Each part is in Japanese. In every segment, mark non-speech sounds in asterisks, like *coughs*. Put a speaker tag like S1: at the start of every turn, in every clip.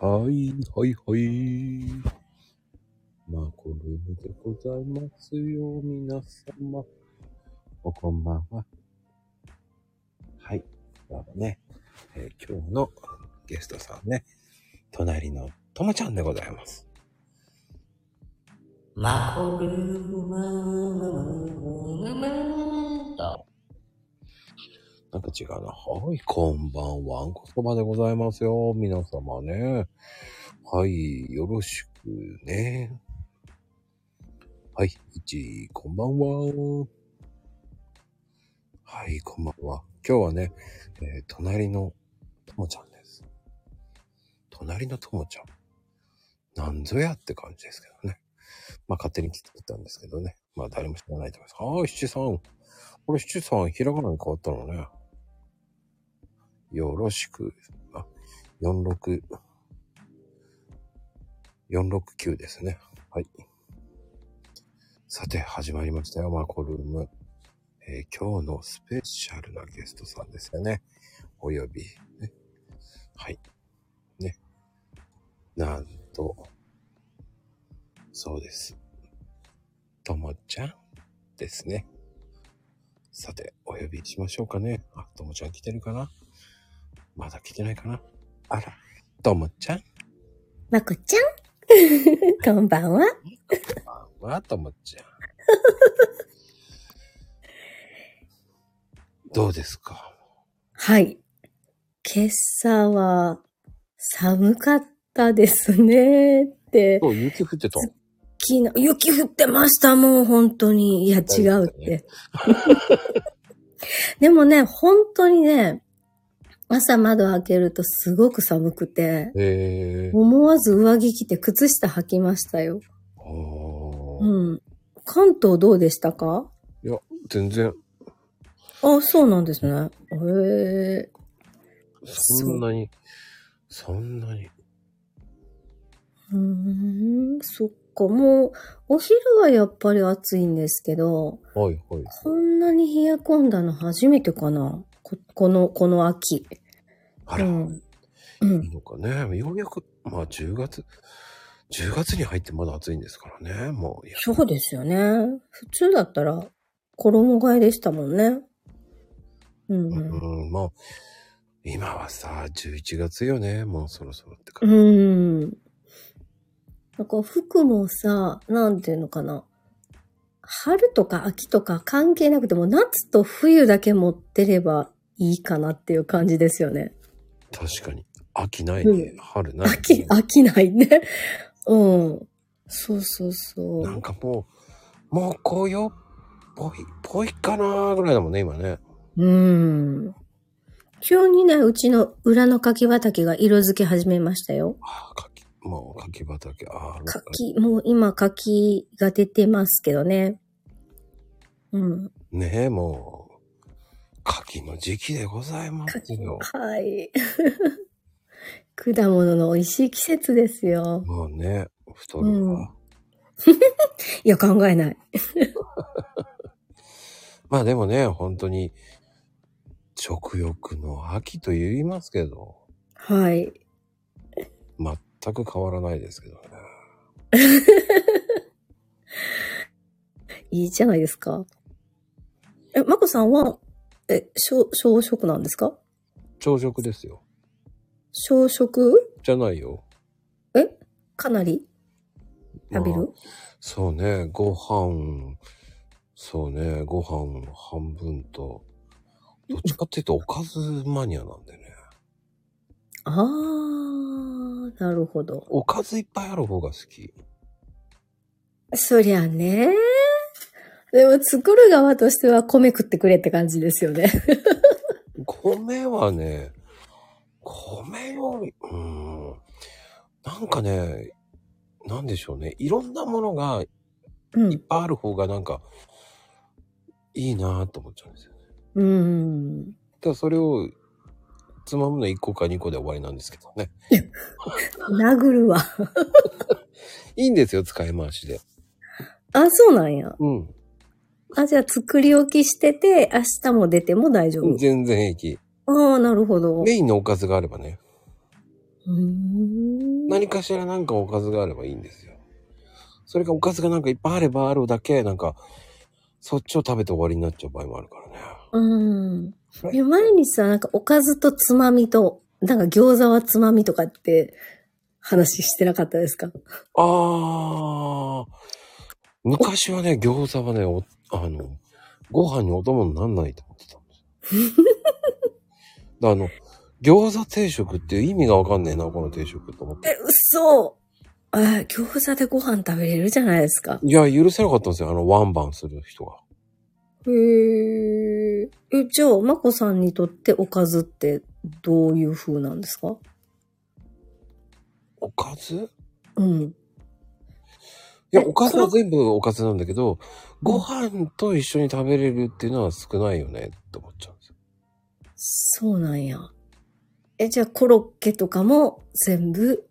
S1: はい、はい、はい。マコルームでございますよ、皆様。おこんばんは。はい。まだね、えー今日のゲストさんね、隣のともちゃんでございます。
S2: マコルームマーマーと。
S1: なんか違うな。はい、こんばんは。あんこそばでございますよ。皆様ね。はい、よろしくね。はい、1、こんばんは。はい、こんばんは。今日はね、えー隣のともちゃんです。隣のともちゃん。なんぞやって感じですけどね。まあ、勝手に作ったんですけどね。まあ、誰も知らないと思います。ああ、七三。これ七三、ひらがなに変わったのね。よろしく。あ、四六。四六九ですね。はい。さて、始まりましたよ、マコルーム。えー今日のスペシャルなゲストさんですよね。および、ね。はい。ね。なんと、そうです。ともちゃんですね。さて、お呼びしましょうかね。あ、ともちゃん来てるかなまだ来てないかなあら、ともちゃん。
S2: まこちゃん *laughs* こんばんは。
S1: あわ、とも
S2: *laughs*
S1: ちゃん。どうですか
S2: はい。今朝は寒かったですねって。
S1: そう、雪降ってた。
S2: 昨日、雪降ってました、もう本当に。いや、違うって。でもね、本当にね、朝窓開けるとすごく寒くて、
S1: えー。
S2: 思わず上着着て靴下履きましたよ。
S1: おー
S2: うん。関東どうでしたか
S1: 全然、
S2: あ、そうなんですね。へえ。
S1: そんなに、そんなに。
S2: うーん、そっか。もう、お昼はやっぱり暑いんですけど、
S1: はいはい。
S2: こんなに冷え込んだの初めてかな。ここの、この秋。
S1: あら、
S2: う
S1: い
S2: ん。うん
S1: い。のかね。ようやく、まあ10月、10月に入ってまだ暑いんですからね。もう、いや
S2: そうですよね。普通だったら、衣替えでしたもんね。うん
S1: う
S2: うん。
S1: ん、もう、今はさ、11月よね。もうそろそろって
S2: う
S1: 感じ。
S2: ん。なんか服もさ、なんていうのかな。春とか秋とか関係なくても、夏と冬だけ持ってればいいかなっていう感じですよね。
S1: 確かに。秋ないね。
S2: うん
S1: 春ない、ね。
S2: 飽き、飽きないね。 *laughs* うん。そうそうそ
S1: なん
S2: う。
S1: かもう、もう紅葉っぽい、ぽいかなぐらいだもんね、今ね。
S2: うん。急にね、うちの裏の柿畑が色づき始めましたよ。
S1: ああ、柿、もう柿畑、ああ、
S2: 柿、もう今柿が出てますけどね。うん。
S1: ねえ、もう、柿の時期でございますよ。
S2: はい。 *laughs* 果物の美味しい季節ですよ。
S1: もうね、太るわ。
S2: うんいや、考えない。
S1: まあでもね、本当に、食欲の秋と言いますけど、
S2: はい。
S1: 全く変わらないですけどね。
S2: いいじゃないですか。え、まこさんは、え、小、小食なんですか
S1: 朝食ですよ。
S2: 小食
S1: じゃないよ。
S2: えかなり食べる、
S1: まあそうね、ご飯、そうね、ご飯半分と、どっちかっていうとおかずマニアなんでね。
S2: あー、なるほど。
S1: おかずいっぱいある方が好き。
S2: そりゃね。でも作る側としては米食ってくれって感じですよね。
S1: 米はね、米より、うーん、なんかね、なんでしょうね。いろんなものが
S2: うん
S1: いっ。ぱいある方がなんか、いいなぁと思っちゃうんですよね。
S2: うーん。
S1: ただそれを、つまむの1個か2個で終わりなんですけどね。
S2: 殴るわ。
S1: いいんですよ、使い回しで。
S2: あ、そうなんや。
S1: うん。
S2: あ、じゃあ作り置きしてて、明日も出ても大丈夫。
S1: 全然平気。
S2: ああ、なるほど。
S1: メインのおかずがあればね。
S2: うーん。
S1: 何かしらなんかおかずがあればいいんですよ。それがおかずがなんかいっぱいあればあるだけ、なんか、そっちを食べて終わりになっちゃう場合もあるからね。
S2: うん。いや前にさ、なんかおかずとつまみと、なんか餃子はつまみとかって話してなかったですか
S1: あー、昔はね、餃子はね、おあの、ご飯にお供になんないと思ってたんですよ。だからあの、餃子定食っていう意味がわかんねえな、この定食と思って。
S2: え、嘘あ餃子でご飯食べれるじゃないですか。
S1: いや、許せなかったんですよ、あの、ワンバンする人が。
S2: へえ。え、じゃあ、まこさんにとっておかずってどういう風なんですか
S1: おかず
S2: うん。
S1: いや、
S2: え
S1: おかずは全部おかずなんだけど、ご飯と一緒に食べれるっていうのは少ないよねって思っちゃうんですよ。
S2: そうなんや。え、じゃあ、コロッケとかも全部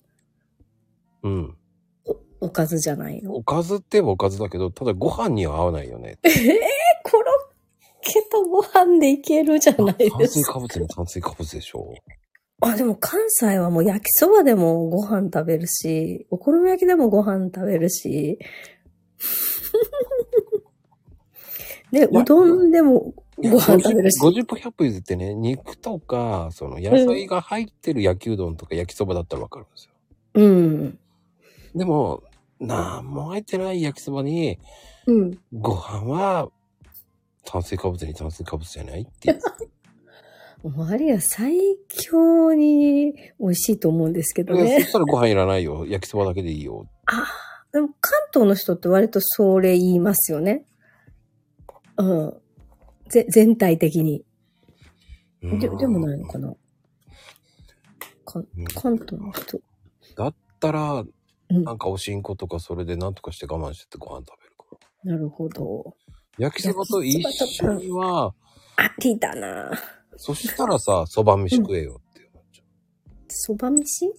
S1: うん。
S2: おおかずじゃないの
S1: おかずって言えばおかずだけど、ただご飯には合わないよね。
S2: えコロッケとご飯でいけるじゃ *laughs* ないで
S1: 炭
S2: す
S1: 水
S2: か。
S1: 化物も炭水化物でしょ
S2: あ、でも関西はもう焼きそばでもご飯食べるし、お好み焼きでもご飯食べる *laughs* し、で、
S1: や
S2: うどんでも
S1: いや
S2: *laughs* ご飯食べるし。
S1: 50歩100歩譲ってね、肉とか、その野菜が入ってる焼きうどんとか焼きそばだったらわかるんですよ。
S2: うん。
S1: でも、なんも入ってない焼きそばに、
S2: うん。
S1: ご飯は炭水化物に炭水化物じゃないっていう。
S2: あれは最強に美味しいと思うんですけど
S1: いやそ
S2: ね。
S1: したらご飯いらないよ。焼きそばだけでいいよ。
S2: あーでも関東の人って割とそれ言いますよね。うん。ぜ全体的に。
S1: うん
S2: ででもないのかなか関東の人。
S1: だったら、
S2: うん
S1: なんかおしんことかそれでなんとかして我慢してってご飯食べるから。
S2: なるほど。
S1: 焼きそばと一緒には、
S2: ありだなぁ
S1: そしたらさ、そば飯食えよって思っちゃう。
S2: そば飯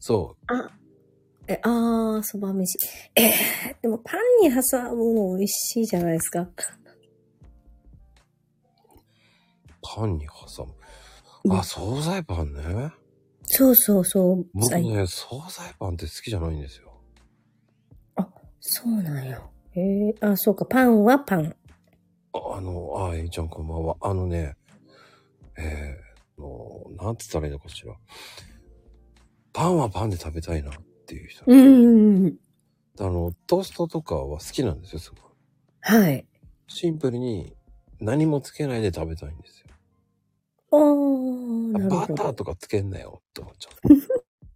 S1: そ
S2: あ、え、あー、そば飯。えー、でもパンに挟むの美味しいじゃないですか。
S1: う、パンに挟む。
S2: うん
S1: あ、惣菜パンね。
S2: そうそうそう。
S1: 僕
S2: 最
S1: ね、惣菜パンって好きじゃないんですよ。
S2: そうなんよ。えー、あ、そうか、パンはパン。
S1: ああの、あ、えいちゃんこんばんは。あのね、えー、のなんつったらいいのかしら。パンはパンで食べたいなっていう人。
S2: うん。
S1: あの、トーストとかは好きなんですよ、すごい。
S2: はい。
S1: シンプルに何もつけないで食べたいんですよ。
S2: おー、なる
S1: バ
S2: ほ
S1: ター
S2: ど。
S1: とかつけんなよって思っちゃ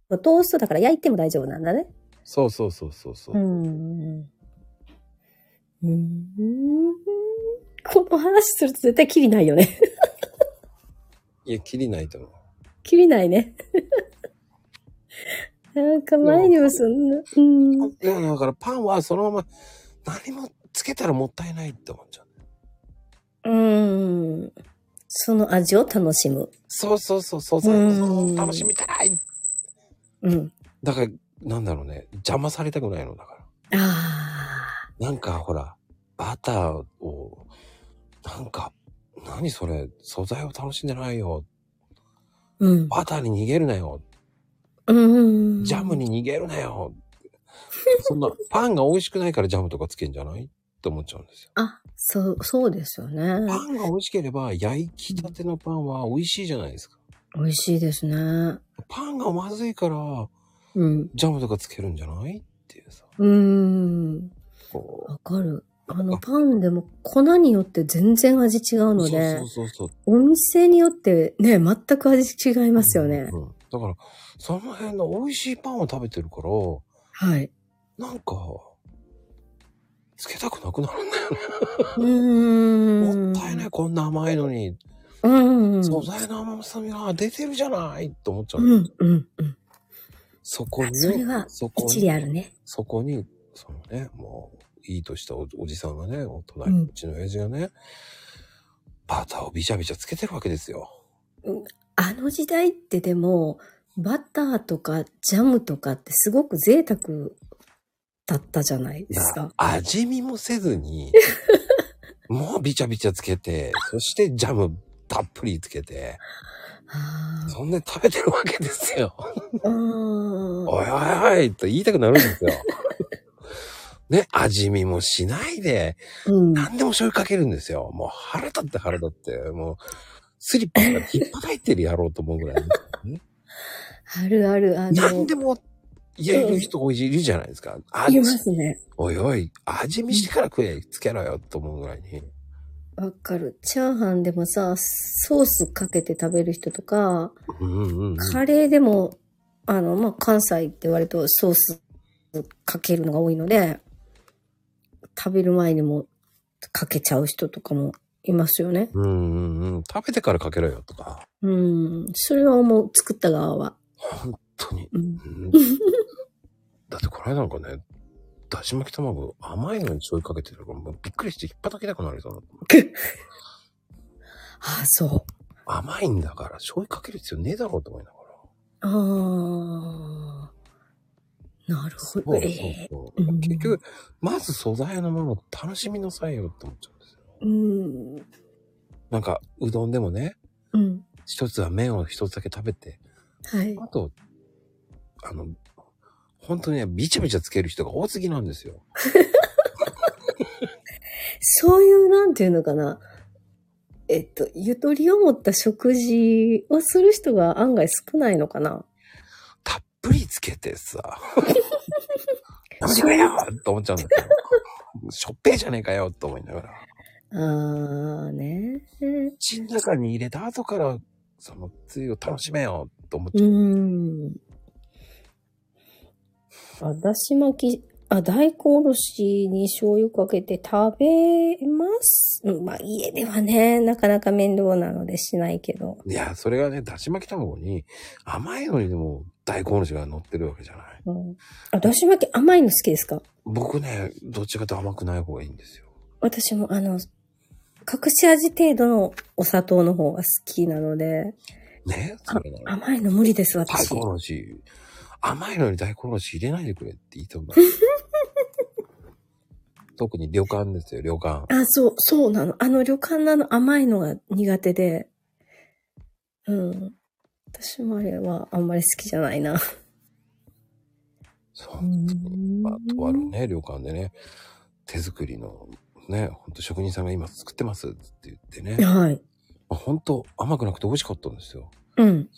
S1: う。
S2: *laughs* トーストだから焼いても大丈夫なんだね。
S1: そうそうそうそうそうう。
S2: ん。うーん。この話すると絶対キリないよね。 *laughs*
S1: いや、切りないと思う。
S2: キリないね。 *laughs* なんか前にもそんな、うん。
S1: いや、だからパンはそのまま何もつけたらもったいないって思っちゃう。
S2: うーん。その味を楽しむ。
S1: そうそうそう、そうそううん楽しみたい。
S2: うん。
S1: だから、なんだろうね。邪魔されたくないのだか
S2: あ
S1: ら。なんかほら、バターを、なんか、何それ、素材を楽しんでないよ。
S2: あ。うん。
S1: バターに逃げるなよ。
S2: うん。
S1: ジャム。に逃げるなよ。そんな、パンが美味しくないからジャムとかつけんじゃないって思っちゃうんですよ。
S2: あ、そう、そうですよね。
S1: パンが美味しければ、焼きたてのパンは美味しいじゃないですか。
S2: 美味しいですね。
S1: パンがまずいから、
S2: うん。
S1: ジャムとかつけるんじゃないっていうさ。
S2: うーん。
S1: こ
S2: わかる。あの、パンでも粉によって全然味違う
S1: う
S2: ので
S1: そう、そうそうそう。
S2: お店によってね、全く味違いますよね
S1: う。んだから、その辺の美味しいパンを食べてるから、
S2: はい。
S1: なんか、つけたくなくなるんだよね。
S2: うーん。
S1: もったいない、こんな甘いのに。
S2: うん。
S1: 素材の甘さみが出てるじゃないって思っちゃう。
S2: うん、うん、うん。
S1: そこに、
S2: それは
S1: そこ
S2: 一
S1: に
S2: 理、あるね。
S1: そこに、そのね、もう、いいとしたおおじさんがね、お
S2: う
S1: 隣、
S2: ん
S1: うちの親父がね、バターをビチャビチャつけてるわけですよ。
S2: あの時代ってでも、バターとかジャムとかってすごく贅沢だったじゃないですか。 *laughs*
S1: 味見もせずに、もうビチャビチャつけて、そしてジャムたっぷりつけて、
S2: あ
S1: そんで食べてるわけですよ。
S2: ーうん
S1: おいおいおいと言いたくなるんです
S2: *laughs*
S1: よ。ね、味見もしないで、
S2: うん。
S1: 何でも醤油かけるんですよ。もう腹立って腹立って、もう、スリッパが引っ張られてるやろうと思うぐらい。
S2: あるある、あ
S1: 何
S2: の、
S1: でも、やる人多いいるじゃないですか。あ
S2: いますね。
S1: おいおい、味見してから食え、つけろよと思うぐらいに。
S2: わかる。チャーハンでもさ、ソースかけて食べる人とか、
S1: うんうんうん。
S2: カレーでも、あの、まあ、関西って割とソースかけるのが多いので、食べる前にもかけちゃう人とかもいますよね。
S1: うんうんうん。食べてからかけろよとか。
S2: うん。それは思う、作った側は。
S1: 本当に。
S2: うん。
S1: うんだってこれなんかね、だし巻き卵甘いのに醤油かけてるから、もうびっくりして引っ叩きたくなるぞ。
S2: ああ、そう。
S1: 甘いんだから醤油かける必要ねえだろうと思いながら。
S2: ああ。なるほど。
S1: そう
S2: ええ
S1: そう
S2: え
S1: そう。
S2: うん
S1: 結局、まず素材のものを楽しみなさいよって思っちゃうんですよ。
S2: うん。
S1: なんか、うどんでもね、
S2: うん。
S1: 一つは麺を一つだけ食べて、
S2: はい。
S1: あと、あの、本当にね、びちゃびちゃつける人が多すぎなんですよ。
S2: そういう、なんていうのかな。えっと、ゆとりを持った食事をする人が案外少ないのかな。
S1: たっぷりつけてさ、やめてくれよと思っちゃうんだけど、しょっぺーじゃねえかよと思いながら、
S2: あーね。
S1: 口の中に入れた後から、その、つゆを楽しめよと思っ
S2: う
S1: ちゃう。
S2: ーん。あだし巻き、あ、大根おろしに醤油かけて食べます。うんまあ、家ではね、なかなか面倒なのでしないけど。
S1: いや、それがね、だし巻き卵に、甘いのにでも大根おろしが乗ってるわけじゃない。
S2: うん、あ、だし巻き甘いの好きですか
S1: 僕ね、どっちかというと甘くない方がいいんですよ。
S2: 私もあの、隠し味程度のお砂糖の方が好きなので、
S1: ねそれなの。
S2: 甘いの無理です、
S1: 大
S2: 私。
S1: 根おろし、甘いのに大根おろし入れないでくれって言いたく
S2: *laughs*
S1: なる。特に旅館ですよ、旅館。
S2: あ、そう、そうなの。あの旅館のあの甘いのが苦手で、うん。私もあれはあんまり好きじゃないな。
S1: そう。まあ、とあるね、旅館でね、手作りの、ね、ほんと職人さんが今作ってますって言ってね、ま
S2: はい。
S1: あ、ほんと甘くなくて美味しかったんですよ。
S2: うん。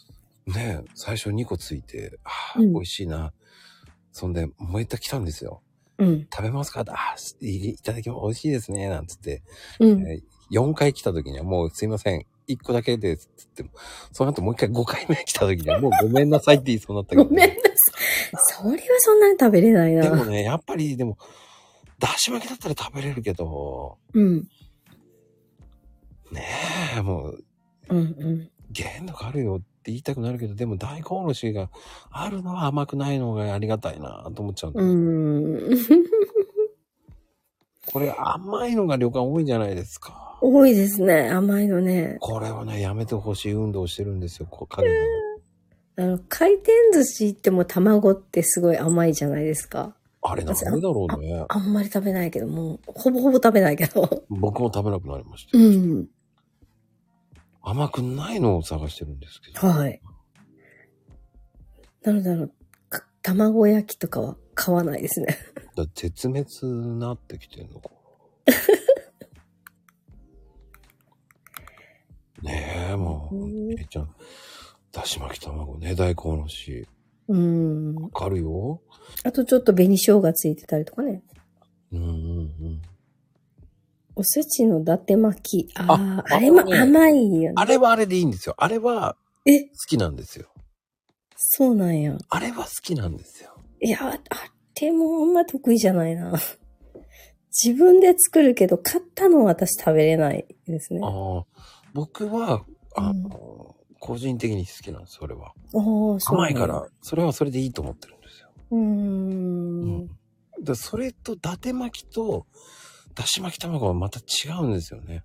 S1: ね最初2個ついて、ああ、
S2: うん
S1: 美味しいな。そんで、もう一回来たんですよ。
S2: うん。
S1: 食べますかああ、いいただきます。美味しいですね。なんつって、
S2: うん。
S1: 4回来た時にはもうすいません。1個だけです。つっても、その後もう一回5回目来た時にはもうごめんなさいって言いそうになったけど。
S2: ごめんなさい。それはそんなに食べれない
S1: で
S2: な。
S1: もね、やっぱりでも、だし巻きだったら食べれるけど、
S2: うん。
S1: ねえ、もう、
S2: うん。うん。
S1: 限度があるよって言いたくなるけど、でも大根おろしがあるのは甘くないのがありがたいなと思っちゃうんだ
S2: う
S1: よ、
S2: ん。
S1: これ甘いのが旅館多いじゃないですか。
S2: 多いですね。甘いのね。
S1: これはね、やめてほしい運動をしてるんですよ、こう陰で。
S2: あの、回転寿司行っても卵ってすごい甘いじゃないですか。
S1: あれなんでだろうね。
S2: あんまり食べないけど、もう、ほぼほぼ食べないけど。
S1: 僕も食べなくなりました。
S2: うん。
S1: 甘くないのを探してるんですけど。
S2: はい。なので、あの、か卵焼きとかは買わないですね。 *laughs*
S1: だ絶滅になってきてんのかな。ねえ、も
S2: うん
S1: う、えいちゃん、だし巻き卵ね、大根おろし。
S2: うん。
S1: わかるよ。
S2: あとちょっと紅生姜ついてたりとかね。
S1: うんうんうん。
S2: おせちの伊達巻き。ああ、
S1: あ
S2: あれも
S1: あのね
S2: 甘いよね。
S1: あれはあれでいいんですよ。あれは、
S2: え
S1: 好きなんですよ。
S2: そうなんや。
S1: あれは好きなんですよ。
S2: いや、あれもあんま得意じゃないな。 *laughs* 自分で作るけど、買ったのは私食べれないですね。あ
S1: ああ、僕は、あの、個人的に好きなんです、それは。
S2: あー、そうなん
S1: 甘
S2: や
S1: いから。、それはそれでいいと思ってるんですよ。
S2: うーん。
S1: だそれと、伊達巻きと、だし巻き卵はまた違うんですよね。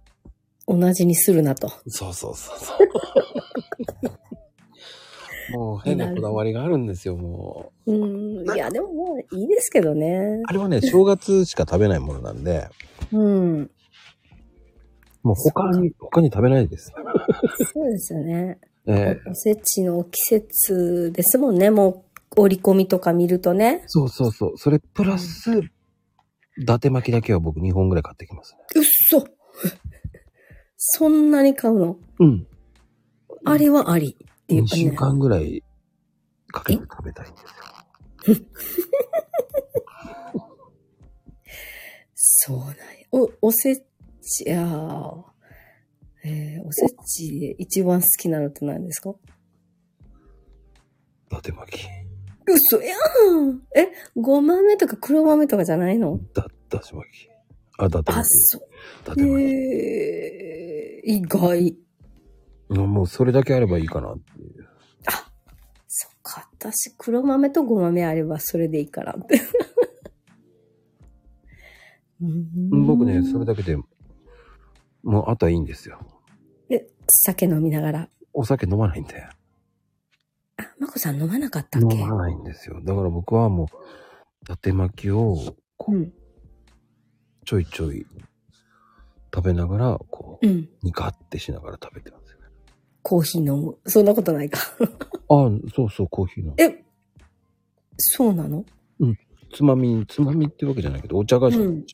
S2: 同じにするなと。
S1: そうそうそう *laughs* そう。もう変なこだわりがあるんですよ、もう。
S2: うーん。いや、でももういいですけどね。
S1: あれはね、正月しか食べないものなんで、
S2: うん。
S1: もう他に、他に食べないです。
S2: そうですよね。
S1: ええ
S2: おせちの季節ですもんね。もう、折り込みとか見るとね。
S1: そうそうそう。それプラス、伊達巻きだけは僕2本ぐらい買ってきますね。
S2: うっそそんなに買うの
S1: うん。
S2: あれはありっていう
S1: 2
S2: か
S1: 週
S2: ね。
S1: 間ぐらいかけて食べたいんですよ。
S2: そうなんや。お、おせち、あーえーおせちで一番好きなのって何ですかう
S1: 伊達巻き。
S2: そやんえ、ごまめとか黒豆とかじゃないの
S1: だ、だし巻き。あ、だて
S2: あ、
S1: 巻き。
S2: そ
S1: だ
S2: う。
S1: て巻
S2: えー、意外。
S1: き。もうそれだけあればいいかなっていう。
S2: そっか、私、黒豆とごまめあればそれでいいからって。うーん
S1: 僕ね、それだけで、もうあとはいいんですよ。
S2: え、酒飲みながら。
S1: お酒飲まないんで。
S2: あ、まこさん飲まなかったっけ
S1: 飲まないんですよ。だから僕はもう、だて巻きを
S2: うん。
S1: ちょいちょい食べながら、こう、
S2: うん。
S1: ニカってしながら食べてますよね。
S2: コーヒー飲む。そんなことないか。
S1: あそうそう、コーヒーの。
S2: え、そうなの
S1: つまみ、つまみってわけじゃないけど、お茶菓子、
S2: うん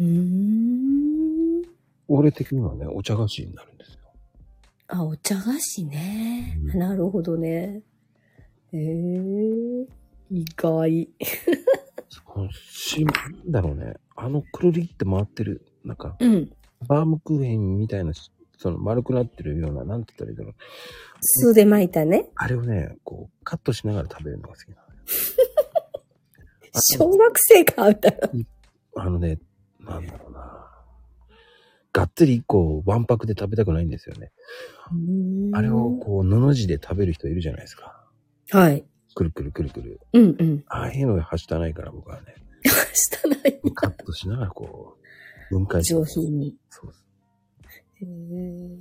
S2: うーん。
S1: 俺的にはね、お茶菓子になるんですよ。
S2: あ、お茶菓子ね。
S1: うん
S2: なるほどね。ええ意外。
S1: そのし、なんだろうね。あのくるりって回ってる、なんか、
S2: うん。
S1: バームクーヘンみたいなし、その丸くなってるような、なんて言ったらいいだろう。
S2: 素で巻いたね。
S1: あれをね、こう、カットしながら食べるのが好きなのよ。あ *laughs*
S2: 小学生が会うたら。
S1: あのね、なんだろうな。がっつり一個、わんぱくで食べたくないんですよね。あれをこう、のの字で食べる人いるじゃないですか。
S2: う。はい。
S1: くるくるくるくる。
S2: うんうん。 *laughs*
S1: ああいうのがはしたないから僕は *laughs* ね、
S2: したない。
S1: カットしながらこう、分解して。
S2: 上品に。
S1: そうです
S2: へー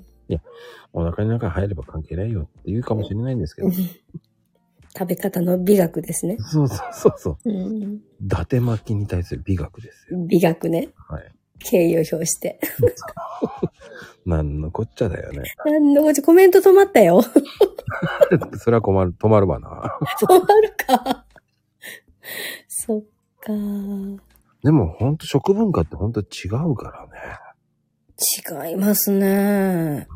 S1: お腹の中に入れば関係ないよって言うかもしれないんですけど。
S2: 食べ方の美学ですね。
S1: そうそうそうそう。
S2: うん、
S1: 伊達巻きに対する美学ですよ。
S2: 美学ね。
S1: はい。
S2: 敬意を表して。
S1: なんのこっちゃだよね。 *laughs*
S2: なんのこっちコメント止まったよ。
S1: それは困る、止まるわな。
S2: 止まるか。そっか。違
S1: でもほんと食文化ってほんと違うからね。
S2: いますね。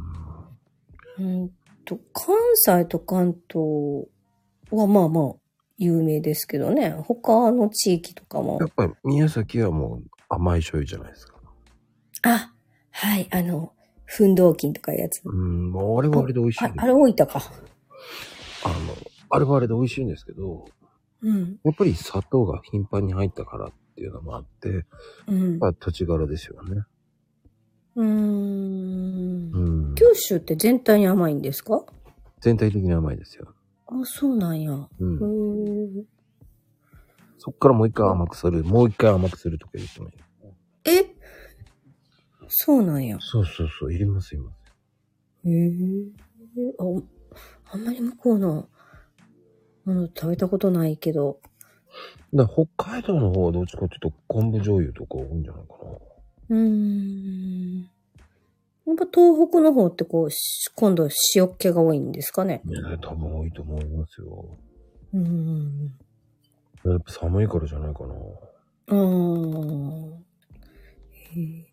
S2: うんと、関西と関東はまあまあ有名ですけどね。他の地域とかも
S1: やっ。ぱり宮崎はもう甘い醤油じゃないですか。
S2: あ、はい、あの、奮闘金とかいうやつ。
S1: うん、まああれはあれで美味しい
S2: あ
S1: んで
S2: あ
S1: す
S2: れ大分か。
S1: あの、あれはあれで美味しいんですけど、
S2: うん。
S1: やっぱり砂糖が頻繁に入ったからっていうのもあって、
S2: うん。
S1: まあ土地柄ですよね。
S2: うーん
S1: うん。
S2: 九州って全体に甘いんですか
S1: 全体的に甘いですよ。
S2: あ、そうなんや。
S1: う。
S2: うんん、
S1: そっからもう一回甘くする、もう一回甘くするとか言ってもいい。
S2: えそうなんや。
S1: そうそうそう、いります、いります。
S2: へえ。あ、あんまり向こうのもの食べたことないけど。
S1: だから北海道の方はどっちかっていうと昆布醤油とか多いんじゃないかな。
S2: うーん。やっぱ東北の方ってこう、し今度塩っ気が多いんですかね。
S1: ねえ、多分多いと思いますよ。
S2: うーん。
S1: やっぱ寒いからじゃないかな。
S2: あーへえ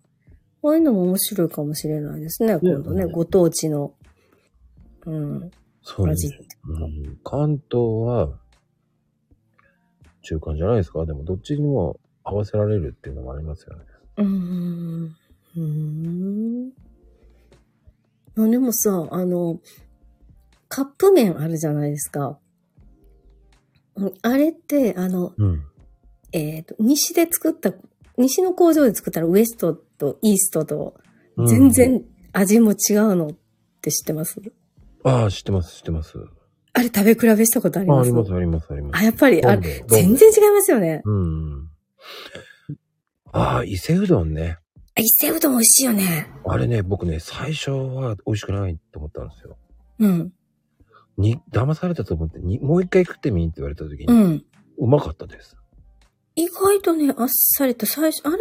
S2: こういうのも面白いかもしれないですね、今度ね、
S1: うん
S2: ご当地の。うん。
S1: そうなんですよ。うん、関東は中間じゃないですか。でもどっちにも合わせられるっていうのもありますよね。
S2: うーん。うーん。あでもさ、あの、カップ麺あるじゃないですか。うんあれって、あの、
S1: うん。
S2: えっ、と、西で作った、西の工場で作ったらウエストとイーストと全然味も違うのって知ってます、
S1: ああ、知ってます、知ってます。
S2: あれ食べ比べしたことあり
S1: ああ
S2: ま
S1: り
S2: す
S1: ます、あります、ありま
S2: あ、
S1: す。
S2: やっぱり、あ
S1: どん
S2: れ、
S1: どん
S2: 全。然違いますよね。
S1: どんどんうんうん。ああ、伊勢うどんね。
S2: あ伊勢うどん美味しいよね。
S1: あれね、僕ね、最初は美味しくないと思ったんですよ。
S2: うん。
S1: に、騙されたと思って、に、もう一回食ってみんって言われた時に、
S2: うん。
S1: うまかったです。
S2: 意外とね、あっさりと最初、あれ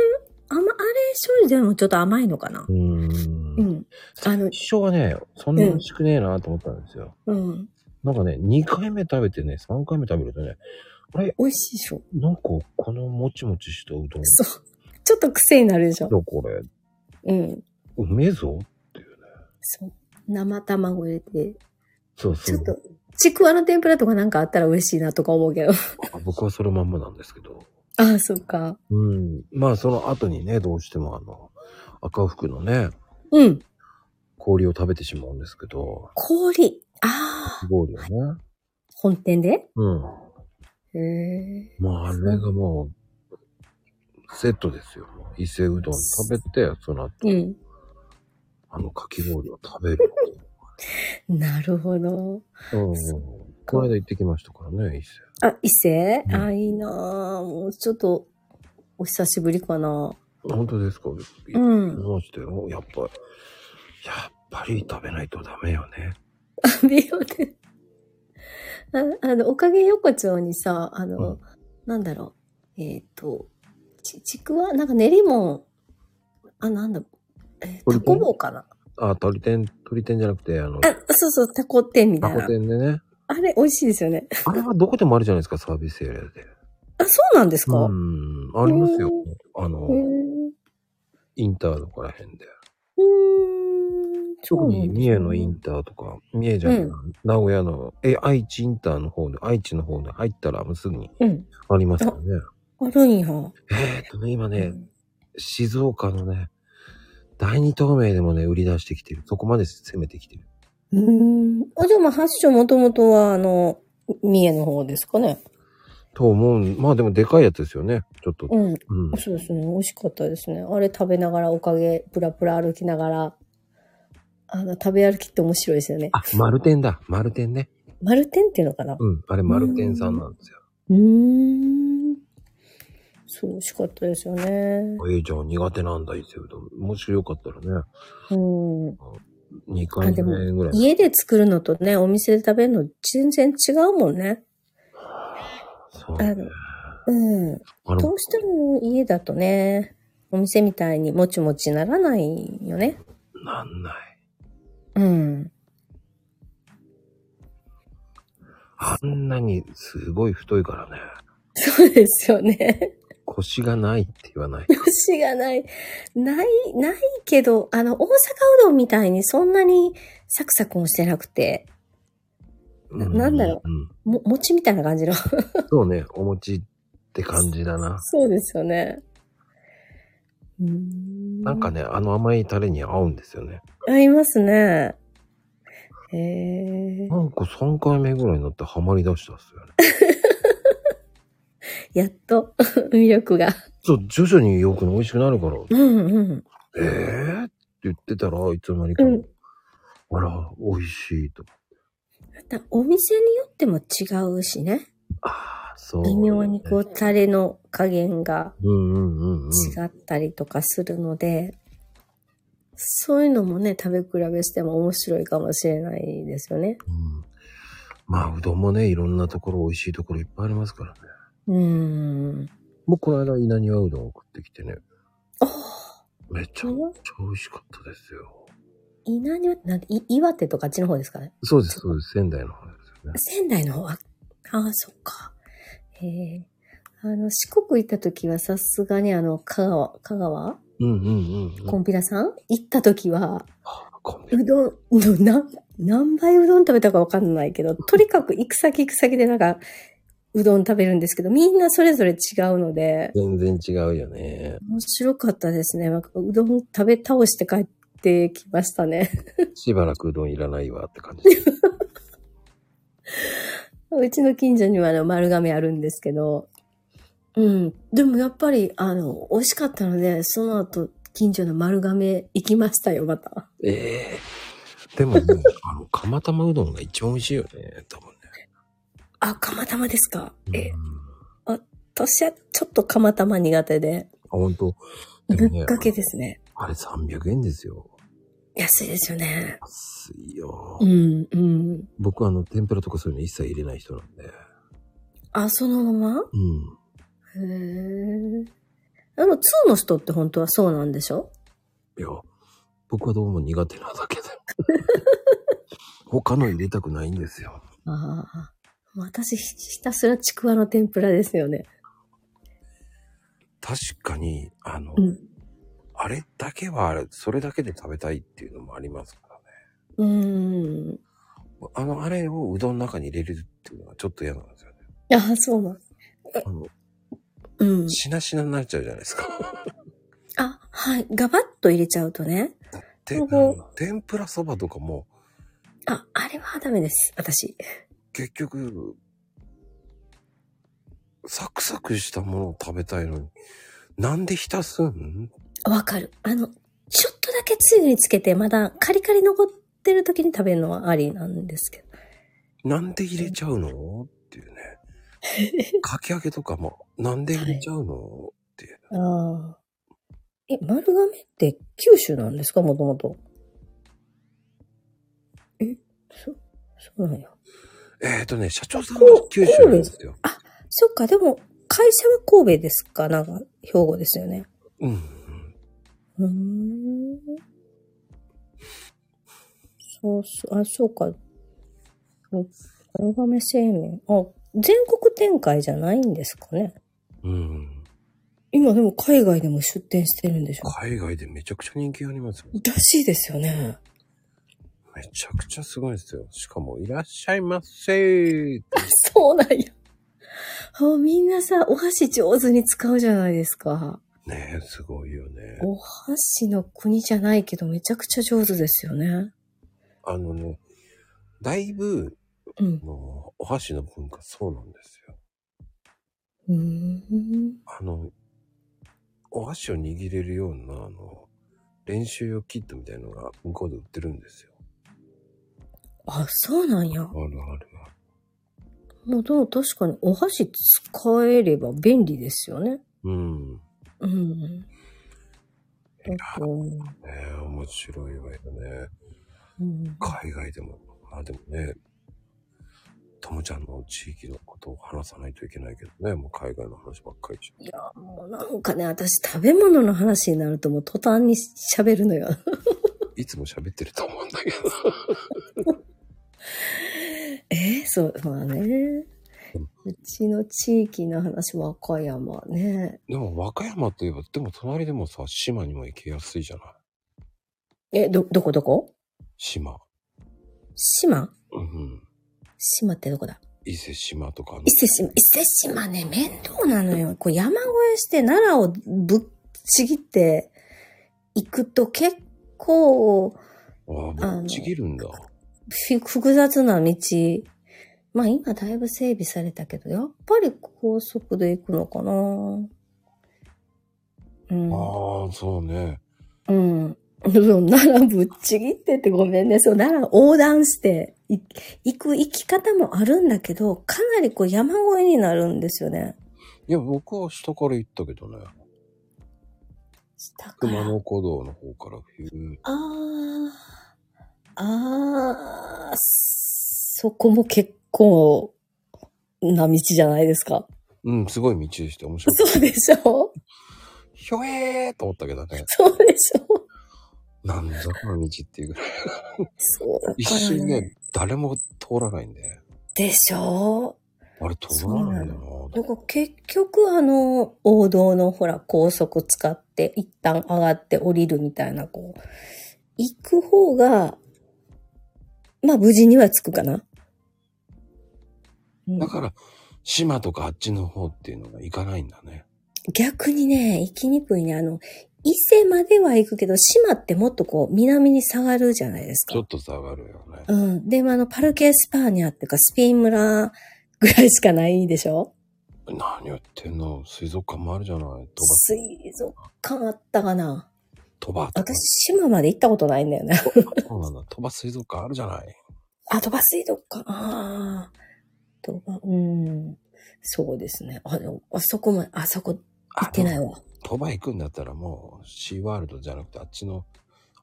S2: 甘、あれ醤油でもちょっと甘いのかな
S1: う。ー。
S2: うんん。あの、
S1: 一生はね、そんな美味しくねえなと思ったんですよ。
S2: うん。
S1: なんかね、2回目食べてね、3回目食べるとね、あれ、
S2: 美味しいでしょ。
S1: なんかこのもちもちしたうどん、
S2: そう。ちょっと癖になるでしょ。
S1: これ、
S2: うん。
S1: うめえぞっていうね。
S2: そう。生卵入れて、
S1: そうそ
S2: ちょっ
S1: う。
S2: と、ちくわの天ぷらとかなんかあったら嬉しいなとか思うけど。 *laughs*
S1: あ僕はそれまんまなんですけど。
S2: ああ、そうか。
S1: うん。まあその後にね、どうしてもあの、赤福のね、
S2: うん。
S1: 氷を食べてしまうんですけど、
S2: 氷。ああ。
S1: 氷をね。
S2: 本店で
S1: うん。
S2: へえ。
S1: まああれがもう、セットですよ。伊勢うどん食べて、その後、
S2: うん。
S1: あのかき氷を食べる。
S2: なるほど。
S1: うんうん。この間行ってきましたからね、伊勢。
S2: あ、伊勢、
S1: うん
S2: あ、いいなぁ。もうちょっと、お久しぶりかな
S1: 本当ですか
S2: う
S1: 行き
S2: ん。 *laughs*
S1: ましたよ。やっぱ、やっぱり食べないとダメよね。
S2: 美容で。ああの、おかげ横丁にさ、あの、
S1: うん
S2: なんだろう。えっ、と、ち、ちくわなんか練りもん。あ、なんだ、えー、
S1: 鳥天
S2: タコ棒かな
S1: あ、鳥天、鳥天じゃなくて、あの、
S2: あ、そうそう、タコ店みた
S1: タ
S2: い
S1: コ
S2: な。
S1: 店でね。
S2: あれ、美味しいですよね。
S1: あれはどこでもあるじゃないですか、サービスエリアで。
S2: あ、そうなんです
S1: うん、
S2: か、
S1: ありますよ。あ
S2: へ
S1: の、
S2: ー
S1: インターとから辺で。
S2: うーん。
S1: 特に三重のイ
S2: 院
S1: ンターとか、三重じゃないな、名古屋の、え、愛知インターの方で、愛知の方で入ったらもうすぐに
S2: うん。
S1: ありますよね。
S2: あるん
S1: えー
S2: や。
S1: っとね、今ね、静岡のね、第二透明でもね、売り出してきてる。そこまで攻めてきてる。
S2: うーん。あ、じゃあまあ、発祥もともとは、あの、三重の方ですかね。
S1: と思う。まあでもでかいやつですよね。ちょっと。
S2: うん。
S1: うん。
S2: そうですね。美味しかったですね。あれ食べながら、おかげ、プラプラ歩きながら、あの、食べ歩きって面白いですよね。
S1: あ、丸天だ。丸天ね。
S2: 丸天っていうのかな
S1: うん。あれ丸天さんなんですよ。
S2: うーん。そう、美味しかったですよね。
S1: ええじゃあ苦手なんだ、伊勢うどん。もしよかったらね、
S2: うん。
S1: 2回目ぐらい。
S2: 家で作るのとね、お店で食べるの全然違うもんね。
S1: そうね。
S2: うん。
S1: あ
S2: ど
S1: の、
S2: うしても家だとね、お店みたいにもちもちならないよね。
S1: なんない。
S2: うん。
S1: あんなにすごい太いからね。
S2: そう *laughs* ですよね。
S1: *laughs* 腰がないって言わない。
S2: 腰がない。ない、ないけど、あの、大阪うどんみたいにそんなにサクサクもしてなくて、 *laughs* ななんだろ
S1: う。うん。
S2: も、餅みたいな感じの。
S1: そうね、お餅って感じだな。
S2: そうですよね。うーん
S1: なんか。ね、あの甘いタレに合うんですよね。
S2: 合いますね。へえ
S1: な。んか3回目ぐらいになってハマり出したっすよね。
S2: やっと、 *laughs* 魅力が。
S1: そう、徐々によく美味しくなるから、
S2: うんうん。
S1: えーって言ってたらいつの間にか、
S2: うん。
S1: あら、美味しいと。
S2: また、お店によっても違うしね。
S1: ああ、そう、
S2: 微妙にこう、タレの加減が。
S1: うんうんうんうん。
S2: 違ったりとかするので、そういうのもね、食べ比べしても面白いかもしれないですよね。
S1: うんまあ、うどんもね、いろんなところ、美味しいところいっぱいありますからね。
S2: うーん。
S1: 僕、この間、稲庭うどんを食ってきてね、
S2: ああ、
S1: めちゃめちゃ美味しかったですよ。
S2: 稲庭ってなんて、い岩手とかあっちの方ですかね。
S1: そうです、そうです。仙台の方ですよね。
S2: 仙台の方は、ああ、そっか。ええあの、四国行った時はさすがにあの、香川、香川
S1: うんうんうん。
S2: コンピラさん行った時は、
S1: あコンビニ
S2: うどんの何、何倍うどん食べたかわかんな
S1: *laughs*
S2: いけど、とにかく行く先行く先でなんか、うどん食べるんですけど、みんなそれぞれ違うので、
S1: 全然違うよね。
S2: 面白かったですね。なんかうどん食べ倒して帰ってきましたね。 *laughs*
S1: しばらくうどんいらないわって感じ。
S2: うちの近所にはあの丸亀あるんですけど、うん。でもやっぱり、あの、美味しかったので、その後、近所の丸亀行きましたよ、また。
S1: ええでもね、あの、釜玉うどんが一番美味しいよね、多分ね。
S2: あ、釜玉ですか。え、
S1: うん
S2: 私はちょっと釜玉苦手で、
S1: あ、本当。で
S2: ぶ
S1: もね
S2: っかけですね。
S1: あれ300円ですよ。
S2: 安いですよね。
S1: 安いよ。
S2: うん、うん。
S1: 僕はあの、天ぷらとかそういうの一切入れない人なんで。
S2: あ、そのまま
S1: うん。
S2: へえ。あの、2の人って本当はそうなんでしょ
S1: いや、僕はどうも苦手なだけで。 *laughs* 他の入れたくないんですよ。
S2: ああ。私、ひひたすらちくわの天ぷらですよね。
S1: 確かに、あの、
S2: うん
S1: あれだけはあれ、それだけで食べたいっていうのもありますからね。
S2: うーん。
S1: あの、あれをうどんの中に入れるっていうのはちょっと嫌なんですよね。
S2: ああ、そうなん。
S1: あの、
S2: うん。
S1: しなしなになっちゃうじゃないですか。 *laughs*
S2: あ、はい。ガバッと入れちゃうとね。
S1: て
S2: ほぼ
S1: 天ぷらそばとかも、
S2: あ、あれはダメです。私。
S1: 結局、サクサクしたものを食べたいのに、なんで浸すん
S2: わかる。あの、ちょっとだけつゆにつけて、まだカリカリ残ってる時に食べるのはありなんですけど。
S1: なんで入れちゃうのっていうね。 *laughs* かき揚げとかも、なんで入れちゃうのっていう。
S2: ああ。え、丸亀って九州なんですかもともと。え、そ、そうなんや。
S1: えっ、ー、とね、社長さん
S2: こ
S1: が
S2: う
S1: 九州なんですよ。
S2: そっか、でも、会社は神戸ですかなんか、兵庫ですよね。
S1: うんうん。
S2: うーん。そうそう、あ、そうか。そう丸亀製麺。あ、全国展開じゃないんですかね。
S1: うん。
S2: 今でも海外でも出店してるんでしょ
S1: 海外でめちゃくちゃ人気ありますよ。
S2: らしいですよね。
S1: めちゃくちゃすごいですよ。しかも、いらっしゃいませー
S2: あ、 *laughs* そうなんや。あみんなさ、お箸上手に使うじゃないですか。
S1: ねえ、すごいよね。
S2: お箸の国じゃないけど、めちゃくちゃ上手ですよね。
S1: あのね、だいぶ、
S2: うん
S1: あ。のお箸の文化そうなんですよ。
S2: うーん。
S1: あの、お箸を握れるような、あの、練習用キットみたいのが向こうで売ってるんですよ。
S2: あ、そうなんや。
S1: あるあるある。
S2: もうでも確かにお箸使えれば便利ですよね。
S1: うん。ね
S2: うん。
S1: いや
S2: あと
S1: え面白いわよね。
S2: うん、
S1: 海外でも、あ、でもね、ともちゃんの地域のことを話さないといけないけどね、もう海外の話ばっかりし
S2: いや、もうなんかね、私食べ物の話になるともう途端に喋るのよ。
S1: いつも喋ってると思うんだけど。
S2: えーそう、まあね
S1: うん。
S2: うちの地域の話、和歌山ね。
S1: でも和歌山といえば、でも隣でもさ、島にも行きやすいじゃない
S2: え、ど、どこどこ
S1: 島。
S2: 島
S1: うん。
S2: 島ってどこだ
S1: 伊勢島とかの
S2: 伊勢島、伊勢島ね、面倒なのよ。こう山越えして奈良をぶっちぎって行くと結構、
S1: あ
S2: あ
S1: あ、ぶっ
S2: の
S1: ちぎるんだ。
S2: ふ複雑な道。まあ今だいぶ整備されたけど、やっぱり高速で行くのかなうん。
S1: ああ、そうね。
S2: うん。そう奈良ぶっちぎってってごめんね。そう、奈良横断してい行く行き方もあるんだけど、かなりこう山越えになるんですよね。
S1: いや、僕は下から行ったけどね。
S2: 下か
S1: 熊
S2: ら。
S1: 野古道の方からふーっ
S2: あー。あー。そこも結構な道じゃないですか。
S1: うん、すごい道でして面白い。
S2: そうでしょ
S1: ひょえーと思ったけどね。
S2: そうでしょ
S1: なんだこの道っていうぐらい。
S2: そうだから、ね。
S1: 一瞬ね、誰も通らないんで。
S2: でしょ
S1: あれ通らないんだな
S2: なんか結局あの、王道のほら、高速使って、一旦上がって降りるみたいな、こう、行く方が、まあ無事には着くかな。うん
S1: だから、島とかあっちの方っていうのが行かないんだね。
S2: 逆にね、行きにくいね。あの、伊勢までは行くけど、島ってもっとこう、南に下がるじゃないですか。
S1: ちょっと下がるよね。
S2: うん。で、まああの、パルケ・スパーニャっていうか、スピン村ぐらいしかないでしょ
S1: 何言ってんの水族館もあるじゃない。鳥
S2: 水族館あったかな
S1: 羽、鳥羽とか。
S2: 私、島まで行ったことないんだよね。
S1: そうなんだ。鳥羽水族館あるじゃない。
S2: あ、鳥羽水族館。ああ。鳥羽、うん。そうですね。あ、でも、あそこまで、あそこ行ってないわ。
S1: 鳥羽行くんだったらもうシーワールドじゃなくてあっちの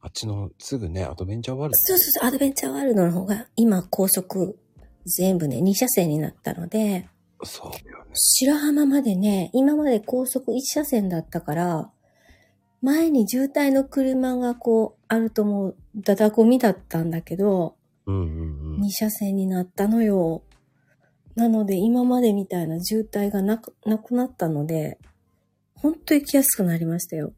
S1: あっちのすぐねアドベンチャーワール
S2: そうそうそう、アドベンチャーワールドの方が、今、高速、全部ね、2車線になったので、
S1: そうよね。
S2: 白浜までね、今まで高速一車線だったから、前に渋滞の車がこう、あるともう、だだゴミだったんだけど、
S1: うんうんうん
S2: 二。車線になったのよ。なので、今までみたいな渋滞がなく、なくなったので、ほんと行きやすくなりましたよ。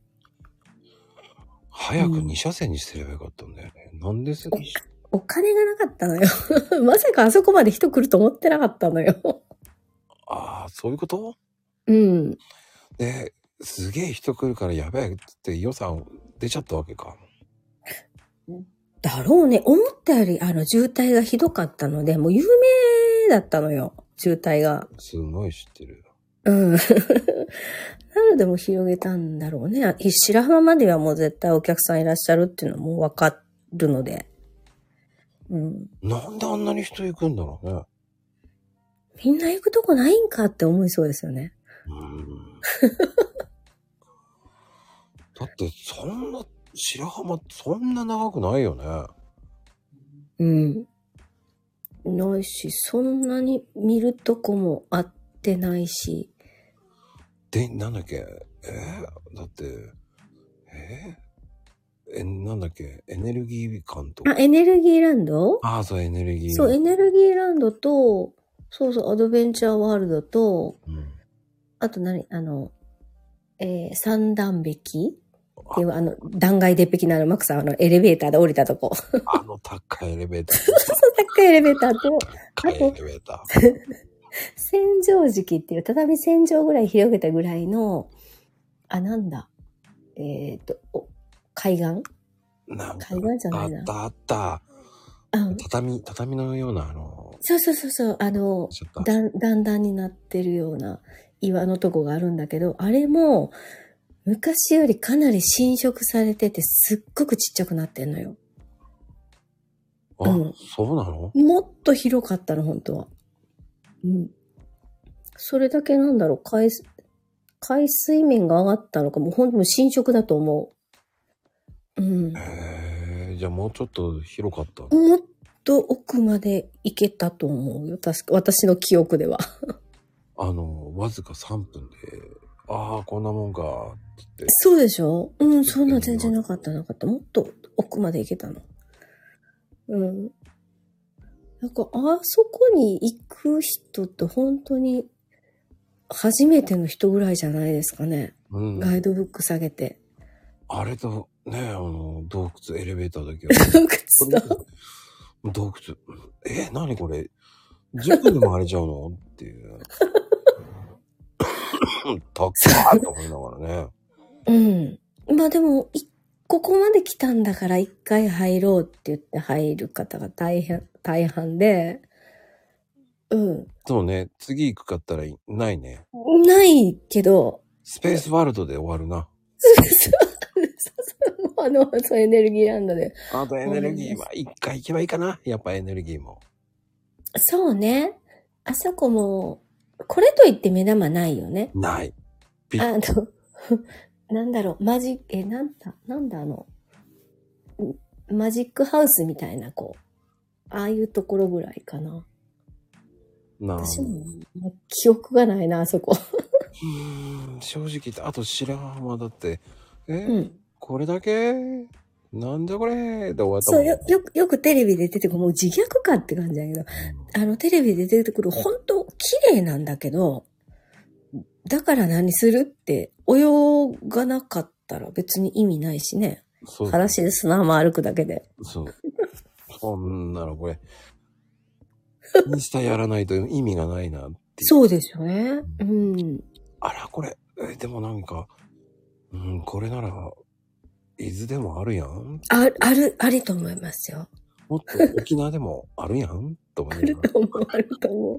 S1: 早く
S2: うん
S1: 二車線にすればよかったんだよね。なんでせ、
S2: お金がなかったのよ。 *laughs* まさかあそこまで人来ると思ってなかったのよ。
S1: ああ、そういうこと
S2: うん。
S1: で、すげえ人来るからやべえっつって予算出ちゃったわけか。
S2: だろうね。思ったより、あの、渋滞がひどかったので、もう有名だったのよ。渋滞が。
S1: すごい知ってる。
S2: うん。 *laughs* なのでもう広げたんだろうね。白浜まではもう絶対お客さんいらっしゃるっていうのはもうわかるので。うん。
S1: なんであんなに人行くんだろうね。
S2: みんな行くとこないんかって思いそうですよね。
S1: うー
S2: *laughs*
S1: んだってそんな白浜そんな長くないよね。
S2: うん。ないし、そんなに見るとこもあってないし。
S1: で、なんだっけえーだって、えーえ、なんだっけエネルギー感と
S2: あ
S1: か、。
S2: エネルギーランド
S1: ああ、そう、エネルギー。
S2: そう、エネルギーランドと、そうそう、アドベンチャーワールドと、
S1: うん
S2: あと何、あの、えー、三段壁っていう、あの、断崖絶壁のあの、マックさん、あの、エレベーターで降りたとこ。 *laughs* そう
S1: あの高いエレベータ
S2: *laughs*
S1: ー。
S2: 高いエレベーターと、
S1: 高いエレベーター。
S2: 洗浄敷っていう、畳洗浄ぐらい広げたぐらいの、あ、なんだ、えっ、と、お海岸
S1: なんか
S2: 海岸じゃな
S1: あ
S2: い
S1: っ
S2: な。
S1: たあった。
S2: うん。
S1: 畳、畳のような、あの、
S2: そうそうそうそう、あの、
S1: シャッター
S2: だんだんだんになってるような岩のとこがあるんだけど、あれも昔よりかなり侵食されててすっごくちっちゃくなってんのよ。
S1: あ、
S2: うん
S1: そうなの
S2: もっと広かったの、本当は。うん。それだけなんだろう、海水、海水面が上がったのか、もうほんともう侵食だと思う。うん。
S1: へえ、じゃあもうちょっと広かった。
S2: もっと奥まで行けたと思うよ、確か、私の記憶では。 *laughs*
S1: あの、わずか3分で、ああ、こんなもんか、ってって。
S2: そうでしょうん、そんな全然なかったなかった。もっと奥まで行けたの。うん。なんか、あそこに行く人って本当に初めての人ぐらいじゃないですかね。
S1: うん。
S2: ガイドブック下げて。
S1: あれと、ね、あの、洞窟、エレベーターだけ
S2: 洞窟の
S1: 洞窟。え、なにこれ ?10 分でもあれちゃうのって
S2: *laughs*
S1: いう。たっかーと思いながらね。
S2: うん。まあでも、いここまで来たんだから一回入ろうって言って入る方が大変、大半で、うん。
S1: そうね、次行くかったらいないね。
S2: ないけど、
S1: スペースワールドで終わるな。
S2: もうあの、そうエネルギーランドで。
S1: あとエネルギーは一回行けばいいかな。やっぱエネルギーも。
S2: そうね。あそこも、これといって目玉ないよね。
S1: ない。び
S2: あの、 *laughs* なんだろう、マジ、え、なんだ、なんだあの、んマジックハウスみたいな、こう、ああいうところぐらいかな。
S1: な
S2: 私も、もう記憶がないな、あそこ。
S1: うーん正直言ってあと白浜だってえ、
S2: うん。
S1: これだけなんだこれで終わった
S2: そ
S1: もん
S2: う、よ、よく、よくテレビで出てくる、もう自虐かって感じだけど、あの、テレビで出てくる、本当綺麗なんだけど、だから何するって、泳がなかったら別に意味ないしね。
S1: うんそう
S2: 裸足で砂浜歩くだけで。
S1: そうそんなのこれインスタやらないと意味がないなっていう
S2: そうですよね。うん。
S1: あらこれえでもなんかうんこれなら伊豆でもあるやん
S2: あ、ある、ありと思いますよ。
S1: もっと沖縄でもあるやんと思
S2: あ
S1: いな
S2: る
S1: がら
S2: *laughs* と思う、あると思う。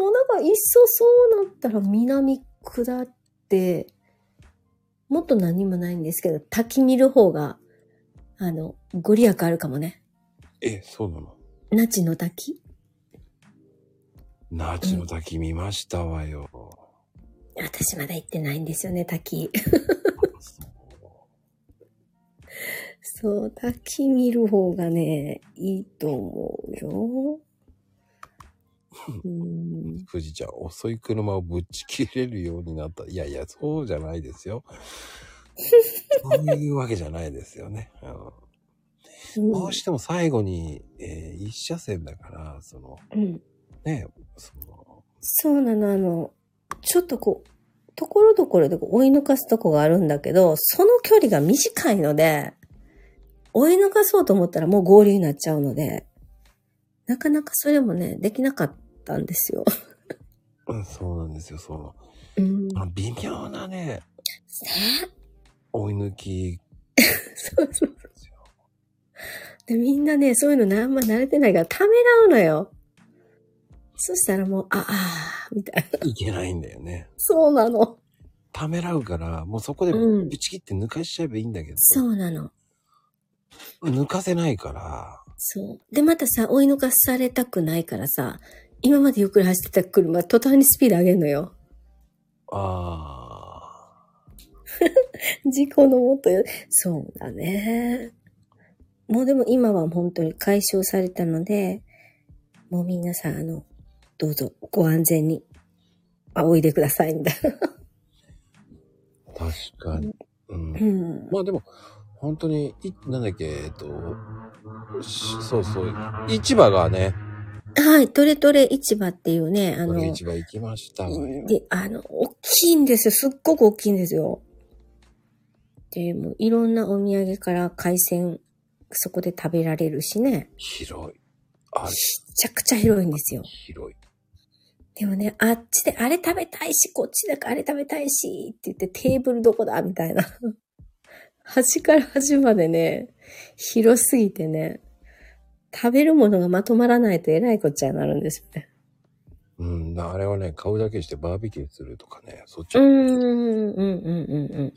S2: もうなんか、いっそそうなったら南下って、もっと何もないんですけど、滝見る方が、あの、ご利益あるかもね。
S1: えそうなの
S2: 那智の滝
S1: 那智の滝見ましたわよ、
S2: 私まだ行ってないんですよね、滝。 *laughs* そう、滝見る方がね、いいと思うよ。うん。
S1: 富士ちゃん、遅い車をぶっち切れるようになった。いやいや、そうじゃないですよ。そういうわけじゃないですよね。あの
S2: うん
S1: どうしても最後に、えー一車線だから、その、
S2: うん。
S1: ね、その、
S2: そうなの、あの、ちょっとこう、ところどころでこう追い抜かすとこがあるんだけど、その距離が短いので、追い抜かそうと思ったらもう合流になっちゃうので、なかなかそれもね、できなかったんですよ。
S1: うんそうなんですよ、その、
S2: うん。 *laughs*
S1: あの微妙なね、
S2: ね
S1: 追い抜き
S2: そうそう。
S1: ですよ。
S2: で、みんなね、そういうのねあんま慣れてないから、ためらうのよ。そしたらもう、ああー、みたいな。
S1: いけないんだよね。
S2: そうなの。
S1: ためらうから、もうそこで
S2: うん
S1: ぶち切って抜かしちゃえばいいんだけど、
S2: そうなの。
S1: 抜かせないから、
S2: そう。で、またさ、追い抜かされたくないからさ、今までゆっくり走ってた車、途端にスピード上げんのよ。 *laughs*
S1: あ
S2: 事故のもとよ。そうだね。もうでも今は本当に解消されたので、もう皆さん、あの、どうぞご安全に、仰いでください、みたいな。
S1: あ、確かに。うん
S2: うん。
S1: まあでも、本当に、いなんだっけ、えっと、しそうそう、市場がね、
S2: はい、トレトレ市場っていうね、あ
S1: こ
S2: の
S1: の、市場行きましたわよ。
S2: で、あの、大きいんですよ。すっごく大きいんですよ。で、もういろんなお土産から海鮮、そこで食べられるしね。
S1: 広い。あれ、
S2: めちゃくちゃ広いんですよ。
S1: 広い。
S2: でもね、あっちであれ食べたいし、こっちであれ食べたいし、って言ってテーブルどこだみたいな。 *laughs* 端から端までね、広すぎてね、食べるものがまとまらないとえらいこっちゃになるんですよね。
S1: うん、あれはね、買うだけしてバーベキューするとかね、そっち。
S2: うーんうんうんうんうん。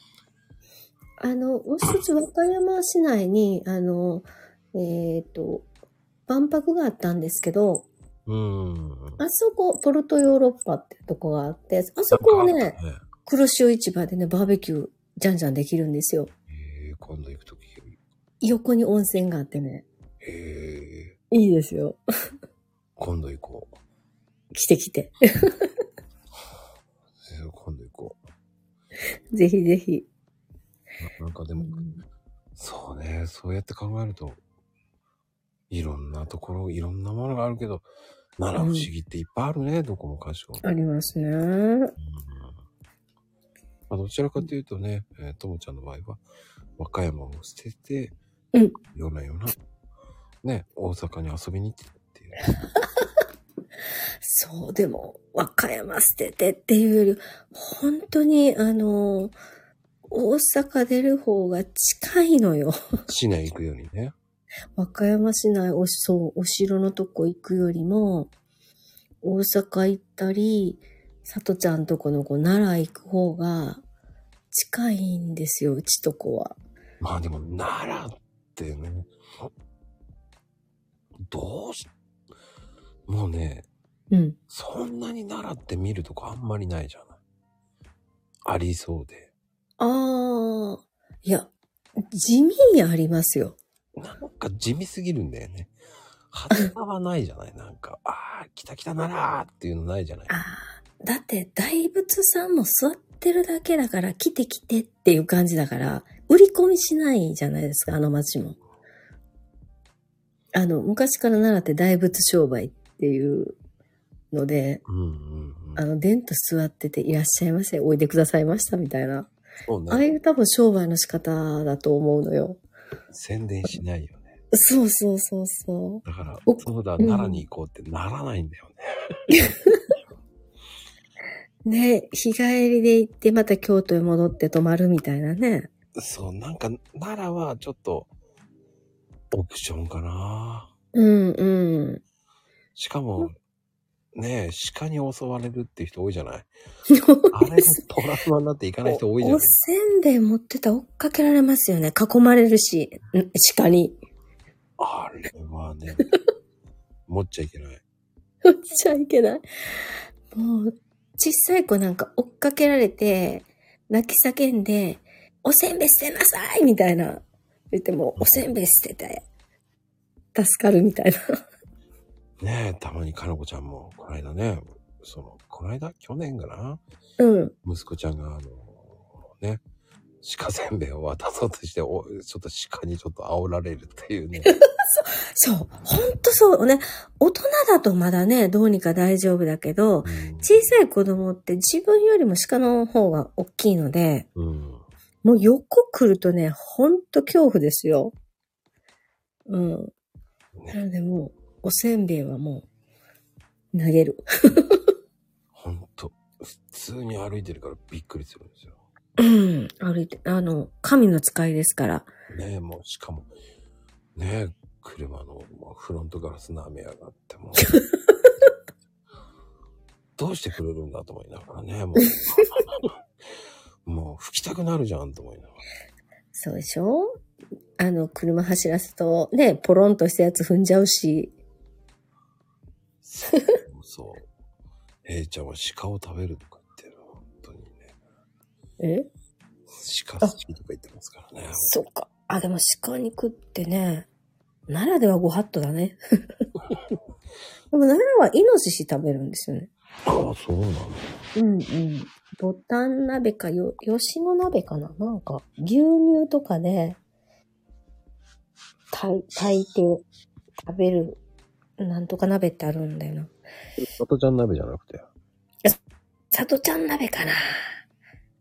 S2: あの、もう一つ和歌山市内に、あの、えっ、と、万博があったんですけど、
S1: うん。
S2: あそこ、ポルトヨーロッパってとこがあって、あそこを
S1: なん
S2: ね
S1: か、ある
S2: 黒潮市場でね、バーベキュー、じゃんじゃんできるんですよ。
S1: ね。へえ、今度行くとき。
S2: 横に温泉があってね。
S1: へえ、
S2: いいですよ。
S1: 今度行こう。
S2: 来て来て。
S1: えー今度行こ
S2: ぜひぜひ。
S1: う。ななんかでも、そうね、そうやって考えると、いろんなところ、いろんなものがあるけど、七不思議っていっぱいあるね、どこもかしこも。
S2: ありますね。
S1: うんまあ、どちらかというとね、えーともちゃんの場合は、和歌山を捨てて、
S2: うん
S1: よなよな、ね、大阪に遊びに行ってっていう。
S2: そう、でも、和歌山捨ててっていうより、本当に、あの、大阪出る方が近いのよ。 *laughs*
S1: 市内行くよりね。 *laughs*
S2: 和歌山市内お、そう、お城のとこ行くよりも、大阪行ったり、さとちゃんとこの子、奈良行く方が近いんですよ、うちとこは。
S1: まあでも、奈良ってね、どうし、もうね、
S2: うん。
S1: そんなに奈良って見るとこあんまりないじゃない。ありそうで。
S2: ああ、いや、地味にありますよ。
S1: なんか地味すぎるんだよね。派手さはないじゃないなんか、ああ、来た来た奈良っていうのないじゃない
S2: ああ、だって大仏さんも座ってるだけだから来て来てっていう感じだから、売り込みしないじゃないですか、あの街も。あの、昔から奈良って大仏商売っていうので、
S1: うんうんう
S2: あ
S1: ん。
S2: の、デンと座ってていらっしゃいませ、おいでくださいましたみたいな。
S1: そう
S2: ああい
S1: ね。
S2: う多分商売の仕方だと思うのよ。
S1: 宣伝しないよね。
S2: そうそうそうそう。
S1: だから
S2: お、
S1: そうだ、
S2: うん
S1: 奈良に行こうってならないんだよね。
S2: ね、日帰りで行って、また京都へ戻って泊まるみたいなね。
S1: そう、なんか、奈良はちょっと、オプションかな。
S2: うんうん。
S1: しかも、ねえ、鹿に襲われるって人多いじゃないあれが
S2: お
S1: トラウマになっていかない人多いじゃない
S2: せんべい持ってたら追っかけられますよね。囲まれるし、ん鹿に。 *laughs*
S1: あれはね、持っちゃいけない。
S2: 打っちゃいけない。もう、小さい子なんか追っかけられて、泣き叫んで、おせんべい捨てなさいみたいな。言っても、おせんべい捨てて、助かるみたいな。
S1: ねえ、たまにかなこちゃんも、こないだね、その、こないだ去年かな
S2: うん。
S1: 息子ちゃんが、あの、ね、鹿せんべいを渡そうとして、おちょっと鹿にちょっと煽られるっていうね。
S2: そう。ほんとそう。ね。大人だとまだね、どうにか大丈夫だけど、小さい子供って自分よりも鹿の方が大きいので、
S1: うん。
S2: もう横来るとね、ほんと恐怖ですよ。うん。なのでもう、おせんべいはもう、投げる。
S1: ほんと、普通に歩いてるからびっくりするんですよ。
S2: うん。歩いて、あの、神の使いですから。
S1: ねえ、もう、しかも、ねえ、車のもうフロントガラス舐めやがって、もう。 *laughs* どうしてくれるんだと思いながらね、もう。 *laughs* もう、吹きたくなるじゃんと思いながら。
S2: そうでしょあの、車走らすと、ね、ポロンとしたやつ踏んじゃうし、
S1: そうそう。えいちゃんは鹿を食べるとか言ってる。本当にね。
S2: え
S1: 鹿好きとか言ってますからね。
S2: そっか。あ、でも鹿肉ってね、奈良ではご法度だね。でも奈良はイノシシ食べるんですよね。
S1: ああ、そうなんだ。
S2: うんうん。ボタン鍋かよ、吉野鍋かななんか、牛乳とかで、炊い炊いて食べる、なんとか鍋ってあるんだよな。
S1: またちゃん鍋じゃなくて。
S2: さとちゃん鍋かな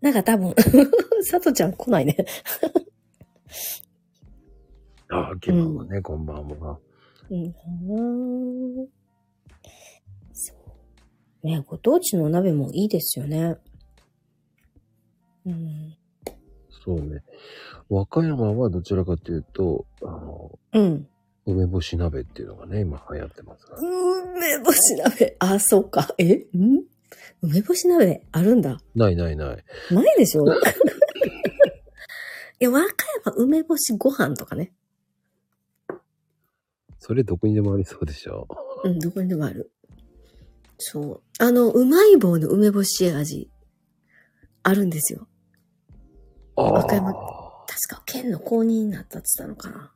S2: なんか多分、 *laughs* さとちゃん来ないね。
S1: ああ、今もね、こんばんは。
S2: うん。そう。ね、ご当地のお鍋もいいですよね。うん。
S1: そうね。和歌山はどちらかというと、あの、
S2: うん。
S1: 梅干し鍋っていうのがね、今流行ってますから。
S2: 梅干し鍋。あ、そうか。えん梅干し鍋あるんだ。
S1: ないないない。
S2: ないでしょ *laughs* いや、和歌山梅干しご飯とかね。
S1: それどこにでもありそうでしょ。
S2: うん、どこにでもある。そう。あの、うまい棒の梅干し味、あるんですよ。
S1: ああ
S2: 和歌山確か県の公認になったって言ったのかな。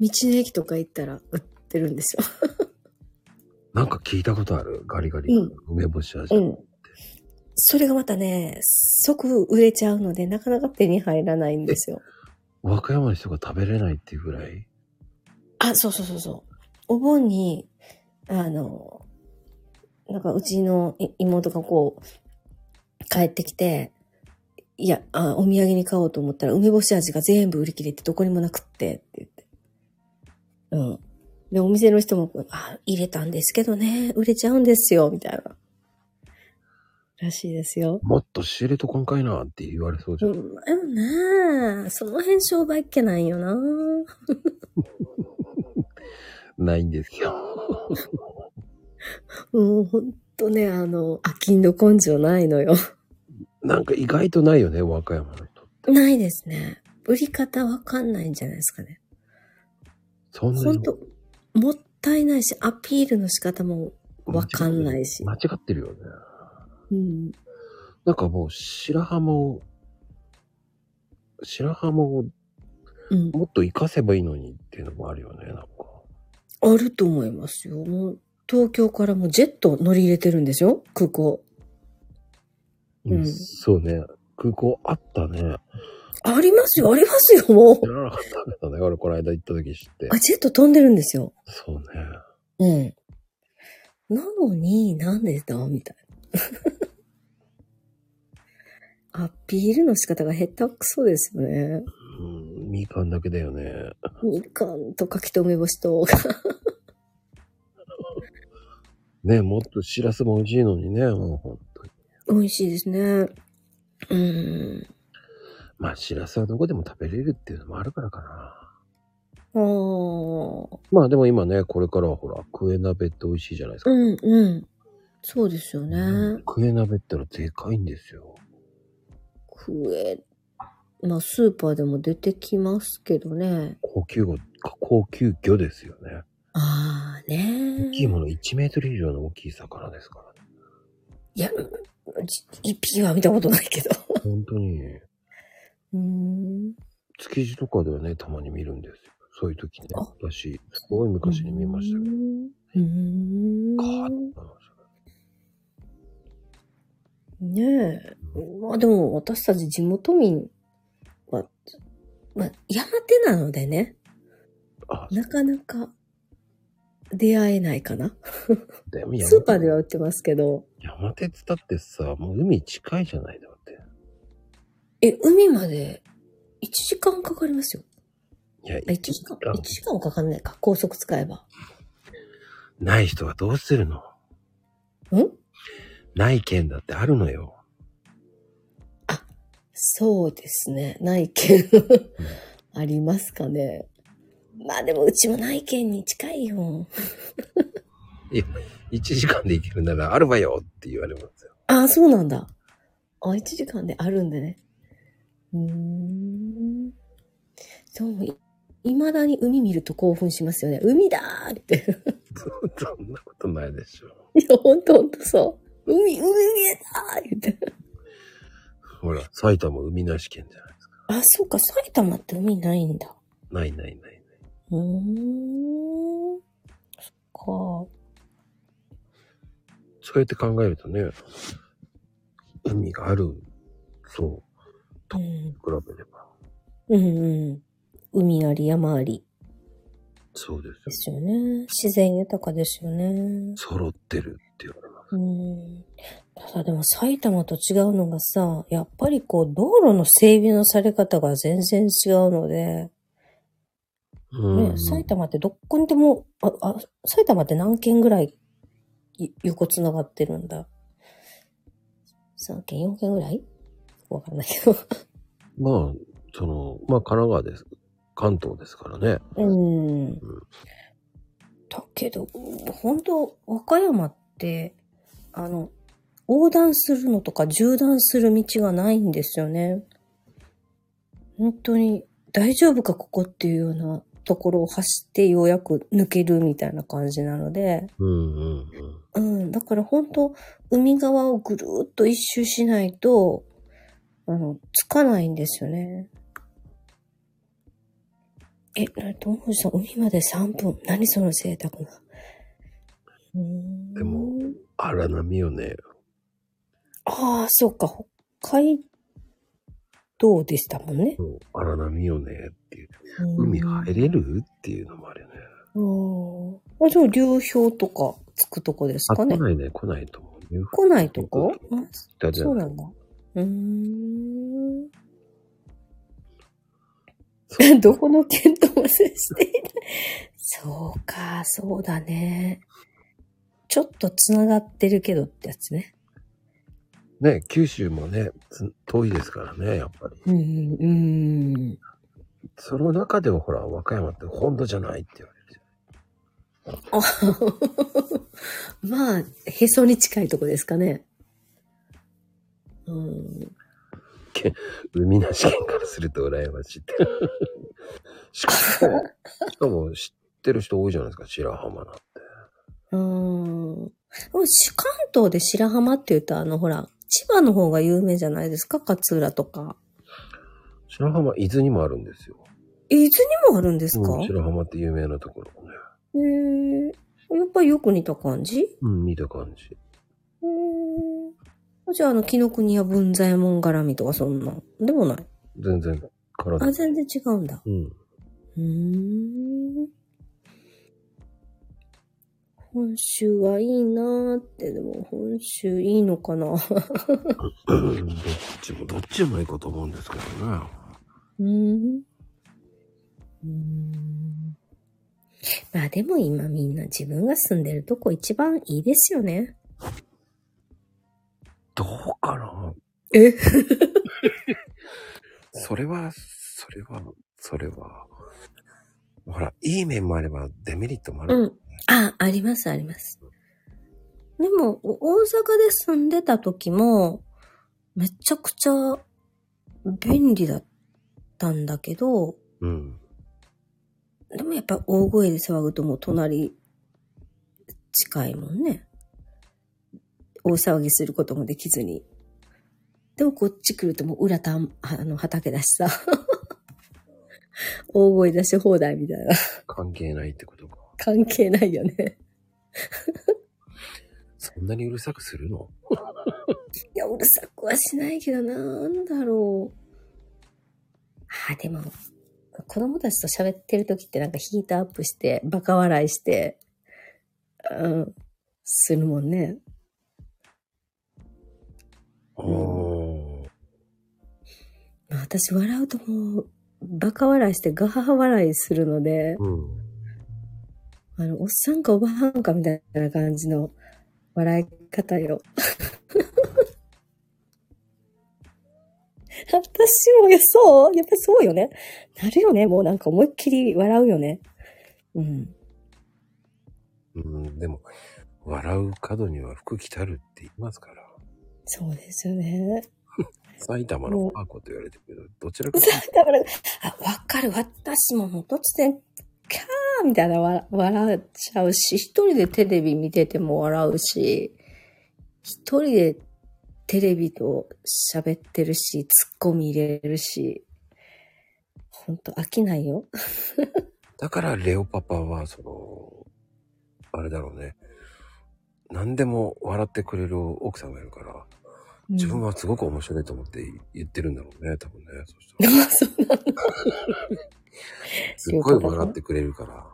S2: 道の駅とか行ったら売ってるんですよ。
S1: なんか聞いたことある。ガリガリ。
S2: うん
S1: 梅干し味。
S2: うん。それがまたね、即売れちゃうので、なかなか手に入らないんですよ。
S1: 和歌山の人が食べれないっていうぐらい。
S2: あ、そうそうそうそう。お盆に、あの、なんかうちのい妹がこう、帰ってきて、いやあ、お土産に買おうと思ったら、梅干し味が全部売り切れてどこにもなくって、って言って。うん。で、お店の人も、あ、入れたんですけどね、売れちゃうんですよ、みたいな。らしいですよ。
S1: もっと仕入れとこんかいなって言われそうじ
S2: う
S1: ゃん。
S2: ん、でもね、その辺商売っ気ないよな。
S1: ないんですよ。
S2: もうほんとね、あの、飽きんの根性ないのよ。
S1: なんか意外とないよね、和歌山の人。
S2: *laughs* ないですね。売り方わかんないんじゃないですかね。
S1: そんな
S2: ほんと、もったいないし、アピールの仕方も、わかんないし
S1: 間違ってるよね。
S2: うん、
S1: なんかもう白浜を、白浜を
S2: うん、
S1: もっと活かせばいいのにっていうのもあるよね、なんか。
S2: あると思いますよ。もう、東京からもうジェット乗り入れてるんですよ、空港。うん
S1: うん、そうね。空港あったね。
S2: ありますよ、ありますよ、もう
S1: 知。らなかったけどね、俺この間行った時知って
S2: あ、。ジェット飛んでるんですよ。
S1: そうね。
S2: うん。なのに、なんでだみたいな。ア *laughs* ピールの仕方が下手くそですよね。
S1: うん、みかんだけだよね。
S2: みかんと柿と梅干しと、
S1: ね、もっとしらすも美味しいのにね、もう本当に。
S2: 美味しいですね。うん。
S1: まあ、しらすはどこでも食べれるっていうのもあるからかな。
S2: ああ。
S1: まあでも今ね、これからはほら、クエ鍋って美味しいじゃないですか。
S2: うんうん。そうですよ
S1: う
S2: ね
S1: ん。クエ鍋ってのはでかいんですよ。
S2: クエ。まあ、スーパーでも出てきますけどね。
S1: 高級魚、高級魚ですよね。
S2: ああね。
S1: 大きいもの1メートル以上の大きい魚ですからね。
S2: いや、じ一匹は見たことないけど。
S1: 本当に、
S2: うん。
S1: 築地とかではね、たまに見るんですよ。そういう時ね
S2: あ。
S1: 私、すごい昔に見ましたけど。
S2: うん。うんねえ。まあでも私たち地元民は、まあ山手なのでね、
S1: あ、
S2: なかなか出会えないかな。
S1: でも山手
S2: スーパーでは売ってますけど、
S1: 山手ってだってさ、もう海近いじゃないだって。
S2: え、海まで1時間かかりますよ。
S1: いや、
S2: あ1時間、
S1: あ
S2: 1時間はかかんないか。高速使えば。
S1: ない人はどうするの
S2: ん
S1: ない県だってあるのよ。
S2: そうですね。内見ありますかね。まあでもうちも内見に近いよ。
S1: 1時間で行けるならあるわよって言われますよ。
S2: ああ、そうなんだ。あ、1時間であるんでね。うーん。でも、い未だに海見ると興奮しますよね。海だーって。
S1: そんなことないでしょ。
S2: いや、ほんとほんとそう。海、海見えたーって。
S1: ほら、埼玉海なし県じゃないですか。
S2: あ、そうか、埼玉って海ないんだ。
S1: ないないないない。
S2: うーん。そっか。
S1: そうやって考えるとね、海がある、そう、
S2: うん。
S1: 比べれば。
S2: うんうん。海あり、山あり。
S1: そうです
S2: で
S1: よ。
S2: すよね。自然豊かですよね。
S1: 揃ってるって言われます。
S2: うん。ただでも埼玉と違うのがさ、やっぱりこう道路の整備のされ方が全然違うので、
S1: う
S2: ね、埼玉ってどこにでも、あ、あ、埼玉って何軒ぐらいい横つながってるんだ ?3 軒、4軒ぐらいわかんないけど。
S1: まあ、その、まあ神奈川です。関東ですからね。
S2: *laughs* うん。だけど、本当和歌山って、あの、横断するのとか縦断する道がないんですよね。本当に大丈夫かここっていうようなところを走ってようやく抜けるみたいな感じなので、
S1: うんうんうん。
S2: うん、だから本当海側をぐるーっと一周しないと、あの、つかないんですよね。え、な、ともさん、海まで3分。何その贅沢な。うーん
S1: でも。荒波よね。
S2: ああ、そうか。北海道でしたもんね。
S1: そう荒波よねっていう。
S2: うん
S1: 海入れるっていうのもあるよね。
S2: うんあ、じゃあ流氷とかつくとこです
S1: あ、来
S2: かね。
S1: ないね、来ないと思うね。
S2: 来ないとこあ
S1: だって
S2: そうなんだ。うーん。
S1: そう
S2: *laughs* どこの県とも接していない。そうか、そうだね。ちょっと繋がってるけどってやつね。
S1: ね、九州もね、つ遠いですからね、やっぱり。
S2: うん、うん。
S1: その中ではほら、和歌山って本土じゃないって言われるじ
S2: *laughs* まあ、へそに近いとこですかね。うん。
S1: ゃん。海なし県からすると羨ましい
S2: *laughs*
S1: って。しかも、しかも知ってる人多いじゃないですか、白浜なんて。
S2: うん。でもし関東で白浜って言うと、あの、ほら、千葉の方が有名じゃないですか勝浦とか。
S1: 白浜、伊豆にもあるんですよ。
S2: え伊豆にもあるんですか、
S1: うん、白浜って有名なところね。
S2: へえやっぱりよく似た感じ
S1: うん、見た感じ。
S2: うーん。じゃあ、あの、紀ノ国や文左衛門絡みとかそんな、でもない。
S1: 全然体。
S2: あ、全然違うんだ。
S1: うん。 *clears throat*
S2: うーん。本州はいいなーって、でも本州いいのかなう
S1: うんどっちも、どっちでもいいかと思うんですけどね。
S2: ーん。うーん。まあでも今みんな自分が住んでるとこ一番いいですよね。
S1: どうかな
S2: え
S1: *laughs* それは、それは、それは。ほら、いい面もあればデメリットもある。
S2: うん。あ、あります、あります。でも、お大阪で住んでた時も、めちゃくちゃ便利だったんだけど、
S1: うん。
S2: でもやっぱ大声で騒ぐともう隣近いもんね。大騒ぎすることもできずに。でもこっち来るともう裏たん、あの畑だしさ。大声出し放題みたいな。
S1: 関係ないってことか。
S2: 関係ないよね。
S1: そんなにうるさくするの
S2: いや、うるさくはしないけど、なんだろう。ああ、でも、子供たちと喋ってる時ってなんかヒートアップして、バカ笑いして、うん、するもんね。
S1: あー
S2: まあ私笑うともう、バカ笑いしてガハハ笑いするので、
S1: うん。
S2: あの、おっさんかおばはんかみたいな感じの笑い方よ。 *laughs* 私もや、そうやっぱそうよね。なるよね。もうなんか思いっきり笑うよね。うん。
S1: うん、でも、笑う角には服着たるって言いますから。
S2: そうですよね。
S1: 埼玉のパーコと言われてるけど、どちらかという
S2: だから、あ、わかる。私ももう突然、キャーみたいな笑笑っちゃうし、一人でテレビ見てても笑うし、一人でテレビと喋ってるし、ツッコミ入れるし、ほんと飽きないよ。
S1: とだからレオパパは、その、あれだろうね。何でも笑ってくれる奥さんがいるから、自分
S2: は。
S1: はすごく面白いと思って言ってるんだろうね、多分ね。そした
S2: で
S1: ら
S2: もそう
S1: すっごい笑ってくれるから。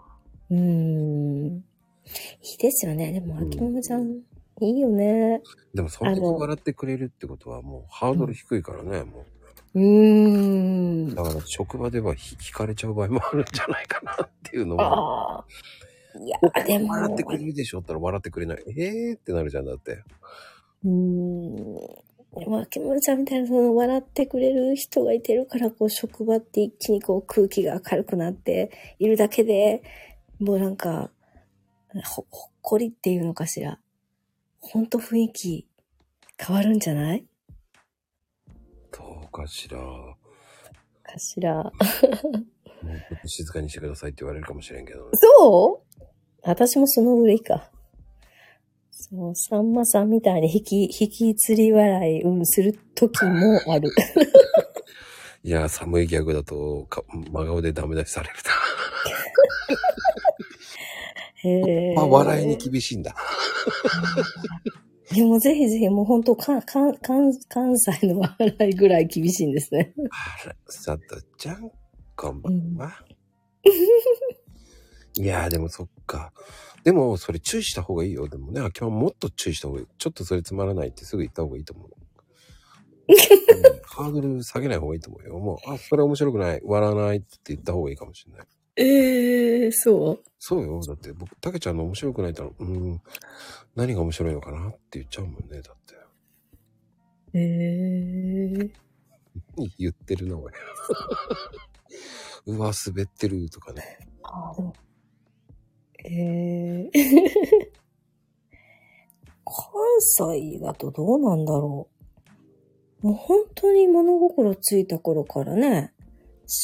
S2: うーん。いいですよね。でも、秋物ちゃん、いいよね。
S1: でも、そんなに
S2: あの
S1: 笑ってくれるってことは、もうハードル低いからね、も
S2: うー
S1: う。
S2: ん。
S1: だから、職場ではひ引かれちゃう場合もあるんじゃない
S2: *laughs*
S1: かなっていうのは。
S2: ああ。いや、でも。
S1: 笑ってくれるでしょったら笑ってくれない。えーってなるじゃんだって。
S2: うーん。まあ、木村さんみたいな、その、笑ってくれる人がいてるから、こう、職場って一気にこう、空気が明るくなっているだけで、もうなんか、ほ、ほっこりっていうのかしら。ほんと雰囲気変わるんじゃない
S1: どうかしら。も
S2: かしら。
S1: うちょっと静かにしてくださいって言われるかもしれんけどね。
S2: そう私もそのぐらいか。そう、さんまさんみたいに引き、引き釣り笑い、うん、する時もある。
S1: いや、寒いギャグだとか真顔でダメ出しされる
S2: へ
S1: *laughs*
S2: え。
S1: な。まあ、笑いに厳しいんだ。
S2: いや、もうぜひぜひ、もう本当か、か、かん、関西の笑いぐらい厳しいんですね。
S1: あら、さとちゃん、こんばんは。 *laughs* いやー、でもそっか。でも、それ注意した方がいいよ。でもね、今日はもっと注意した方がいい。ちょっとそれつまらないってすぐ言った方がいいと思う。うんハードル下げない方がいいと思うよ。もう、あ、それ面白くない。笑わないって言った方がいいかもしれない。
S2: ええそ
S1: そうよ。だって僕、たけちゃんの面白くないってのは、うーん、何が面白いのかなって言っちゃうもんね。だって。
S2: う。ええ
S1: 言ってるな、俺。 *laughs* うわ、滑ってるとかね。
S2: ああ、でも。ええ関西だとどうなんだろう。もう本当に物心ついた頃からね、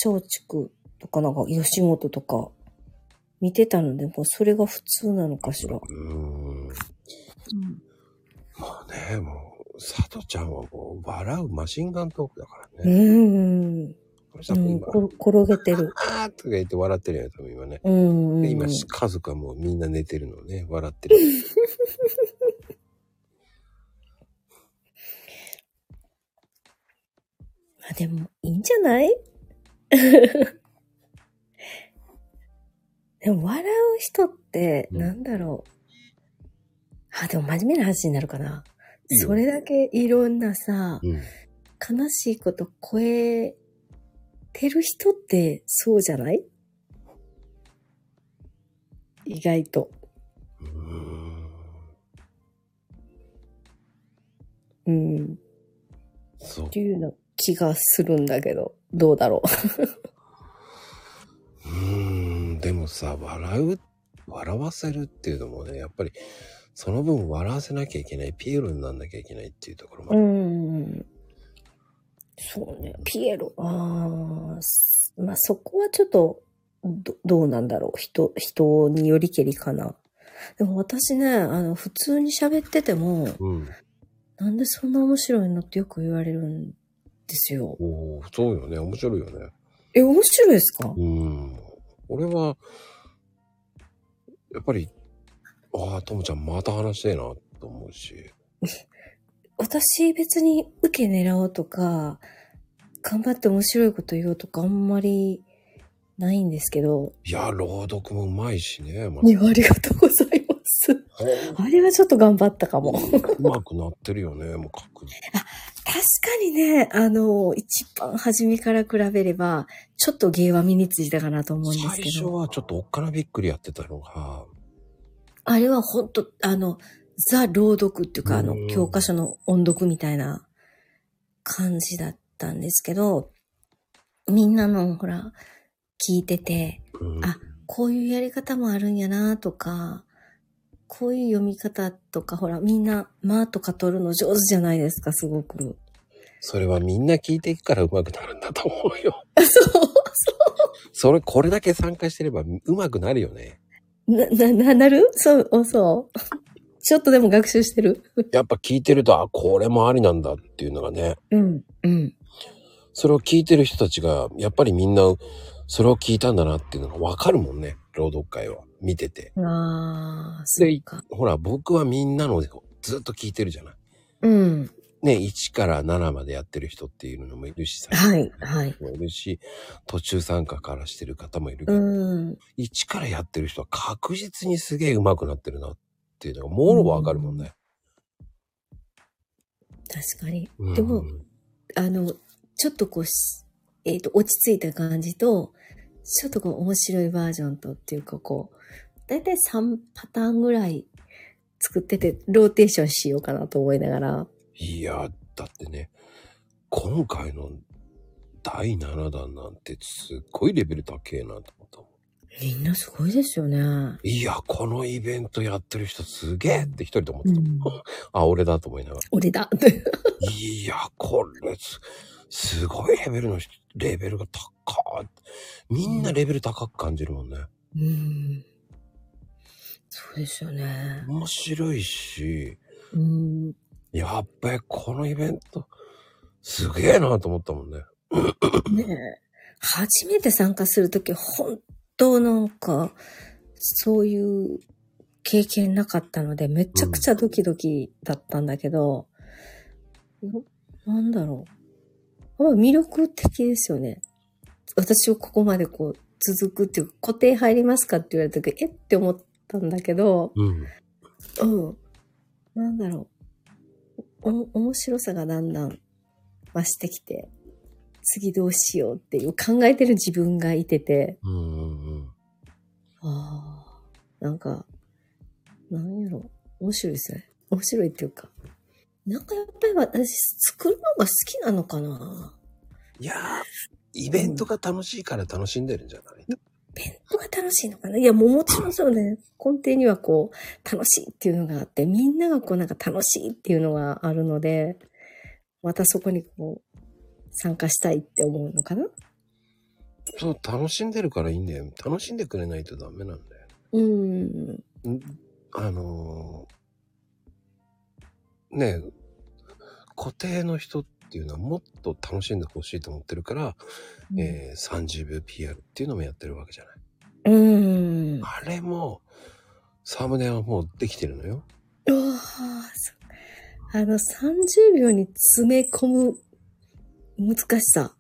S2: 松竹とかなんか吉本とか見てたので、もうそれが普通なのかしら。
S1: うーん。まあね、もう、さとちゃんはもう、笑うマシンガントークだから
S2: う
S1: ね。
S2: ん。
S1: これ多
S2: う
S1: 分
S2: ん、
S1: 今、
S2: こ転げてる。
S1: *laughs* あーとか言って笑ってるよね、多分今ね。
S2: うんうんうん。
S1: で今、家族はもうみんな寝てるのね、笑ってる。
S2: まあでも、いいんじゃない *laughs* でも、笑う人って、
S1: うん
S2: なんだろう。あ、でも真面目な話になるかな。
S1: いいよ
S2: それだけいろんなさ、
S1: うん。
S2: 悲しいこと超えてる人ってそうじゃない意外と。
S1: うーん
S2: うん。
S1: そう
S2: って。いうような気がするんだけど、どうだろう。
S1: うーん、でもさ、笑う、笑わせるっていうのもね、やっぱり、その分笑わせなきゃいけない、ピエロになんなきゃいけないっていうところもある
S2: うん。そうね。ピエロ。ああ、すまあそこはちょっと、ど、どうなんだろう。人、人によりけりかな。でも私ね、あの、普通に喋ってても、
S1: うん。
S2: なんでそんな面白いのってよく言われるんですよ。
S1: おーそうよね。面白いよね。
S2: え、面白いですか
S1: うん。俺は、やっぱり、ああ、ともちゃんまた話してえな、と思うし。
S2: 私別に受け狙おうとか、頑張って面白いこと言おうとかあんまりないんですけど。
S1: いや、朗読もうまいしね。ま
S2: いや、ありがとうございます。
S1: ほん
S2: *laughs* あれはちょっと頑張ったかも。
S1: うまくなってるよね、もう確実。
S2: 確かにね、あの、一番初めから比べれば、ちょっと芸は身についたかなと思うんです
S1: 最
S2: け
S1: 初
S2: ど。
S1: はちょっとおっかなびっくりやってたのが、
S2: あれは本当あの、ザ朗読っていうか、あ
S1: う
S2: の
S1: ん、
S2: 教科書の音読みたいな感じだったんですけど、みんなの、ほら、聞いてて、
S1: うん、
S2: あこういうやり方もあるんやなとか、こういう読み方とか、ほら、みんな、まあとか取るの上手じゃないですか、すごく。
S1: それはみんな聞いていくからうまくなるんだと思うよ。
S2: そう
S1: それ、これだけ参加してればうまくなるよね。
S2: な、な、な、なるそう、おそう。ちょっとでも学習してる。
S1: やっぱ聞いてると、あ、これもありなんだっていうのがね、
S2: うん。うん。
S1: それを聞いてる人たちが、やっぱりみんな、それを聞いたんだなっていうのがわかるもんね、朗読会は。見てて。
S2: ああ、そ
S1: で
S2: うか。
S1: ほら、僕はみんなのをずっと聞いてるじゃない。
S2: うん。
S1: ね、1から7までやってる人っていうのもいるしさ。
S2: はい、はい。
S1: もいるし、途中参加からしてる方もいるけど、
S2: うん。
S1: 一からやってる人は確実にすげえ上手くなってるなっていうのが、もろわかるもんね。
S2: 確かに。
S1: うん
S2: でも、あの、ちょっとこうし、えっ、と、落ち着いた感じと、ちょっとこう、面白いバージョンとっていうか、こう、だいたい3パターンぐらい作ってて、ローテーションしようかなと思いながら。
S1: いや、だってね、今回の第7弾なんてすっごいレベル高えなと思ったもん。
S2: みんなすごいですよね。
S1: いや、このイベントやってる人すげえって一人で思っ
S2: う
S1: てた。
S2: ん。
S1: *laughs* あ、俺だと思いながら。
S2: 俺だ。
S1: いや、これす、すごいレベルの人、レベルが高っ。みんなレベル高く感じるもんね。
S2: うんそうですよね。
S1: 面白いし、
S2: うん。
S1: やっべ、このイベント、すげえなと思ったもんね。
S2: ねえ初めて参加するとき、本当なんか、そういう経験なかったので、めちゃくちゃドキドキだったんだけど、ななんだろう。やっぱ魅力的ですよね。私をここまでこう、続くっていうか、固定入りますかって言われたとき、えって思ったんだけど、
S1: うん。
S2: うん。なんだろう。お、面白さがだんだん増してきて、次どうしようっていう考えてる自分がいてて、
S1: うんうんうん。
S2: ああ、なんか、なんやろ、面白いですね。面白いっていうか。なんかやっぱり私、作るのが好きなのかない
S1: やー、イベントが楽しいから楽しんでるんじゃない、
S2: 弁当が楽しいのかないや、もうもちろんそうね。根底にはこう、楽しいっていうのがあって、みんながこうなんか楽しいっていうのがあるので、またそこにこう、参加したいって思うのかな
S1: そう、楽しんでるからいいんだよ。楽しんでくれないとダメなんだよ。
S2: うん。
S1: んあのーねえ、固定の人っていうのはもっと楽しんでほしいと思ってるから、えー30秒 PR っていうのもやってるわけじゃない。
S2: うん。あ
S1: あれも、サムネはもうできてるのよ。
S2: あ、そうあの、30秒に詰め込む難しさ。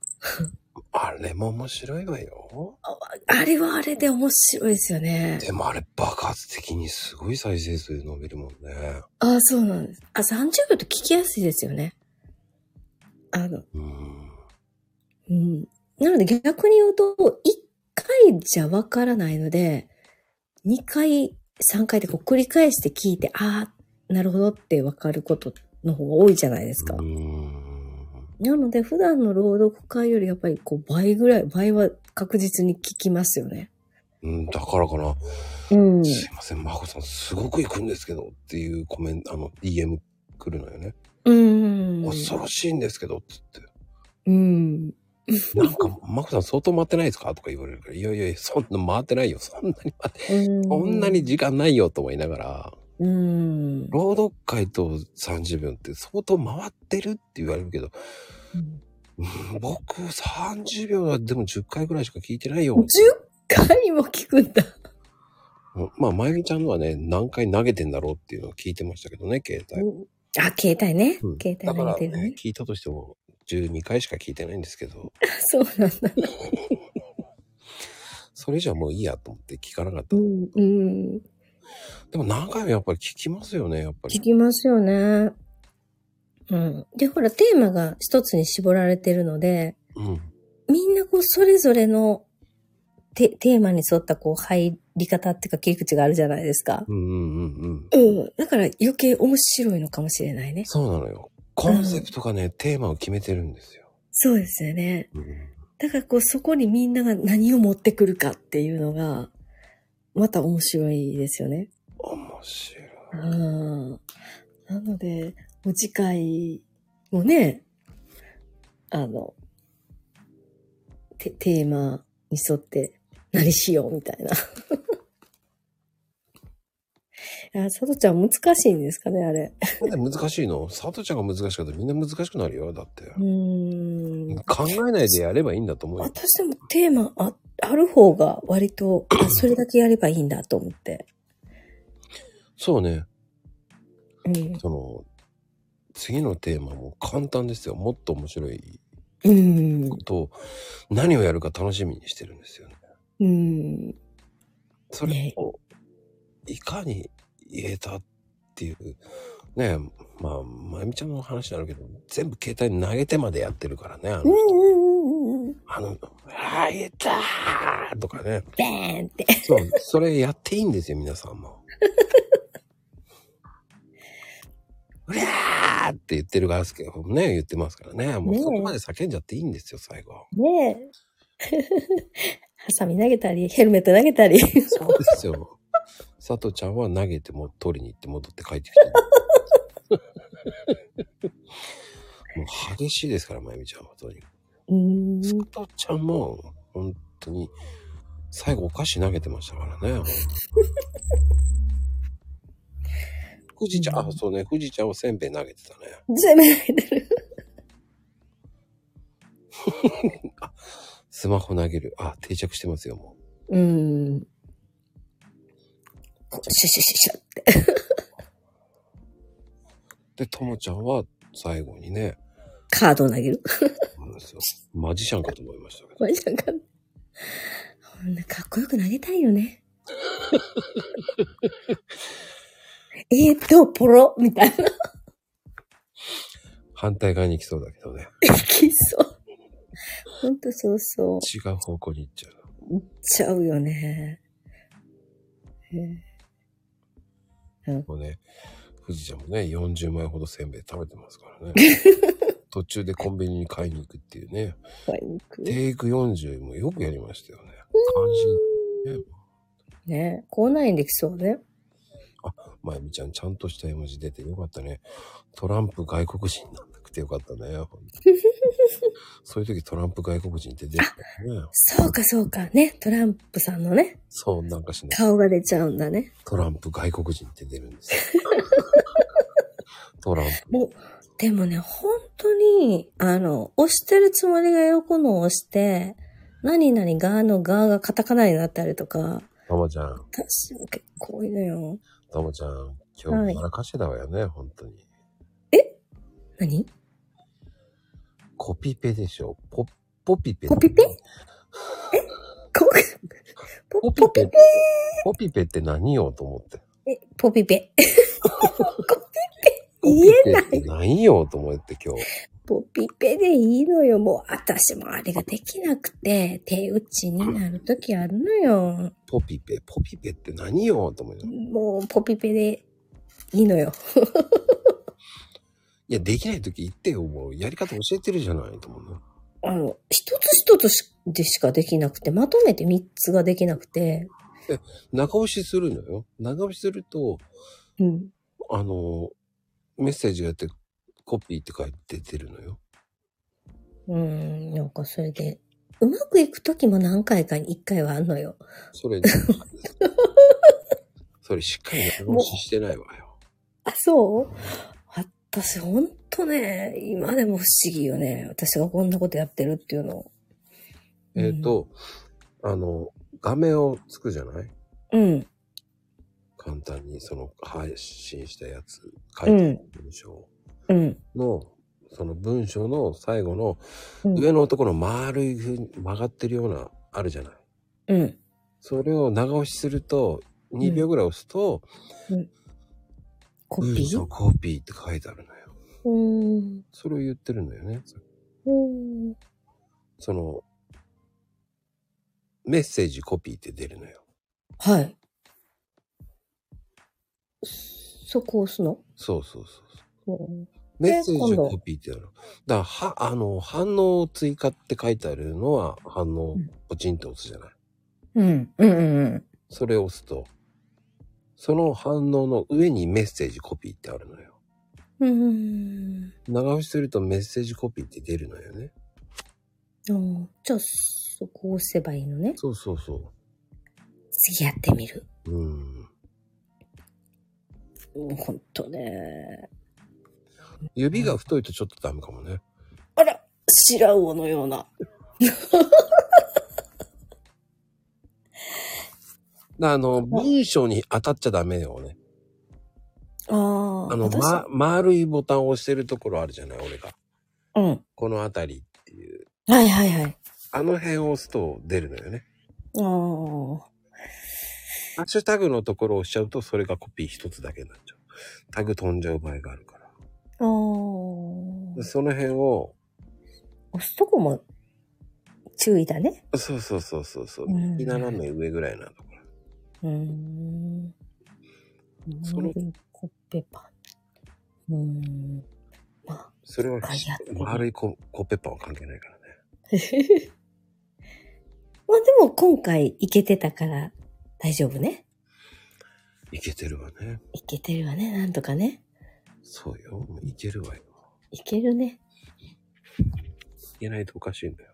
S1: あれも面白いわよ。
S2: あれはあれで面白いですよね。
S1: でもあれ爆発的にすごい再生数伸びるもんね。
S2: ああ、そうなんです。あ、30秒と聞きやすいですよね。あの、
S1: うん。
S2: うんなので逆に言うと、一回じゃわからないので、二回、三回でこう繰り返して聞いて、ああ、なるほどってわかることの方が多いじゃないですか
S1: う。ん。
S2: なので普段の朗読会よりやっぱりこう倍ぐらい、倍は確実に聞きますよね。
S1: うん、だからかな。
S2: うん。
S1: すいません、マコさん、すごく行くんですけどっていうコメント、あの、DM 来るのよね。
S2: うん。
S1: 恐ろしいんですけど、つって。
S2: *laughs* うん。
S1: なんか、マコさん相当回ってないですかとか言われるから、いやいやいや、そんな回ってないよ。そんなに回って、そんなに時間ないよと思いながら、
S2: うん。
S1: 朗読会と30分って相当回ってるって言われるけど、
S2: うん。
S1: うん僕30秒はでも10回ぐらいしか聞いてないよ
S2: 10。回も聞くんだ。
S1: まあ、まゆみちゃんのはね、何回投げてんだろうっていうのを聞いてましたけどね、携帯。
S2: あ、携帯ね。
S1: うん
S2: 携帯
S1: だか
S2: 慣
S1: ら
S2: れてる
S1: ね
S2: ね。、
S1: 聞いたとしても12回しか聞いてないんですけど、
S2: *laughs* そうなんだ。
S1: それじゃもういいやと思って聞かなかった
S2: う。ん、うん。
S1: でも何回もやっぱり聞きますよね、やっぱ
S2: 聞
S1: り。
S2: きますよね。うん。で、ほら、テーマが一つに絞られてるので、
S1: うん。
S2: みんなこう、それぞれのテテーマに沿ったこう、入り方っていうか、切り口があるじゃないですか。
S1: うんうんうんうん。
S2: うん。だから余計面白いのかもしれないね。
S1: そうなのよ。コンセプトがね、テーマを決めてるんですよ。
S2: そうですよね。
S1: うん
S2: だからこう、そこにみんなが何を持ってくるかっていうのが、また面白いですよね。
S1: 面白い。
S2: うん。なので、お次回もね、あの、てテーマに沿って何しようみたいな。いや、佐藤ちゃん難しいんですかね、あれ。
S1: なんで難しいの佐藤ちゃんが難しかったらみんな難しくなるよ、だって。
S2: うーん。
S1: 考えないでやればいいんだと思うよ。
S2: 私でもテーマあある方が割と、あ、それだけやればいいんだと思って。
S1: そうね。
S2: うん。
S1: その、次のテーマも簡単ですよ。もっと面白い
S2: うん
S1: こ。とを、何をやるか楽しみにしてるんですよね。
S2: うん。
S1: それを、いかに言えたっていう、ねまあ、まゆみちゃんの話になるけど、全部携帯に投げてまでやってるからね。あ
S2: うん
S1: の、
S2: うんうんうん。
S1: あのあー、言えたーとかね。
S2: バーンって。
S1: そう、 *laughs* それやっていいんですよ、皆さんも。 *laughs* うりゃーって言ってるからすけど、ね、言ってますからね。もう
S2: ねえ
S1: そこまで叫んじゃっていいんですよ、最後。
S2: ねえ。 *laughs* ハサミ投げたり、ヘルメット投げたり。
S1: そうですよ。佐藤ちゃんは投げても取りに行って戻って帰ってきてる。 *laughs* もう激しいですから、まゆみちゃんは。とにかく
S2: うーん。
S1: 佐藤ちゃんも、本当に、最後お菓子投げてましたからね。富士ちゃん、あ、そうね、富士ちゃんはせんべい投げてたね。
S2: 全部投げてる。
S1: スマホ投げる。あ、定着してますよ、もう。
S2: うーん。シュシュシュシュって。
S1: で、ともちゃんは最後にね、
S2: カードを投げる。
S1: あのですよマジシャンかと思いましたけど。
S2: マジなんか。ほんなかっこよく投げたいよね。 *laughs* えーっと、ポロみたいな。
S1: 反対側に行きそうだけどね。
S2: できそう。ほんとそうそ
S1: 違
S2: う。
S1: う方向に行っちゃう。
S2: ちゃうよね。え
S1: もうね、富士ちゃんもね、40枚ほどせんべい食べてますからね。途中でコンビニに買いに行くっていうね。
S2: ー買いに行く
S1: テイク40もよくやりましたよね。関心。ね、
S2: ね口内炎できそうね。
S1: まゆみちゃん、ちゃんとした絵文字出てよかったね。トランプ外国人なんなくてよかったね。
S2: *laughs*
S1: ほんとそういう時トランプ外国人って出てたよね。
S2: そうかそうか。ね。トランプさんのね、
S1: そう、なんかしない。
S2: 顔が出ちゃうんだね。
S1: トランプ外国人って出るんです
S2: *laughs*
S1: よ。トランプ。
S2: もう、でもね、本当に、あの、押してるつもりが横のを押して、何々がのががカタカナになったりとか、
S1: たまちゃん、
S2: 私も結構多いのよ。
S1: たまちゃん、今
S2: は
S1: 日
S2: い
S1: やらかしてたわよね、本当に。
S2: 何
S1: コピペでしょ。ポ、ポピペ。
S2: コピペこポ
S1: ポ
S2: ポ
S1: ピペ
S2: ピペ。
S1: ポピペって何よと思って。
S2: え、ポピ
S1: *laughs*
S2: ペ。
S1: ポピ
S2: 言え
S1: ペ
S2: ない
S1: って何よと思って今日。
S2: ポピペでいいのよ。もう、私もあれができなくて、手打ちになるときあるのよ。
S1: ポピペ、ポピペって何よと思いながらい
S2: もう、ポピペでいいのよ。
S1: や、できない時言ってよ。もうやり方教えてるじゃないと思うな。
S2: あの、一つ一つしでしかできなくて、まとめて三つができなくて、
S1: 長押しするのよ。長押しすると、
S2: うん。
S1: あの、メッセージがやって、コピーって書いて出るのよ。
S2: うん、なんかそれで、うまくいくときも何回かに一回はあんのよ。
S1: それ、それしっかり長押ししてないわよ。
S2: あ、そう私ほんとね、今でも不思議よね。私がこんなことやってるっていうの。
S1: えっ、と、あの、画面をつくじゃない
S2: うん。
S1: 簡単にその配信したやつ書いてある文章
S2: うん。
S1: の、その文章の最後の
S2: うん
S1: 上のところ丸いふうに曲がってるような、あるじゃない。
S2: うん。
S1: それを長押しすると、2秒ぐらい押すと、
S2: コピ
S1: 文
S2: ー
S1: 章コピーって書いてあるのよ。
S2: うーん。
S1: それを言ってるんだよね。
S2: うーん。
S1: その、メッセージコピーって出るのよ。
S2: はい。そこ押すの
S1: そうそうそうそう。
S2: うん
S1: メッセージ
S2: 今度
S1: コピーってやるの。だから、は、あの、反応を追加って書いてあるのは、反応
S2: うん、
S1: ポチンと押すじゃない。
S2: うん。うんうん
S1: それを押すと、その反応の上にメッセージコピーってあるのよ。
S2: うん。うん。
S1: 長押しするとメッセージコピーって出るのよね。
S2: うんじゃあ、そこ押せばいいのね。
S1: そうそうそ
S2: 次やってみる。
S1: う。うん。
S2: うん、ほんとね。
S1: 指が太いとちょっとダメかもね。
S2: あら、白魚のような。
S1: だあの、文章に当たっちゃダメよね。
S2: ああ。
S1: あの、
S2: 私
S1: ま、丸いボタンを押してるところあるじゃない、俺が。
S2: うん。
S1: この辺りっていう。
S2: はいはいはい。
S1: あの辺を押すと出るのよね。
S2: ああ。
S1: ハッシュタグのところを押しちゃうと、それがコピー一つだけになっちゃう。タグ飛んじゃう場合があるから。
S2: ああ
S1: で。その辺を、
S2: 押すとこも注意だね。
S1: そうそうそうそうそう、
S2: うん
S1: 右斜め上ぐらいなところ。
S2: うーん。
S1: その
S2: コッペパン。うーん。まあ、
S1: それは
S2: あやってる
S1: 丸いココペッパンは関係ないからね。
S2: まあでも今回いけてたから大丈夫ね。
S1: いけてるわね。
S2: いけてるわね、なんとかね。
S1: そうよ。いけるわよ。
S2: いけるね。
S1: いけないとおかしいんだよ。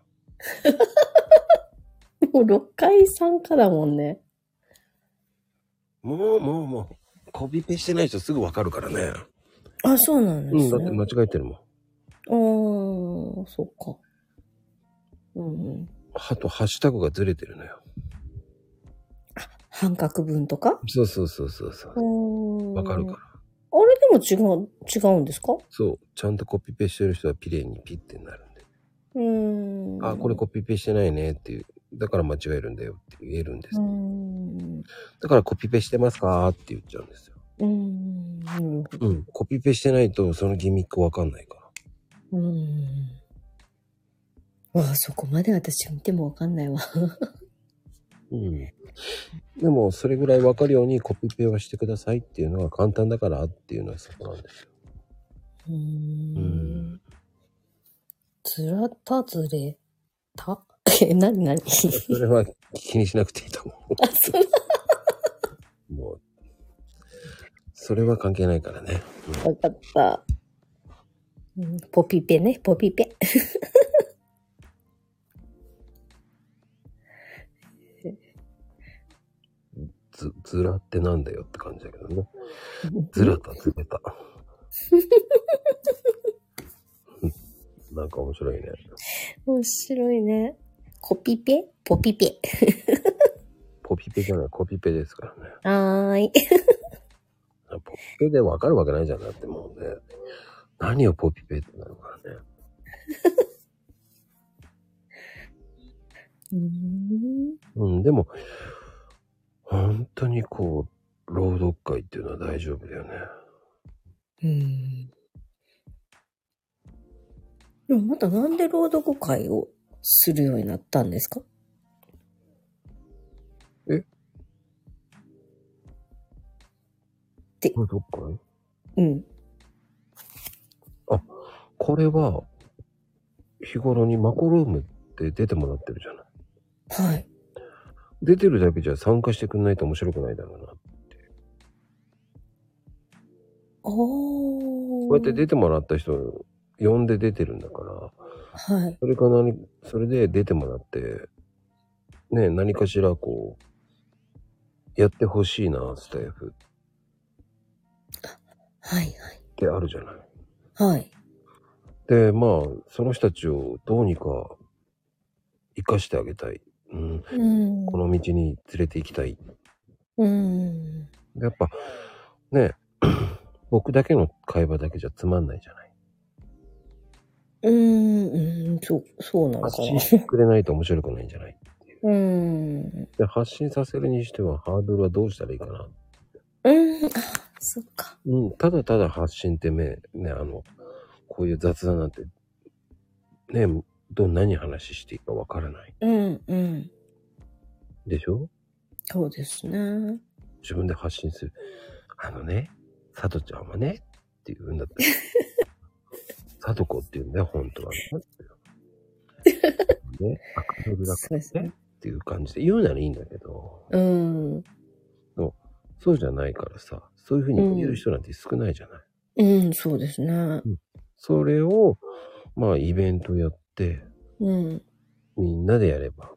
S2: もう6回参加だもんね。
S1: もうもうもう、コピペしてない人すぐわかるからね。
S2: あ、そうなんで
S1: うん、
S2: す
S1: だって
S2: ね。
S1: 間違えてるもん。
S2: あー、そうか。うんうん。
S1: あと、ハッシュタグがずれてるのよ。
S2: 半角分とか
S1: そうそうそうそうそう。わ
S2: わ
S1: かるから。
S2: あれでも違う、違うんですか
S1: そう。ちゃんとコピペしてる人はピレにピってなるんで。
S2: うーん。
S1: あ、これコピペしてないねっていう。だから間違えるんだよって言えるんで
S2: う
S1: す。
S2: ーん。
S1: だからコピペしてますかって言っちゃうんですよ。
S2: うーん。なるほど
S1: うん。コピペしてないとそのギミックわかんないから。
S2: うーん。わあ、そこまで私見てもわかんないわ。
S1: うん。でも、それぐらいわかるようにコピペはしてくださいっていうのは簡単だからっていうのはそこなんですよ。
S2: うー
S1: うん
S2: ん。ずらたずれた *laughs* え、なになに
S1: それは気にしなくていいと思
S2: *laughs* あ、そう
S1: う。もう。それは関係ないからね。
S2: わかった。うんポピペね、ポピペ。
S1: ず、ずらってなんだよって感じだけどね。ずらたずれた。なんか面白いね。
S2: 面白いね。コピペポピペ。
S1: ポピペじゃない、コピペですからね。
S2: はーい。
S1: ポピペでわかるわけないじゃんだってもうね。何をポピペってなるからね。
S2: うーん
S1: うん、でも、本当にこう、朗読会っていうのは大丈夫だよね。
S2: うん。でもまたなんで朗読会をするようになったんですか
S1: え
S2: で
S1: 朗読会
S2: うん。
S1: これは、日頃にマコルームって出てもらってるじゃない。
S2: はい。
S1: 出てるだけじゃ参加してくんないと面白くないだろうな。こ
S2: おー。
S1: うやって出てもらった人、呼んで出てるんだから、
S2: はい。
S1: それか何、それで出てもらって、ね、何かしらこう、やってほしいな、スタイフ
S2: はい、
S1: ってあるじゃない。
S2: はい。はい。
S1: で、まあ、その人たちをどうにか生かしてあげたい。うん、
S2: うん。
S1: この道に連れて行きたい。
S2: うん。
S1: やっぱ、ね、 *clears throat* 僕だけの会話だけじゃつまんないじゃない。
S2: うーん、うーん、そう、そうなの
S1: 発
S2: か
S1: 信
S2: な。
S1: してくれないと面白くないんじゃない。
S2: うーん。
S1: で発信させるにしてはハードルはどうしたらいいかな。
S2: うーん、あ、そっか。
S1: うん、ただただ発信ってね、ね、あの、こういう雑談なんて、ね、ど、何話していいかわからない。
S2: うん、うん。
S1: でしょ
S2: そうですね。
S1: 自分で発信する。あのね、さとちゃんはね、っていうん
S2: *laughs*
S1: だって。さとこっていうんだよ、本
S2: *laughs*
S1: 当はね。ね、赤色だか
S2: そうです
S1: ら
S2: ね
S1: ね。。っていう感じで言うならいいんだけど、
S2: うん。
S1: そうじゃないからさ、そういうふうに言える人なんて少ないじゃない。
S2: うん、そうですね。
S1: それを、まあ、イベントやって、
S2: うん。
S1: みんなでやれば、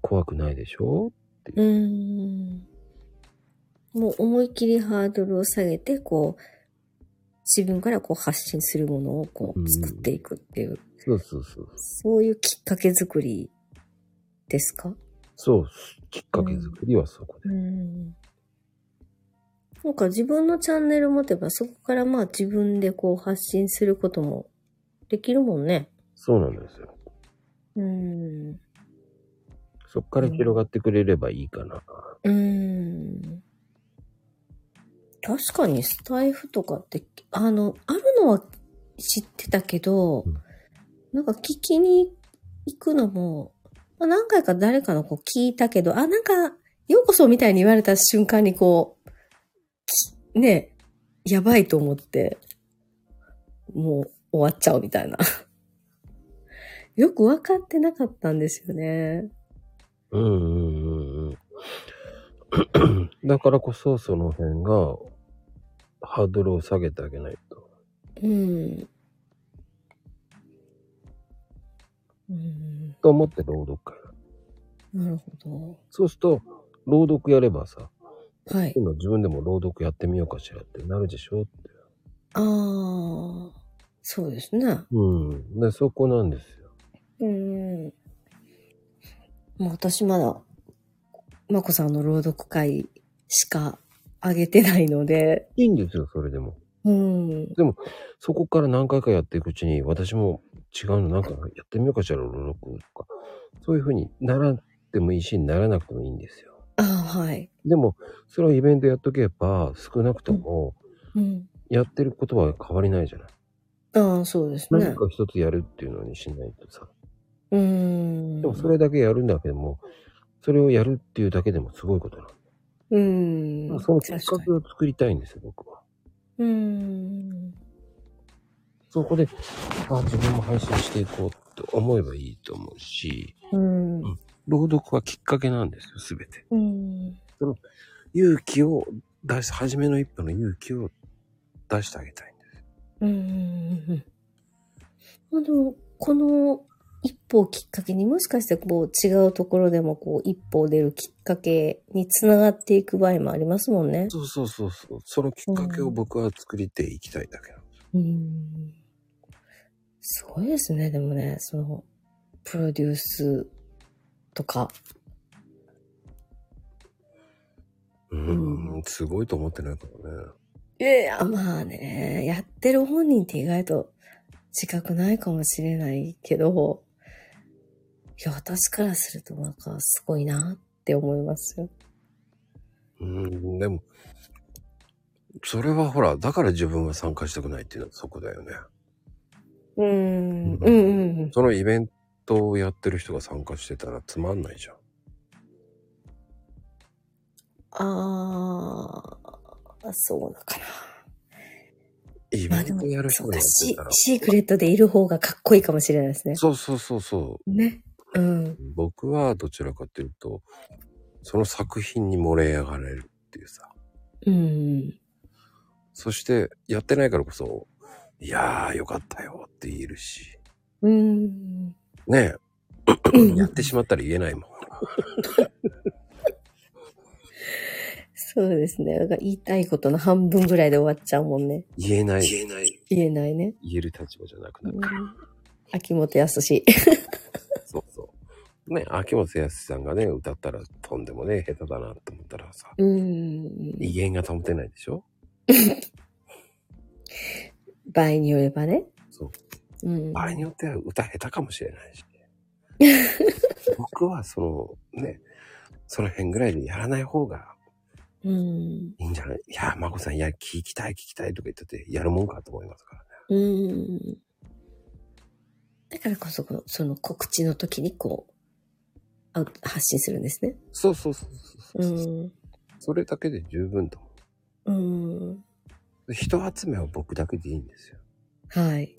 S1: 怖くないでしょ
S2: うん。もう思いっきりハードルを下げて、こう、自分からこう発信するものをこ
S1: うん
S2: う作っていくっていう、
S1: そうそうそう。
S2: そういうきっかけ作りですか
S1: そう、きっかけ作りはそこで。
S2: うん。なんか自分のチャンネル持てば、そこからまあ自分でこう発信することもできるもんね。
S1: そうなんですよ。
S2: うん。
S1: そっから広がってくれればいいかな。
S2: うーん確かにスタイフとかって、あの、あるのは知ってたけど、
S1: うん
S2: なんか聞きに行くのも、まあ、何回か誰かのこう聞いたけど、あ、なんか、ようこそみたいに言われた瞬間にこう、きねえ、やばいと思って、もう終わっちゃうみたいな。よくわかってなかったんですよね。
S1: うんうんうんうん。だからこそ、その辺が、ハードルを下げてあげないと。
S2: うん。うん、
S1: と思って朗読会。
S2: なるほ
S1: そうすると、朗読やればさ、
S2: ど。はい。
S1: 今自分でも朗読やってみようかしらってなるでしょって。
S2: ああ、そうですね。
S1: うん。で、そこなんですよ。
S2: うん。もう私まだ、まこさんの朗読会しかあげてないので、
S1: いいんですよ、それでも。
S2: うん。
S1: そこから何回かやっていくうちに、私も違うのなんかやってみようかしら、朗読とか。そういうふうにならなくてもいいし、ならなくてもいいんですよ。
S2: ああ、はい。
S1: でも、それをイベントやっとけば、少なくとも、
S2: うん。
S1: やってることは変わりないじゃない。
S2: ああ、そうですね
S1: 何。か一つやるっていうのにしないとさ。
S2: うん。
S1: でも、それだけやるんだけども、それをやるっていうだけでもすごいことな
S2: うん。
S1: の。そのきっ
S2: 確
S1: か
S2: か
S1: けを作りたいんですよ、僕は。
S2: に。うん。
S1: そこで、あ自分も配信していこうと思えばいいと思うし、
S2: うん。
S1: 朗読はきっかけなんですよ、すべて。
S2: うん。
S1: 勇気を出し、初めの一歩の勇気を出してあげたいんです。
S2: うんうんうんうん。あの、この一歩をきっかけにもしかしてこう違うところでもこう一歩を出るきっかけにつながっていく場合もありますもんね。
S1: そうそうそうそう。そのきっかけを僕は作りていきたいだけなの。
S2: うん。すごいですね、でもね、その、プロデュースとか。
S1: うーん、すごいと思ってないからね。
S2: いやいや、まあね、やってる本人って意外と自覚ないかもしれないけど、いや、私からするとなんかすごいなって思いますよ。
S1: うーん、でも、それはほら、だから自分は参加したくないっていうのはそこだよね。
S2: うーん。
S1: う
S2: うんんうんうん。
S1: そのイベントをやってる人が参加してたらつまんないじゃん。
S2: ああ、そうだか
S1: イ
S2: な。ま
S1: ベ
S2: あで
S1: ン
S2: も
S1: トや、る人
S2: そう
S1: がや
S2: か、
S1: って
S2: シ
S1: たら。
S2: シークレットでいる方がかっこいいかもしれないですね。
S1: そうそうそうそ
S2: ね。うん。
S1: う。僕はどちらかというと、その作品に盛り上がれるっていうさ。
S2: うん。
S1: そして、やってないからこそ、いやーよかったよって言えるし。
S2: うん。
S1: ね
S2: う
S1: え、やっ
S2: ん
S1: てしまったら言えないもん。
S2: *coughs* そうですね。だから言いたいことの半分ぐらいで終わっちゃうもんね。
S1: 言えない。言えない。
S2: 言えないね。
S1: 言える立場じゃなくなる。
S2: 秋元康。
S1: そうそう。ね、秋元康さんがね、歌ったらとんでもねえ下手だなと思ったらさ、
S2: うん。
S1: 威厳が保てないでしょ
S2: 場合によればね。
S1: そう。
S2: うん。
S1: 場合によっては歌下手かもしれない
S2: *laughs*
S1: し。僕はそのね、その辺ぐらいでやらない方が
S2: うん。
S1: いいんじゃないいや、まこさん、いや、聞きたい聞きたいとか言ってて、やるもんかと思いますからね。
S2: うん。だからこそ、こうその告知の時にこう、アウト発信するんですね。
S1: そうそうそうそう
S2: う
S1: そう、
S2: ん。
S1: それだけで十分と思
S2: うん。
S1: う。人集めは僕だけでいいんですよ。
S2: はい。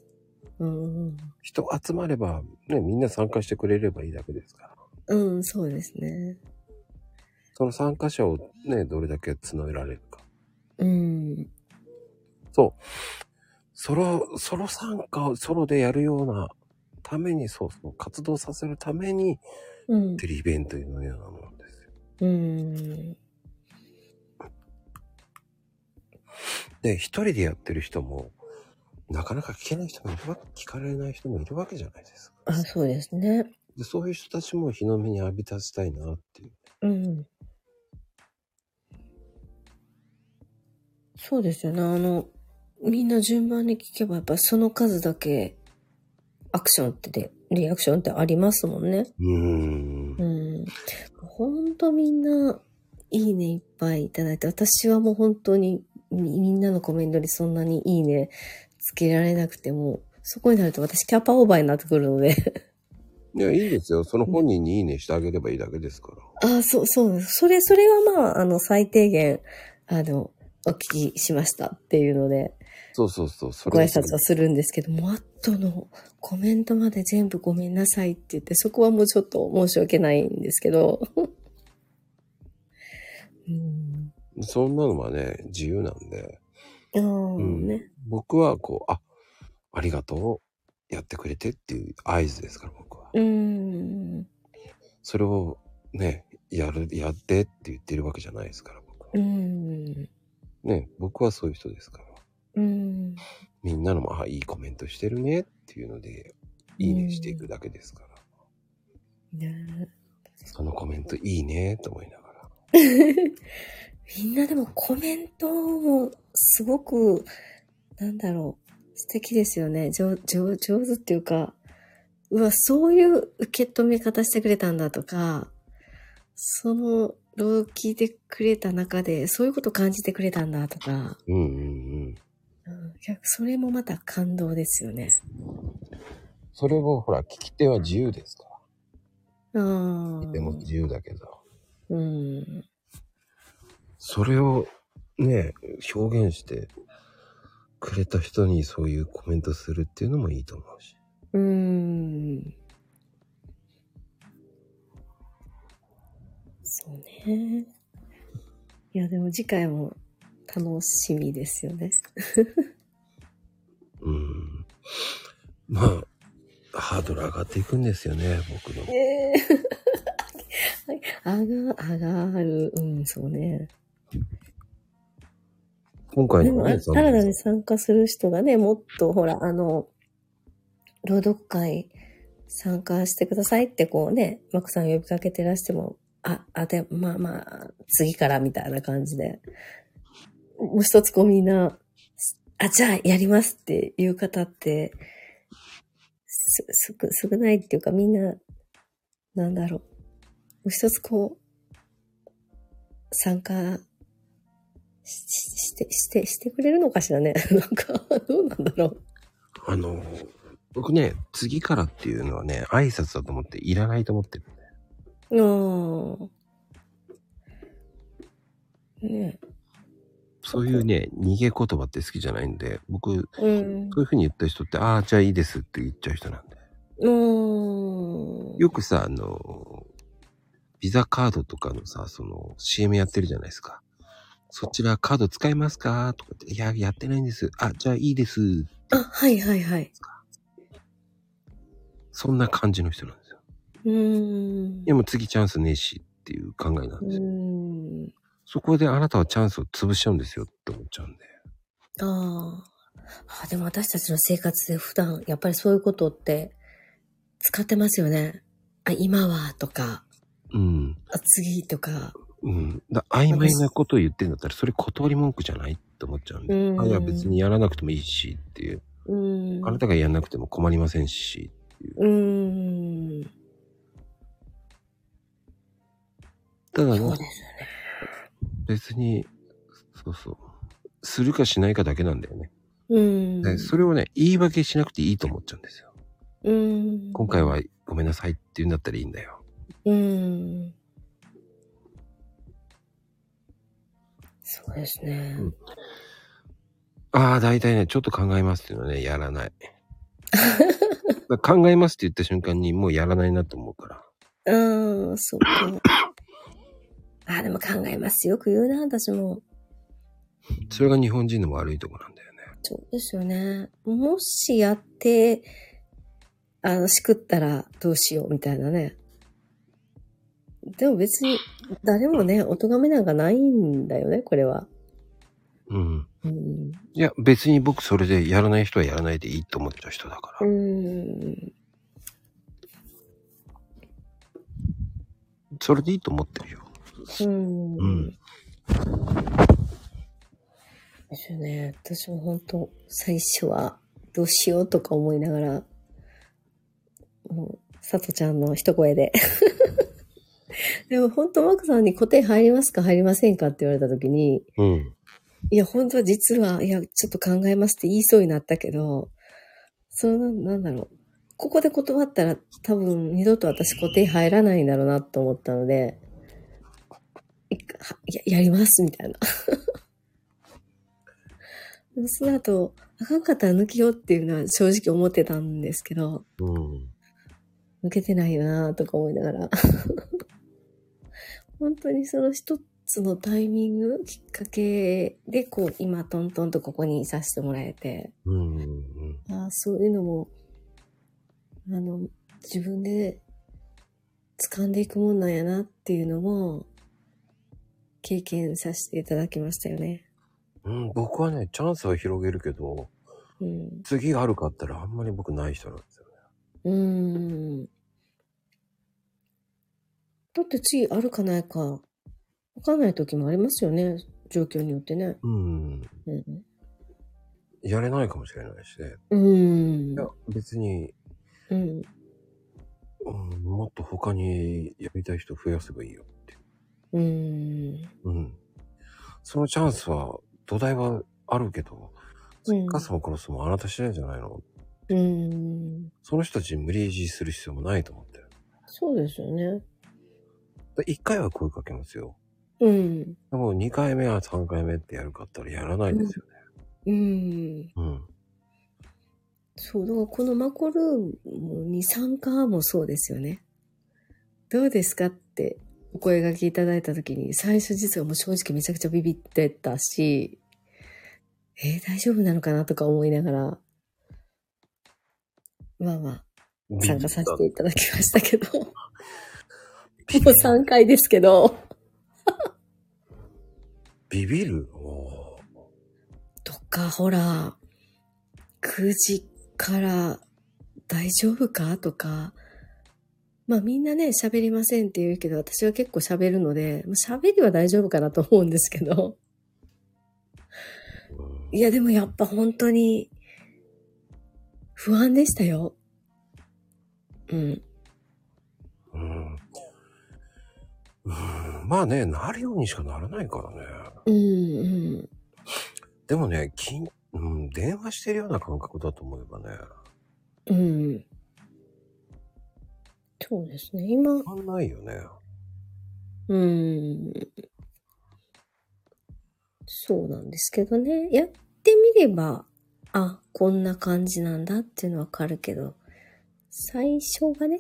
S2: うん。
S1: 人集まれば、ね、みんな参加してくれればいいだけですから。
S2: うん、そうですね。
S1: その参加者をね、どれだけ募られるか。
S2: うん。
S1: そう。ソロ、ソロ参加をソロでやるようなために、そうそう、活動させるために、
S2: うん。
S1: テレビイベントのようなものですよ。
S2: うん。
S1: で、一人でやってる人も、なかなか聞けない人もいるわけ、聞かれない人もいるわけじゃないですか。
S2: あ、そうですね。
S1: でそういう人たちも日の目に浴びたしたいなっていう。
S2: うん。そうですよね。あの、みんな順番に聞けば、やっぱその数だけ、アクションってで、リアクションってありますもんね。
S1: う
S2: う
S1: ーん。
S2: ん。ほんとみんな、いいねいっぱいいただいて、私はもう本当にみみんなのコメントにそんなにいいねつけられなくても、そこになると私キャパオーバーになってくるので。
S1: いや、いいですよ。その本人にいいねしてあげればいいだけですから。
S2: ああ、そう、そうです。それ、それはまあ、あの、最低限、あの、お聞きしましたっていうので、
S1: そうそうそう。そ
S2: ご
S1: れ
S2: 挨拶はするんですけども、あとのコメントまで全部ごめんなさいって言って、そこはもうちょっと申し訳ないんですけど。うん。
S1: そんなのはね、自由なんで。
S2: ああ、
S1: ん
S2: ね。
S1: 僕はこう、あ、ありがとう。やってくれてっていう合図ですから、僕は。
S2: うん。
S1: それをね、やる、やってって言ってるわけじゃないですから、僕は
S2: う。ん。
S1: ね、僕はそういう人ですから。
S2: うん。
S1: みんなのも、あ、いいコメントしてるねっていうので、いいねしていくだけですから。
S2: ね
S1: そのコメントいいねと思いながら。
S2: みんなでもコメントもすごく、なんだろう、素敵ですよね。上上上手っていうか、うわ、そういう受け止め方してくれたんだとか、その、朗読聞いてくれた中で、そういうこと感じてくれたんだとか、
S1: うんうんうん。
S2: うん、いやそれもまた感動ですよね。
S1: それをほら、聞き手は自由ですから。
S2: ああ。
S1: 聞き手も自由だけど。
S2: うん。
S1: それをね、表現してくれた人にそういうコメントするっていうのもいいと思うし。
S2: うん。そうね。いや、でも次回も楽しみですよね。
S1: うん。まあ、ハードル上がっていくんですよね、僕の。
S2: *laughs* ええ上が、上がる。うん、そうね。
S1: 今回
S2: で
S1: の
S2: も、
S1: ね、
S2: あ
S1: そ
S2: 新た
S1: の
S2: に参加する人がね、もっと、ほら、あの、朗読会参加してくださいって、こうね、マクさん呼びかけてらしても、あ、あ、で、まあまあ、次からみたいな感じで。もう一つこうみんな、あ、じゃあやりますっていう方って、す、すく、少ないっていうかみんな、なんだろう。もう一つこう、参加ししして、して、してくれるのかしらね。 *laughs* なんか、どうなんだろう。
S1: あの、僕ね、次からっていうのはね、挨拶だと思っていらないと思ってる。
S2: ああ。ね
S1: そういうね、逃げ言葉って好きじゃないんで、僕、
S2: え。うん
S1: そういうふうに言った人って、ああ、じゃあいいですって言っちゃう人なんで。
S2: うん。
S1: よくさ、あの、ビザカードとかのさ、その CM やってるじゃないですか。そちらカード使いますかとかって、いや、やってないんです。あ、じゃあいいです。
S2: あ、はいはいはい。
S1: そんな感じの人なんですよ。
S2: うーん
S1: い。や、もう次チャンスねえしっていう考えなん
S2: う
S1: ですよ。
S2: ーん。
S1: そこであなたはチャンスを潰しちゃうんですよって思っちゃうんで。
S2: ああ。あでも私たちの生活で普段、やっぱりそういうことって使ってますよね。あ、今はとか、
S1: うん。
S2: あ次とか。
S1: うん。だ曖昧なことを言ってんだったら、それ断り文句じゃないって思っちゃうんで。
S2: うん
S1: あ、いや別にやらなくてもいいしっていう。
S2: うん。
S1: あなたがやらなくても困りませんし。
S2: うん。
S1: ただ
S2: そう
S1: ね
S2: で、すよね。
S1: 別に、そうそう。するかしないかだけなんだよね。
S2: うん。
S1: でそれをね、言い訳しなくていいと思っちゃうんですよ。
S2: うん。
S1: 今回はごめんなさいって言うんだったらいいんだよ。
S2: うん。そうですね。
S1: うんああ、大体ね、ちょっと考えますっていうのはね、やら
S2: *laughs*
S1: ない。だから考えますって言った瞬間にもうやらないなと思うから。
S2: うん、そうか。あ、でも考えますよく言うな、私も。
S1: それが日本人の悪いとこなんだよね。
S2: そうですよね。もしやって、あの、しくったらどうしようみたいなね。でも別に、誰もね、お咎めなんかないんだよね、これは。
S1: うん。
S2: うん。
S1: いや、別に僕それでやらない人はやらないでいいと思っちゃう人だか
S2: う
S1: ら。
S2: ん。
S1: それでいいと思ってるよ。
S2: うん。
S1: うん
S2: ですよね。私も本当最初はどうしようとか思いながら、もう、さとちゃんの一声で。 *laughs* でも本当マークさんに固定入りますか入りませんかって言われた時に、
S1: うん。
S2: いや、本当は実は、いや、ちょっと考えますって言いそうになったけど、その、なんだろう。ここで断ったら多分二度と私固定入らないんだろうなと思ったので、いや、やります、みたいな。 *laughs* その後、あかんかったら抜けようっていうのは正直思ってたんですけど、
S1: うん。
S2: 抜けてないよなとか思いながら。 *laughs* 本当にその一つのタイミング、きっかけで、こう、今、トントンとここにいさせてもらえて、
S1: うん。うん
S2: ああ、そういうのも、あの、自分で掴んでいくもんなんやなっていうのも、経験させていただきましたよね。
S1: うん、僕はね、チャンスは広げるけど、
S2: うん。
S1: 次があるかったらあんまり僕ない人なんですよね。
S2: うーん。だって次あるかないか、わかんない時もありますよね。状況によってね。
S1: うん。
S2: うん。
S1: やれないかもしれないしね。
S2: うん
S1: いや。、別に、
S2: うん。
S1: うん、もっと他にやりたい人増やせばいいよって。
S2: うん。
S1: うん。そのチャンスは、土台はあるけど、
S2: うん
S1: カスも殺すもあなた次第じゃないの。
S2: うん。
S1: その人たちに無理強いする必要もないと思ってる。
S2: そうですよね。
S1: だ一回は声かけますよ。
S2: うん。
S1: でも二回目は三回目ってやるかったらやらないんですよね。
S2: うん。
S1: うん。
S2: そう、だからこのマコルームに参加もそうですよね。どうですかってお声掛けいただいた時に、最初実はもう正直めちゃくちゃビビってたし、えー大丈夫なのかなとか思いながら、まあまあ、参加させていただきましたけど、も
S1: ビ
S2: *laughs* う
S1: ビる。
S2: 3回ですけど、
S1: ビビるおー
S2: とか、ほら、9時から大丈夫かとか、まあみんなね、喋りませんって言うけど、私は結構喋るので、まあ喋りは大丈夫かなと思うんですけど、
S1: うん
S2: いやでもやっぱ本当に不安でしたよ。うん。
S1: うん。うんまあね、なるようにしかならないからね。
S2: うん、うん。
S1: でもね、きんうん、電話してるような感覚だと思えばね、
S2: うん。そうですね。今、
S1: わかんないよね。
S2: うん。そうなんですけどね。やってみれば、あ、こんな感じなんだっていうのはわかるけど、最初がね。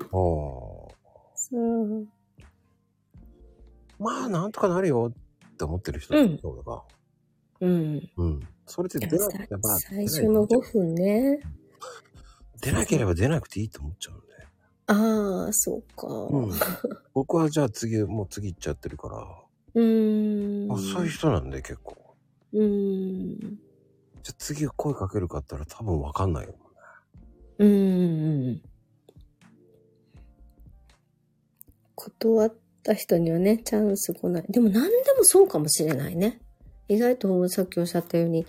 S1: ああ。
S2: そう。
S1: まあ、なんとかなるよって思ってる人だと思うか
S2: うん。
S1: ら。うん。それで
S2: い
S1: 出
S2: や
S1: なければ
S2: さ最初の5分ね。
S1: 出なければ出なくていいと思っちゃうんで。
S2: ああ、そうか。
S1: うん。
S2: *laughs*
S1: 僕はじゃあ次、もう次行っちゃってるから。
S2: うん。
S1: あそういう人なんで結構。
S2: うん。
S1: じゃあ次声かけるかって言ったら多分わかんないよ。
S2: うん。断っった人にはね、チャンス来ない。でも何でもそうかもしれないね。意外とさっきおっしゃったように、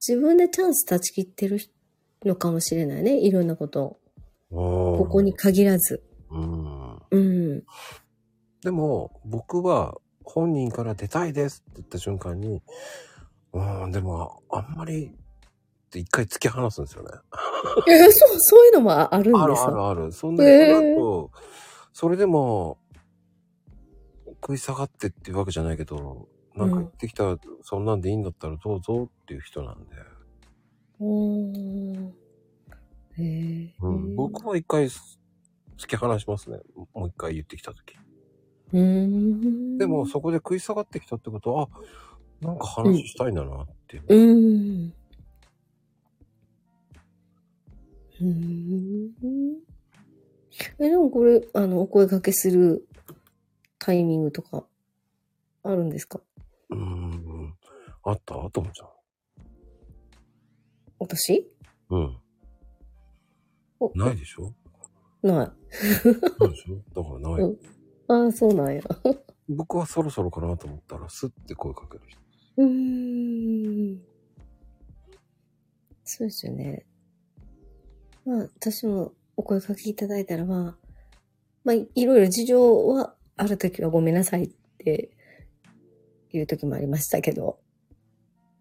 S2: 自分でチャンス断ち切ってるのかもしれないね。いろんなことを。
S1: こ
S2: ここに。限らず。
S1: うん。
S2: うん。
S1: でも、僕は本人から出たいですって言った瞬間に、うん、でも、あんまり、って一回突き放すんですよね。
S2: え、 *laughs* そう、そういうのもあるん
S1: あ
S2: で
S1: る
S2: す
S1: ある
S2: か
S1: ある。そんで、
S2: へー
S1: その後、それでも、食い下がってっていうわけじゃないけど、なんか
S2: うん
S1: 言ってきたら、そんなんでいいんだったらどうぞっていう人なんで。
S2: うーん。へえ。
S1: うん、僕は一回す突き放しますね。もう一回言ってきたとき。
S2: うーん。
S1: でも、そこで食い下がってきたってことは、あ、なんか話したいんだなっていう。
S2: うーん。うーん。え、でもこれ、あの、お声掛けするタイミングとか、あるんですか
S1: うーん。あったともちゃん。
S2: 私
S1: うん
S2: お。
S1: ないでしょ
S2: な
S1: ないでしょだからない。
S2: うんい。ああ、そうなんや。
S1: 僕はそろそろかなと思ったら、スッて声かける人。
S2: うーん。そうですよね。まあ、私もお声かけいただいたら、まあ、まあ、いろいろ事情はあるときはごめんなさいっていうときもありましたけど。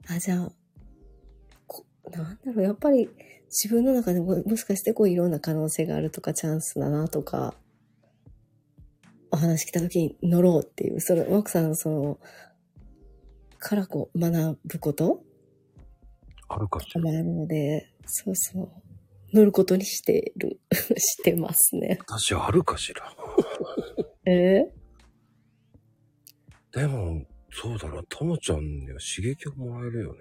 S2: あ、じゃあ、こなんだろう、やっぱり自分の中でももしかしてこういろんな可能性があるとかチャンスだなとか、お話来たときに乗ろうっていう、それ、奥さんのその、からこう学ぶこと
S1: あるかしら
S2: もあるので、そうそう。乗ることにしてる、 *laughs* してますね。
S1: 私あるかしら。
S2: え
S1: でも、そうだな、ともちゃんには刺激をもらえるよね。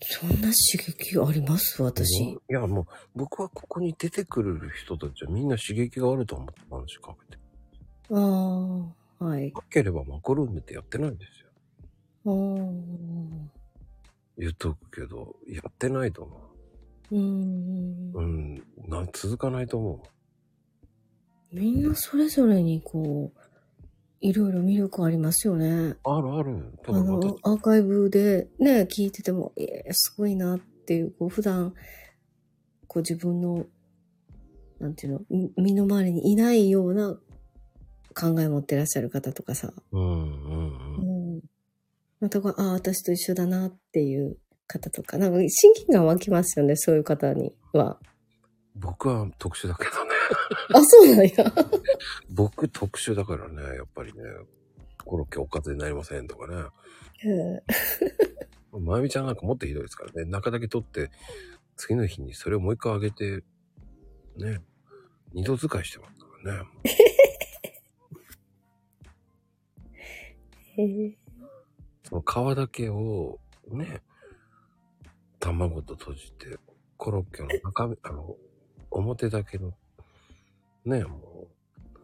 S2: そんな刺激あります
S1: うんいや、もう、僕はここに出てくる人たちはみんな刺激があると思って話しかけて。
S2: ああ、はい。
S1: なければマクルームってやってないんですよ。
S2: ああ、
S1: 言っとくけど、やってないと思
S2: う
S1: う。
S2: ん
S1: う。ん、な続かないと思
S2: みんなそれぞれにこう、いろいろ魅力ありますよね。
S1: う。あるある。
S2: あ
S1: 多分私
S2: の、アーカイブでね、聞いてても、えー、すごいなっていう、こう、普段、こう自分の、なんていうの、み身の回りにいないような考え持ってらっしゃる方とかさ、
S1: うんうんうん。
S2: うん。またこう、ああ、私と一緒だなっていう方とか、なんか親近感湧きますよね、そういう方には。
S1: 僕は特殊だけどね。
S2: あ、そうなんや。
S1: 僕特殊だからね、やっぱりね。コロッケおかずになりませんとかね。まゆみちゃんなんかもっとひどいですからね。中だけ取って、次の日にそれをもう一回あげて、ね。二度使いしてますからね。
S2: へえ
S1: その皮だけを、ね、卵と閉じて、コロッケの中身、あの、表だけの、ね、もう、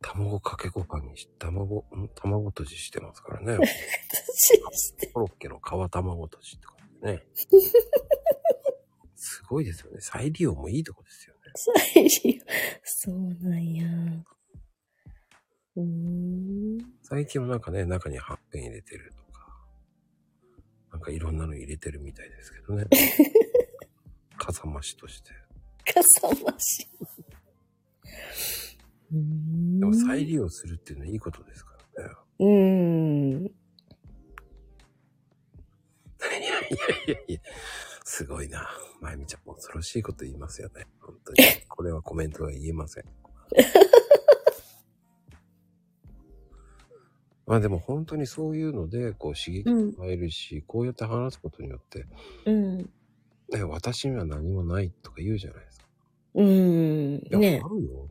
S1: 卵かけご飯にし、卵、ん卵とじしてますからね。コロッケの皮卵とじとかね。すごいですよね。再利用もいいとこですよね。
S2: そうなんや。うーん。
S1: 最近はなんかね、中にはっぺん入れてるとか、なんかいろんなの入れてるみたいですけどね。かさ増しとして。
S2: かさ増し。うーん
S1: でも再利用するっていうのはいいことですからね。
S2: うーん。
S1: いやいやいやいや、すごいな。まゆみちゃん、恐ろしいこと言いますよね。本当に。これはコメントは言えません。まあでも本当にそういうので、こう刺激
S2: うん
S1: もらえるし、こうやって話すことによって、
S2: うん。
S1: ね、私には何もないとか言うじゃないですか。
S2: うーん。
S1: いや、
S2: ね
S1: あるよ。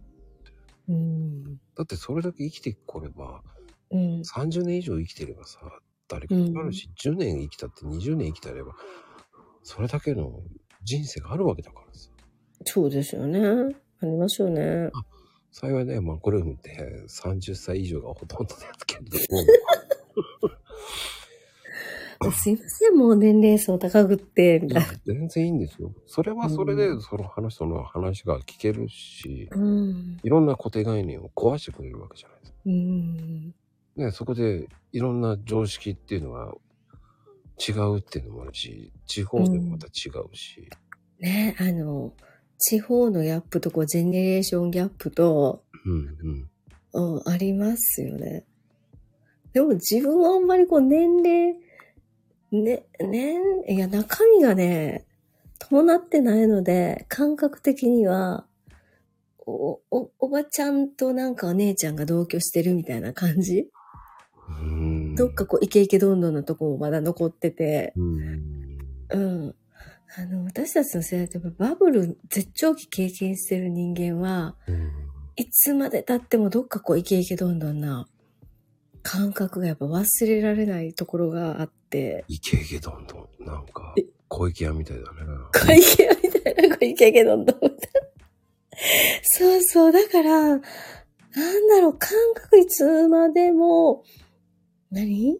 S2: うん。
S1: だってそれだけ生きてこれば、
S2: うん。
S1: 30年以上生きてればさ、誰かになるし、10年生きたって20年生きたれば、それだけの人生があるわけだからさ。
S2: そうですよね。ありますよね。
S1: 幸いね、まあ、ゴルフって30歳以上がほとんどですけれども、
S2: すいません、もう年齢層高くって、みたいな。
S1: 全然いいんですよ。それはそれ
S2: う
S1: で、その話との話が聞けるし、
S2: うん。
S1: いろんな固定概念を壊してくれるわけじゃないですか。
S2: うん。
S1: ね、そこでいろんな常識っていうのは違うっていうのもあるし、地方でもまた違うし、
S2: ね、あの、地方のギャップとこう、ジェネレーションギャップと、
S1: うん、うん、
S2: うん、ありますよね。でも自分はあんまりこう、年齢、ね、年、いや、中身がね、伴ってないので、感覚的には、お、お、おばちゃんとなんかお姉ちゃんが同居してるみたいな感じ、
S1: うん。
S2: どっかこう、イケイケどんどんのとこもまだ残ってて、
S1: うん。
S2: うん。あの、私たちの世代ってやっぱバブル絶頂期経験してる人間は、
S1: うん。
S2: いつまで経ってもどっかこうイケイケどんどんな感覚がやっぱ忘れられないところがあって、
S1: イケイケどんどん、なんか
S2: え、
S1: 小池屋みたいだね。
S2: 会計みたいなこうイケイケどんどんみたいな。そうそう、だから、なんだろう、感覚いつまでも、何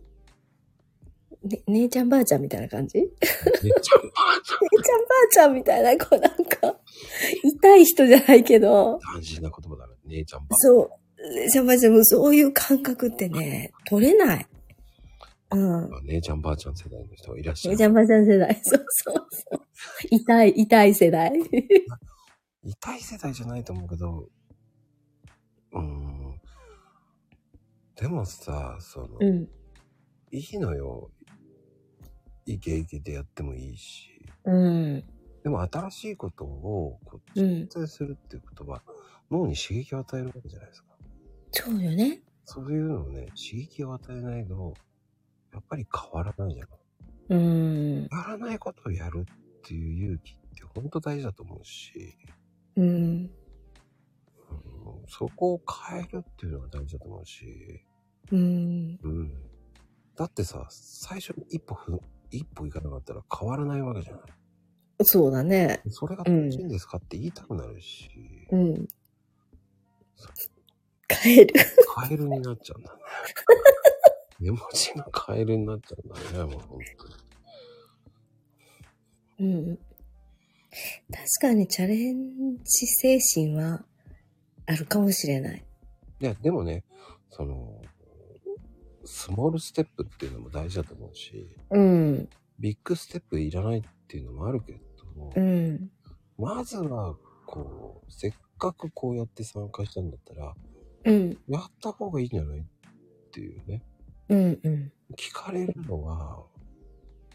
S2: ね、姉ちゃんばあちゃんみたいな感じ
S1: めっちゃばあちゃん
S2: 姉ちゃんばあちゃんみたいな、こうなんか、痛い人じゃないけど、
S1: 単純な言葉だね。姉ちゃんばあ
S2: そう、姉ちゃんばあちゃんもそういう感覚ってね、取れない。うん。
S1: ちゃん。姉ちゃんばあちゃん世代の人がいらっしゃ
S2: 姉ちゃ
S1: る。
S2: んばあちゃん世代。 *laughs* そうそうそう。痛い、痛い世代。
S1: 痛い世代じゃないと思うけど、うーん。でもさ、その、
S2: うん。
S1: いいのよ。イケイケでやってもいいし。
S2: うん。
S1: でも新しいことをこう
S2: うん。
S1: 実践するっていうことは、脳に刺激を与えるわけじゃないですか。
S2: そうよね。
S1: そういうのをね、刺激を与えないと、やっぱり変わらないじゃん。
S2: うん。
S1: やらないことをやるっていう勇気って本当大事だと思うし、
S2: うん。
S1: うん、そこを変えるっていうのが大事だと思うし、
S2: うん。
S1: うん、だってさ最初に一歩ふ一歩行かなかったら変わらないわけじゃない
S2: そうだね。
S1: それが楽しいんですかって言いたくなるし、
S2: うん。帰る。
S1: カエルになっちゃうん
S2: *laughs*
S1: だね絵文字のカエルになっちゃうんだねもう本当に
S2: うん。確かにチャレンジ精神はあるかもしれない。
S1: いやでもねそのスモールステップっていうのも大事だと思うし
S2: うん。
S1: ビッグステップいらないっていうのもあるけど、
S2: うん。
S1: まずは、こう、せっかくこうやって参加したんだったら、
S2: うん。
S1: やった方がいいんじゃないっていうね。
S2: うん。うん。
S1: 聞かれるのは、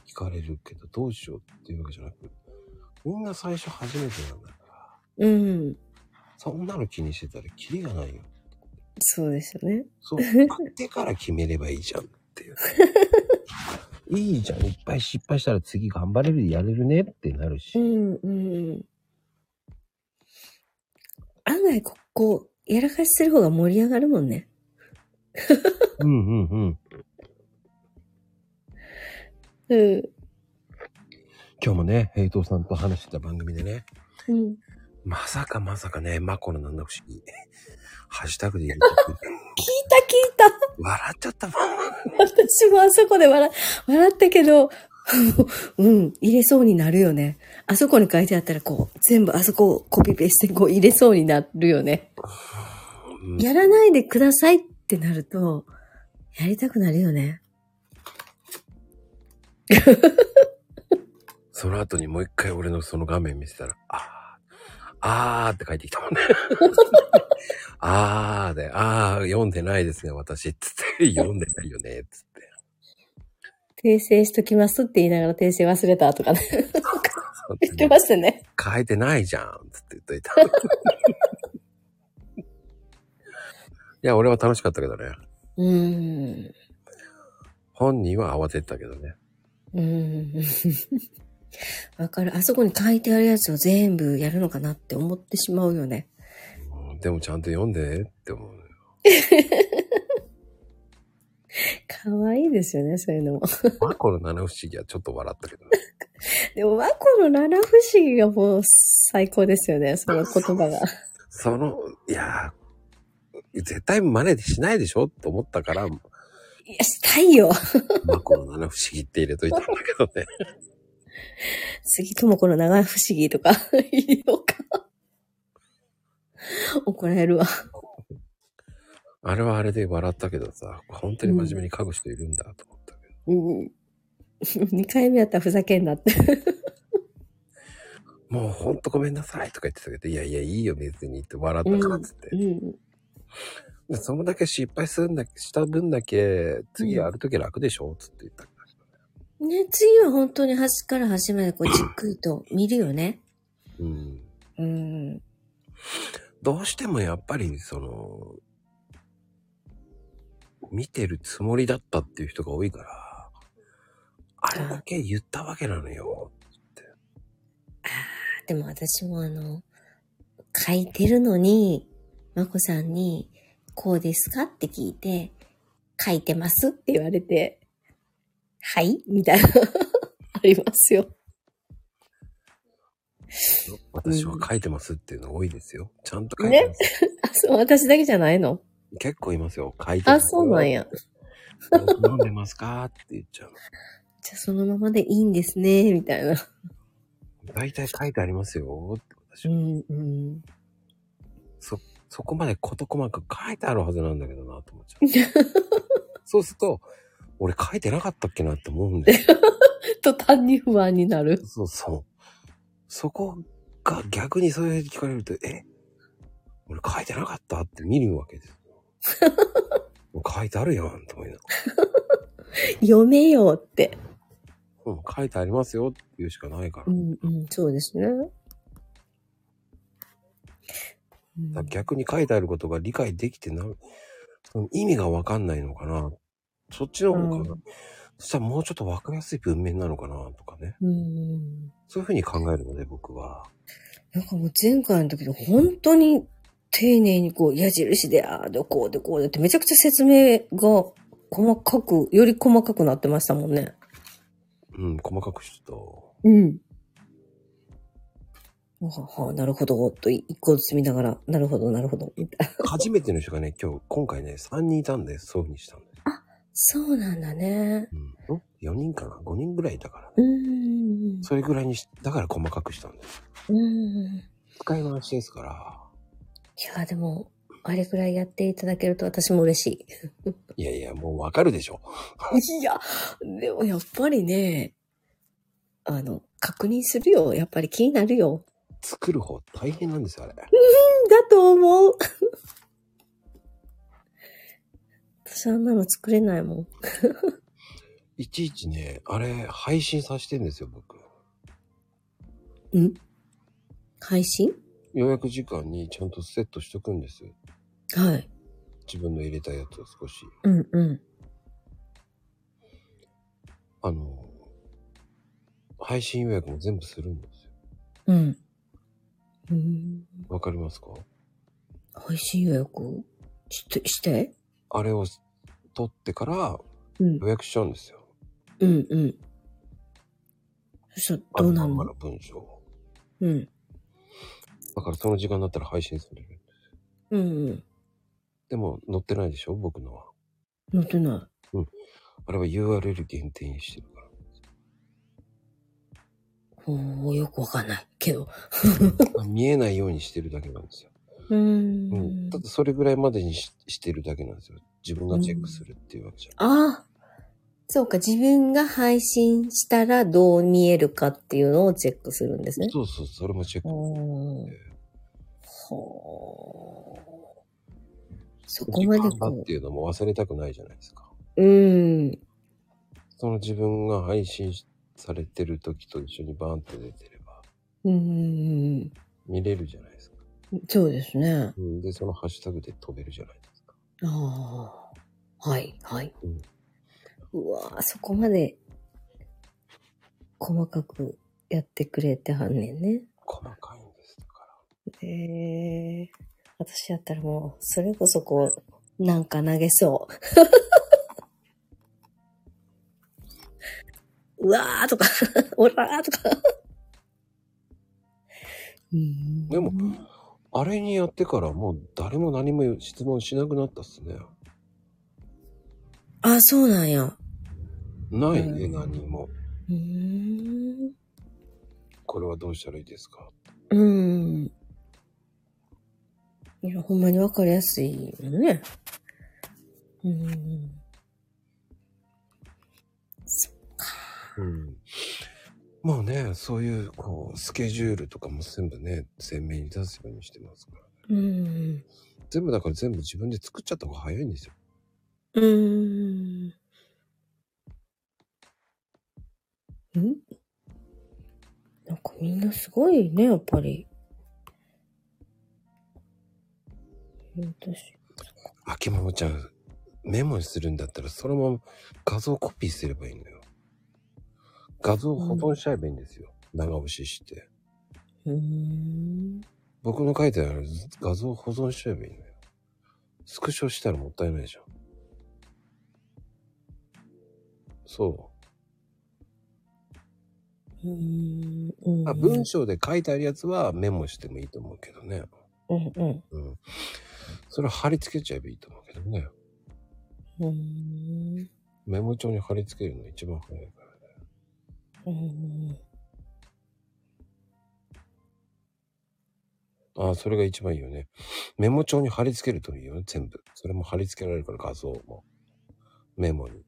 S1: 聞かれるけど、どうしようっていうわけじゃなく、みんな最初初めてなんだから、
S2: うん。
S1: そんなの気にしてたらキリがないよ。
S2: そうですよね。 *laughs*
S1: そう、やってから決めればいいじゃんっていう。いいじゃん、いっぱい失敗したら次頑張れる、やれるねってなるし。
S2: ん、うん。案外、ここ、やらかしする方が盛り上がるもんね。
S1: うんうんうん。
S2: うん。
S1: 今日もね、平等さんと話してた番組でね、
S2: うん。
S1: まさかまさかね、マコのなんだ不思議。ハッシュタグで言うとき、
S2: 聞いた聞いた
S1: 笑っちゃったもん。
S2: 私もあそこで笑、笑ったけど、 *laughs* うん、入れそうになるよね。あそこに書いてあったら、こう、全部あそこをコピペして、こう、入れそうになるよね。
S1: うん
S2: やらないでくださいってなると、やりたくなるよね。
S1: その後にもう一回俺のその画面見せたら、あー、あーって書いてきたもん
S2: *laughs*
S1: ね。あーで、あー、読んでないですね、私。つって、読んでないよね、つって。
S2: 訂正しときますって言いながら訂正忘れたとかね。言ってましたね。
S1: 変えてないじゃん、つって言っといた。 *laughs* いや、俺は楽しかったけどね。
S2: うん。
S1: 本人は慌ててたけどね。
S2: うーんわかる。あそこに書いてあるやつを全部やるのかなって思ってしまうよね。
S1: うんでもちゃんと読んでって思うね。
S2: かわいいですよね、そういうのも。
S1: マコの七不思議はちょっと笑ったけどね。
S2: でも、和子の七不思議がもう最高ですよね、その言葉が。
S1: その、いやー、絶対真似しないでしょと思ったから、
S2: いや、したいよ。
S1: マコの七不思議って入れといたんだけどね。
S2: 杉智子の長不思議とか *laughs* 入れようか。怒られるわ。
S1: あれはあれで笑ったけどさ、本当に真面目に書く人いるんだと思ったけど。
S2: うん。2回目やったらふざけんなって。
S1: もうほんとごめんなさいとか言ってたけど、いやいやいいよ別にって笑ったからっつって。
S2: うん。
S1: でそのだけ失敗するんだした分だけ、次やるとき楽でしょつって言った。
S2: ね、次は本当に端から端までこうじっくりと見るよね。
S1: うん。
S2: うん。
S1: どうしてもやっぱり、その、見てるつもりだったっていう人が多いから、あれだけ言ったわけなのよ。
S2: でも私もあの、書いてるのに、まこさんに、こうですかって聞いて、書いてますって言われて、はいみたいな、 *laughs* ありますよ。
S1: 私は書いてますっていうの多いですよ。ちゃんと書いてます。
S2: あ、そう、私だけじゃないの
S1: 結構いますよ。書いてま
S2: あ、
S1: す
S2: そうなんや。。
S1: *laughs* 飲んでますかって言っちゃう
S2: じゃあそのままでいいんですね、みたいな。
S1: の。大体書いてありますよ。って私
S2: う
S1: は
S2: ん、うん。
S1: そこまで事細かく書いてあるはずなんだけどなと思っちゃう。
S2: *laughs*
S1: そうすると、俺書いてなかったっけなって思うんです
S2: と単に不安になる。
S1: そうそう。そこが逆にそういうふうに聞かれると、え俺書いてなかったって見るわけですよ。
S2: *laughs*
S1: もう書いてあるやんと思いなが
S2: 読めよって。
S1: ら。もう書いてありますよって言うしかないから。
S2: うん、うん、そうですね。うん
S1: だから逆に書いてあることが理解できてな、その意味がわかんないのかな。そっちの方かな。
S2: う
S1: そしたらもうちょっとわかりやすい文面なのかなとかね。
S2: うん。
S1: そういうふうに考えるので、僕は。
S2: なんかもう前回の時で本当に丁寧にこう矢印でああでこうでこうでってめちゃくちゃ説明が細かく、より細かくなってましたもんね。
S1: うん、細かくちょっ
S2: うん。はあ、なるほど、と一個ずつ見ながら、なるほど、なるほど、みたいな。
S1: と、初めての人がね、 *laughs* 今日、今回ね、3人いたんで、そういうふうにしたんです。
S2: そうなんだね。
S1: うん、4人かな ?5 人ぐらいいたからね。
S2: うん。
S1: それぐらいにし、だから細かくしたんです。
S2: うん。
S1: 使い回しですから。
S2: いや、でも、あれくらいやっていただけると私も嬉し
S1: いやいや、もうわかるでしょ。
S2: い。いや、でもやっぱりね、あの、確認するよ。やっぱり気になるよ。
S1: 作る方大変なんですよ、あれ。
S2: だと思う。 *laughs* 私あんなの作れないもん。
S1: いちいちね、あれ、配信させてんですよ、僕。
S2: 配信
S1: 予約時間にちゃんとセットしとくんですよ。
S2: はい。
S1: 自分の入れたやつを少し。
S2: うんうん。
S1: あの、配信予約も全部するんですよ。
S2: うん。うん、
S1: わかりますか
S2: 配信予約して、して
S1: あれを取ってから
S2: うん
S1: 予約しちゃうんですよ。
S2: うんうん。そしたら
S1: あ
S2: ど
S1: の
S2: うな
S1: まん
S2: ん
S1: ま
S2: の
S1: の文章を。
S2: うん。
S1: だからその時間になったら配信される。
S2: うんうん。
S1: でも載ってないでしょ僕のは。
S2: 載ってな
S1: あれは URL 限定にしてるから。
S2: い。ほう、よくわかんないけど。 *laughs*
S1: まあ見えないようにしてるだけなんですよ。
S2: う
S1: うんん。ただそれぐらいまでにししてるだけなんですよ。自分がチェックするっていうわけじゃん。
S2: ああ。そうか、自分が配信したらどう見えるかっていうのをチェックするんですね。
S1: そうそう、それもチェック。
S2: おー
S1: え
S2: ほーそこまで
S1: 時間だっ
S2: こ
S1: ていうのも忘れたくないじゃないですか。
S2: う。うん。
S1: その自分が配信されてる時と一緒にバーンと出てれば
S2: うん。
S1: 見れるじゃないですか。
S2: そうですね。
S1: うん、で、そのハッシュタグで飛べるじゃないですか。
S2: ああ。はい、はい。
S1: うん
S2: うわーそこまで、細かくやってくれてはんねんね。
S1: 細かいんですだから。
S2: ええ私やったらもう、それこそこう、なんか投げ *laughs* そう。うわーとか、 *laughs* おらーとか。うん
S1: でもあれにやってからもう誰も何も質問しなくなったっすね。
S2: あ、そうなんや。
S1: ないね、
S2: うん
S1: 何も。
S2: うーん。
S1: これはどうしたらいいですか
S2: うん。いや、ほんまにわかりやすいよね。うん。
S1: うん。まあね、そういう、こう、スケジュールとかも全部ね、鮮明に出すようにしてますから。
S2: うん。
S1: 全部だから全部自分で作っちゃった方が早いんですよ。
S2: うん。んなんかみんなすごいね、やっぱり。うん私
S1: あきまもちゃん、メモにするんだったら、そのまま画像コピーすればいいのよ。画像を保存しちゃえばいいんですよ。長押しして。
S2: うーん。
S1: 僕の書いてある画像を保存しちゃえばいいのよ。スクショしたらもったいないじゃん。そう。
S2: うん。うん
S1: あ文章で書いてあるやつはメモしてもいいと思うけどね。
S2: うんうん。
S1: うん。それ貼り付けちゃえばいいと思うけどね。
S2: うん。
S1: メモ帳に貼り付けるの一番早いからね。
S2: うん。
S1: ああ、それが一番いいよね。メモ帳に貼り付けるといいよね、全部。それも貼り付けられるから画像も。メモに。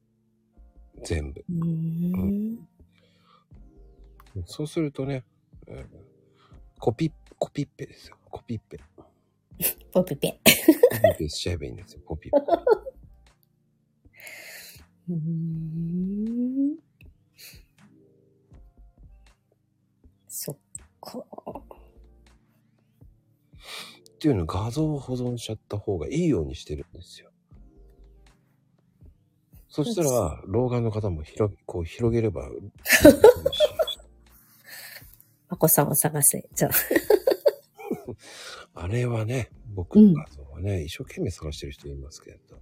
S1: 全部。
S2: うん。
S1: そうするとね、うんコピ、コピッペですよ。コピッペ。
S2: ポピペ。
S1: コピッペしちゃえばいいんですよ、コピッペ。
S2: うん。そっか。
S1: っていうの画像を保存しちゃった方がいいようにしてるんですよ。そしたら、老眼の方も広げ、こう広げれば、
S2: あこさんを探せ。じゃあ。
S1: あれはね、僕の画像はね、一生懸命探してる人いますけど。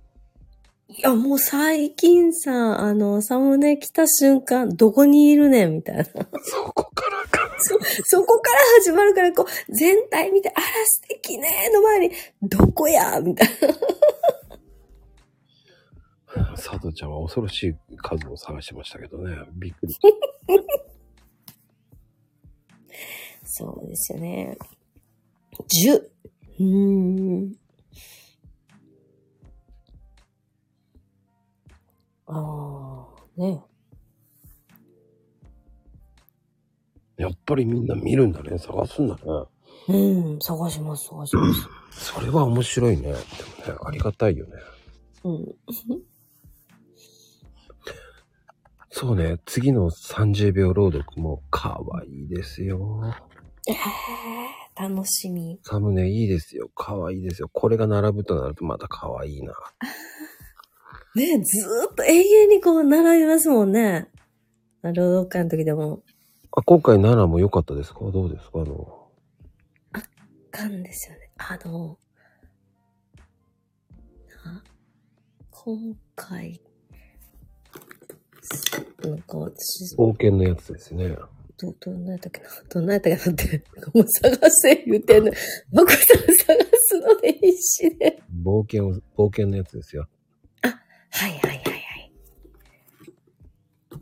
S2: いや、もう最近さ、あの、サムネ来た瞬間、どこにいるねんみたいな。 *laughs*
S1: そこからか。
S2: そこから始まるから、こう、全体見て、あら、素敵ねの前に、どこやみたいな。
S1: 佐藤ちゃんは恐ろしい数を探してましたけどね、びっくり。
S2: そうですよね。10。うーん。ああ、ね。
S1: やっぱりみんな見るんだね、探すんだね。
S2: うん、探します、探し *laughs* ます。
S1: それは面白いね。でもね、ありがたいよね。
S2: うん。
S1: そうね、次の30秒朗読も可愛いですよ。
S2: えー、楽しみ。
S1: サムネいいですよ。可愛いですよ。これが並ぶとなるとまた可愛いな。
S2: ねずーっと永遠にこう、並びますもんね。あの朗読会の時でも。
S1: あ、今回奈良も良かったですかどうですかあの、
S2: かんですよね。あの、な、今回、なんか私、
S1: 冒険のやつですね。
S2: ど、どんなやったっけな、どんなやったっけなって、もう探せ言うてんの。僕さん探すので必死で。
S1: 冒険を、冒険のやつですよ。
S2: はいはいはいはい。あ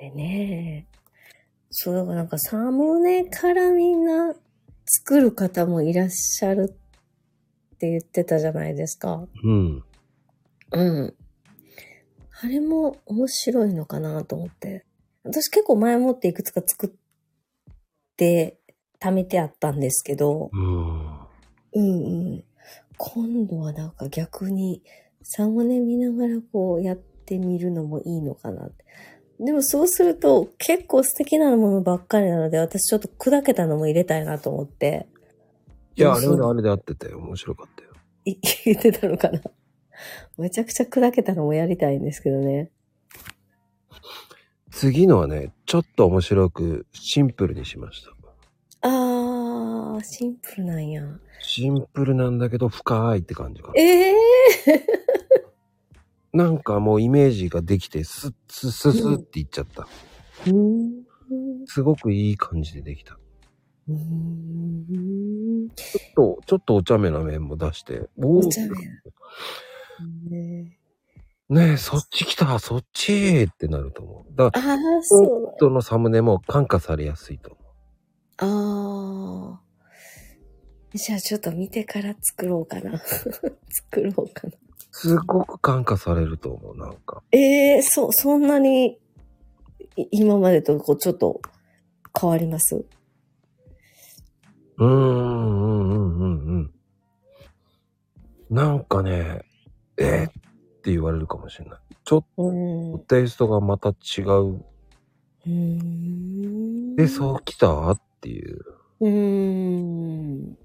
S2: れね。そう、だからなんかサムネからみんな作る方もいらっしゃるって言ってたじゃないですか。
S1: うん。
S2: うん。あれも面白いのかなと思って。私結構前もっていくつか作って、貯めてあったんですけど、
S1: うん。
S2: うんうん。今度はなんか逆に、サムネ見ながらこうやってみるのもいいのかなって。でもそうすると結構素敵なものばっかりなので、私ちょっと砕けたのも入れたいなと思って、
S1: いや、あ
S2: そう
S1: れ
S2: そう
S1: はねあれで合ってたよ。面白かったよ。
S2: い言ってたのかな。めちゃくちゃ砕けたのもやりたいんですけどね。
S1: 次のはね、ちょっと面白く、シンプルにしました。
S2: あー、シンプルなんや。
S1: シンプルなんだけど、深いって感じかな。
S2: ええ
S1: なんかもうイメージができて、スッスッスッスッっていっちゃった。
S2: ー、う
S1: すごくいい感じでできた。
S2: ーん。
S1: ちょっと、ちょっとお茶目な面も出して、お
S2: お
S1: ー
S2: 茶目。ね
S1: ねえ、そっち来た、そっちってなると思う。だから、
S2: ああ、そうなんや
S1: 人のサムネも感化されやすいと思う。
S2: ああ。じゃあちょっと見てから作ろうかな。 *laughs* 作ろうかな。
S1: すごく感化されると思う、なんか。
S2: ええそ、そんなに、い今までとこうちょっと変わります
S1: うーん、うん、うん、うん、うん。なんかね、えーって言われるかもしれない。ちょっ
S2: うん。
S1: と
S2: う
S1: テイストがまた違う。
S2: ーん。
S1: で、そう来たっていう。
S2: う。うーん。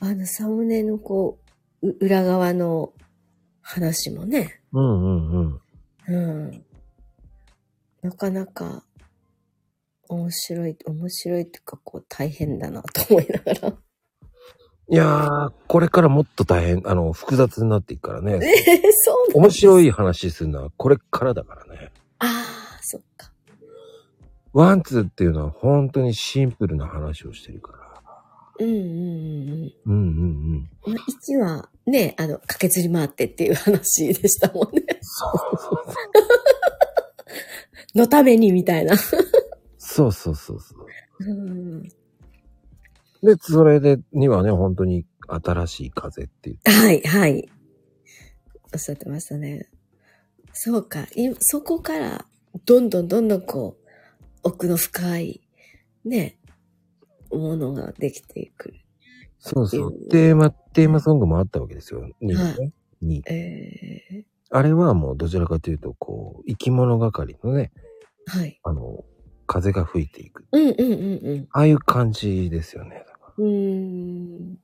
S2: あの、サムネのこう、う裏側の話もね。
S1: うん、うん、うん。
S2: うん。なかなか、面白い、面白いっていうか、こう、大変だなと思いながら。
S1: いやー、これからもっと大変、あの、複雑になっていくからね。
S2: えー、そうなの
S1: 面白い話するのはこれからだからね。
S2: ああ、そっか。
S1: ワンツーっていうのは本当にシンプルな話をしてるから。
S2: うんうんうんうん。
S1: うんうんうん。
S2: まあ、1はね、あの、駆けずり回ってっていう話でしたもんね。
S1: そうそうそう。
S2: *laughs* のためにみたいな。
S1: そうそうそうそ
S2: うん。
S1: う。で、それで、にはね、本当に新しい風っていう。
S2: はい、はい。おっしゃってましたね。そうか。いそこから、どんどんどんどんこう、奥の深い、ね、ものができていく。
S1: そうそう
S2: う。ん
S1: テーマ、テーマソングもあったわけですよ。にね。に。
S2: ええ
S1: あれはもうどちらかというと、こう、生き物がかりのね、
S2: はい。
S1: あの、風が吹いていく。
S2: うんうんうん
S1: ああいう感じですよね。だから
S2: うん。うーん。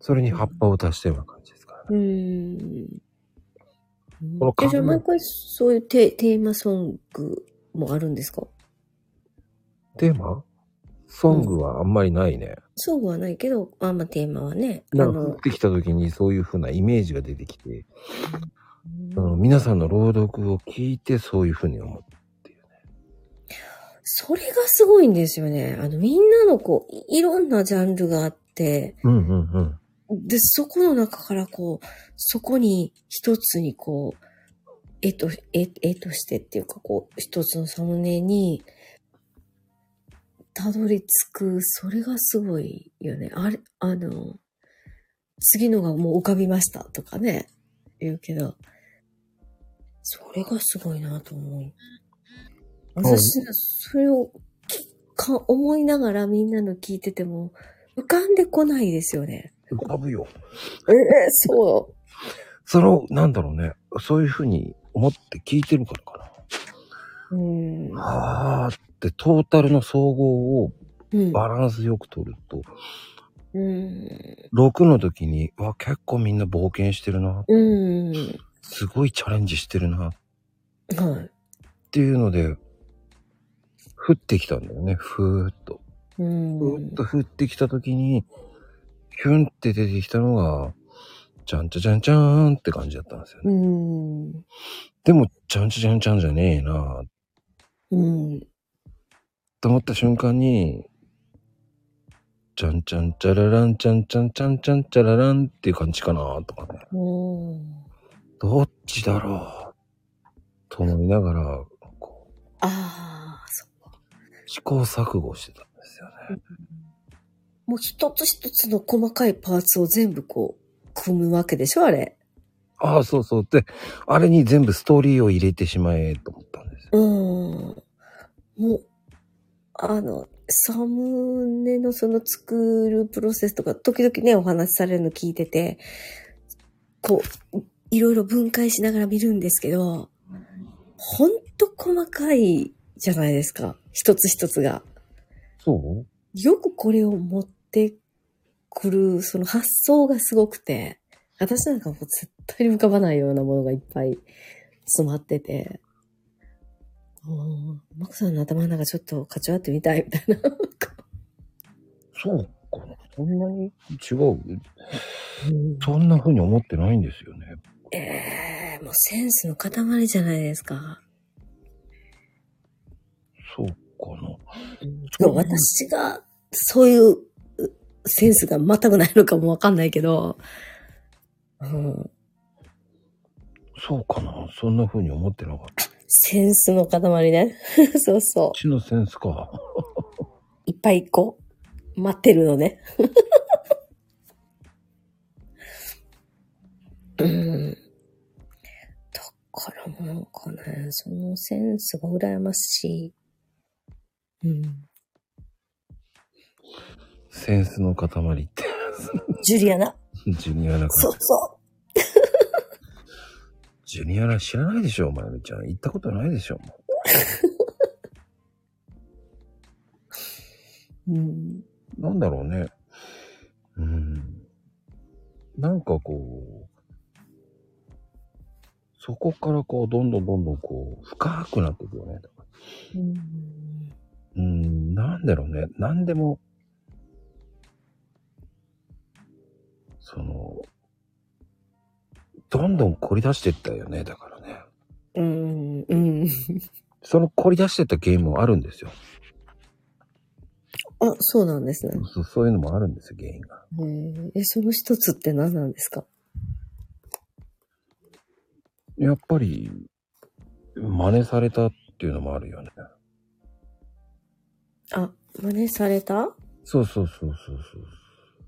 S1: それに葉っぱを足したような感じですからね。
S2: うーん。
S1: この
S2: えじゃあ
S1: 考え
S2: 毎回そういうテテーマソングもあるんですか
S1: テーマソングはあんまりないね。
S2: ソングはないけど、あんまあテーマはね。あ
S1: なんか降っ
S2: の、
S1: てきた時にそういう風なイメージが出てきて、あの皆さんの朗読を聞いてそういう風に思う。
S2: それがすごいんですよね。あの、みんなのこう、いいろんなジャンルがあって、
S1: うんうんうん。
S2: で、そこの中からこう、そこに一つにこう、絵と、絵、絵としてっていうかこう、一つのサムネに、たどり着く、それがすごいよね。あれ、あの、次のがもう浮かびましたとかね、言うけど、それがすごいなと思う。私、それをきか思いながらみんなの聞いてても、浮かんでこないですよね。
S1: 浮かぶよ。
S2: ええそ
S1: その、なんだろうね。そういう風に思って聞いてるからか
S2: う。うん。
S1: な。はあーって、トータルの総合を
S2: うん。
S1: バランスよく取ると、
S2: うん。
S1: 6の時に、わ、結構みんな冒険してるな。
S2: うん。
S1: すごいチャレンジしてるな。っ
S2: はい。
S1: ていうので、降ってきたんだよね。ふーっと。ふ
S2: う
S1: ー
S2: ん
S1: っ。と降ってきた時に、ヒュンって出てきたのが、じゃんちゃじゃんちゃーんって感じだったんですよね。
S2: うん。
S1: でも、じゃんちゃじゃんちゃんじゃねえなぁ
S2: うん。
S1: と思った瞬間に、じゃんちゃんちゃららんちゃんちゃんちゃんちゃんちゃららんっていう感じかなぁとかね。
S2: うん。
S1: どっちだろうと思いながら、こう、
S2: ああ、そう。
S1: 試行錯誤してたんですよね。
S2: もう一つ一つの細かいパーツを全部こう、組むわけでしょ、あれ。
S1: ああ、そうそう。で、あれに全部ストーリーを入れてしまえと思ったんですよ。
S2: うん。もう、あの、サムネのその作るプロセスとか、時々ね、お話しされるの聞いてて、こう、いろいろ分解しながら見るんですけど、ほんと細かいじゃないですか。一つ一つが。
S1: そう
S2: よくこれを持ってくる、その発想がすごくて、私なんかもう絶対に浮かばないようなものがいっぱい詰まってて、うんマクさんの頭の中ちょっとかち割ってみたいみたいな。
S1: そうかな。そんなに違う。そんな風に思ってないんですよね。
S2: ええもうセンスの塊じゃないですか。
S1: そうかな。
S2: もう私がそういううセンスが全くないのかもわかんないけど、うん、
S1: そうかなそんな風に思ってなかった。こ
S2: センスの塊ね。 *laughs* そうそ
S1: っちのセンスか。
S2: う。いっぱいこう、待ってるのね。 *laughs* うん。だからもうなんかね、そのセンスが羨ましい。うん。
S1: センスの塊って、 *laughs*
S2: ジュリアナ。
S1: ジュニアな
S2: そうそ
S1: ジュニアな知らないでしょ、まゆみちゃん。行ったことないでしょ、も
S2: う。うん。
S1: う。なんだろうね。うん。なんかこう、そこからこう、どんどんどんどんこう、深くなっていくよね。
S2: うん。
S1: うん、なんだろうね。なんでも、その、どんどん凝り出してったよね。だからね。
S2: うん。うん。
S1: その凝り出してったゲームもあるんですよ。
S2: あ、そうなんですね。
S1: そそういうのもあるんですよ、原因が。
S2: えーえ、その一つって何なんですか
S1: やっぱり、真似されたっていうのもあるよね。
S2: あ、真似された
S1: そうそうそうそうそう。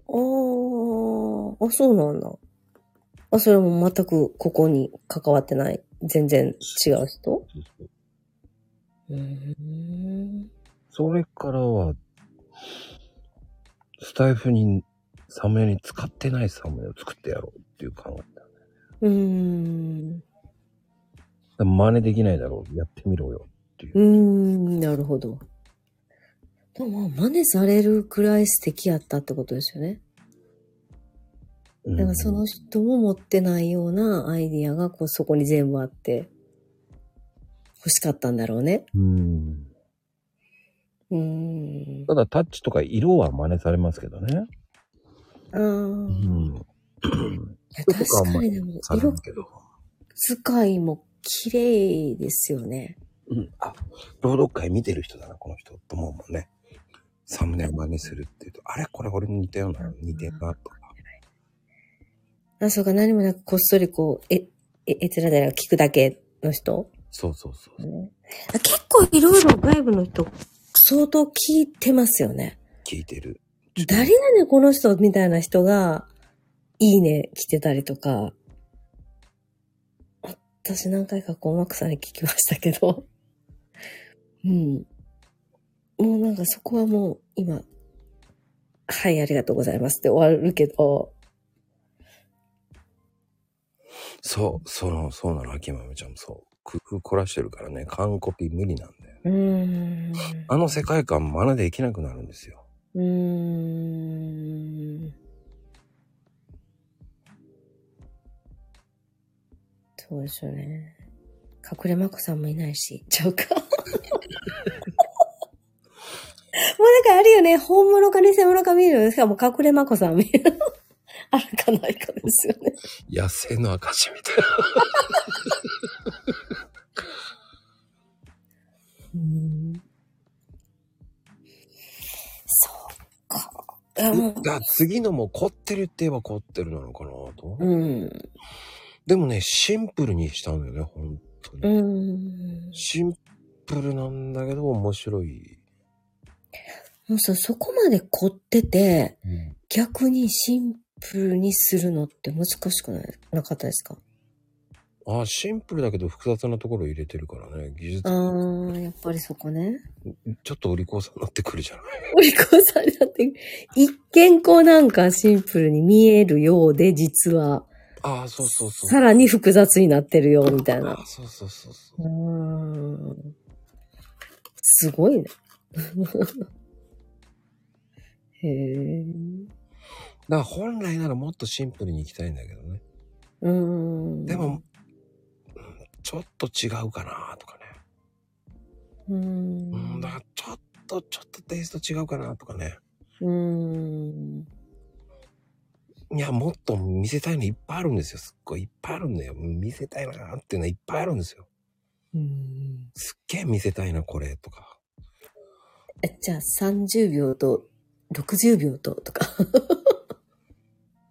S2: おー、あ、そうなんだ。あ、それも全くここに関わってない。全然違
S1: そ
S2: う人
S1: うそう
S2: うーん。
S1: それからは、スタイフにサムネに使ってないサムネを作ってやろうっていう考えだ。
S2: うーん。
S1: 真似できないだろう。やってみろよ。
S2: うーん、なるほど。でも、真似されるくらい素敵やったってことですよね。
S1: うん
S2: だからその人も持ってないようなアイディアがこうそこに全部あって欲しかったんだろうね。
S1: うん。
S2: うーん。
S1: ただタッチとか色は真似されますけどね。
S2: あー
S1: う
S2: い
S1: ん。
S2: や
S1: 服とかは
S2: 確かにでも
S1: され
S2: 色
S1: るけど。
S2: 使いも綺麗ですよね。
S1: うん。あ、朗読会見てる人だな、この人。と思うもんね。サムネを真似するっていうと、あれこれ俺に似たような、似てるなとか。
S2: あ、そうか、何もなくこっそりこう、え、え、えつらだら聞くだけの人
S1: そうそうそう。
S2: あ結構いろいろ外部の人相当聞いてますよね。
S1: 聞いてる。
S2: 誰だね、この人みたいな人が、いいね来てたりとか。私何回か困惑さんに聞きましたけど。うん。もうなんかそこはもう今、はい、ありがとうございますって終わるけど、
S1: そう、そうなの、そうなの、秋豆ちゃんもそう。工夫凝らしてるからね、完コピ無理なんだよ。
S2: うーん。
S1: あの世界観真似できなくなるんですよ。
S2: うーん。そうですよね。隠れまこさんもいないし、ちゃ *laughs* うか。もうなんかあるよね。本物か偽物か見るのですかもう隠れまこさん見る。あるかないかですよね。
S1: 野生の証みたいな。
S2: そうか。いやもう
S1: だから次のも凝ってるって言えば凝ってるなのかなと。
S2: うん。
S1: でもね、シンプルにしたんだよね、本当
S2: う
S1: に。
S2: ん。
S1: シンプルなんだけど面白い。
S2: もうさ、そこまで凝ってて、逆にシンプルにするのって難しくないなかったですか
S1: あシンプルだけど複雑なところを入れてるからね、技術
S2: あ、ー、やっぱりそこね。
S1: ちょっとお利口さんになってくるじゃない。
S2: お利口さんだって、一見こうなんかシンプルに見えるようで、実は、
S1: ああ、そうそうそう。
S2: さらに複雑になってるよ、みたい
S1: あ
S2: な。
S1: ーそうそうそうそう
S2: う。ーん。すごいね。 *laughs* へえ。
S1: だから本来ならもっとシンプルに行きたいんだけどね。
S2: うーん。
S1: でも、うんちょっと違うかなとかね。
S2: うー
S1: うん、
S2: ん。
S1: だからちょっと、ちょっとテイスト違うかなとかね。
S2: うーん。
S1: いや、もっと見せたいのいっぱいあるんですよ。すっごいいっぱいあるんだよ。見せたいなっていうのはいっぱいあるんですよ。
S2: うん
S1: すっげえ見せたいな、これ、とか。
S2: えじゃあ30秒と60秒ととか。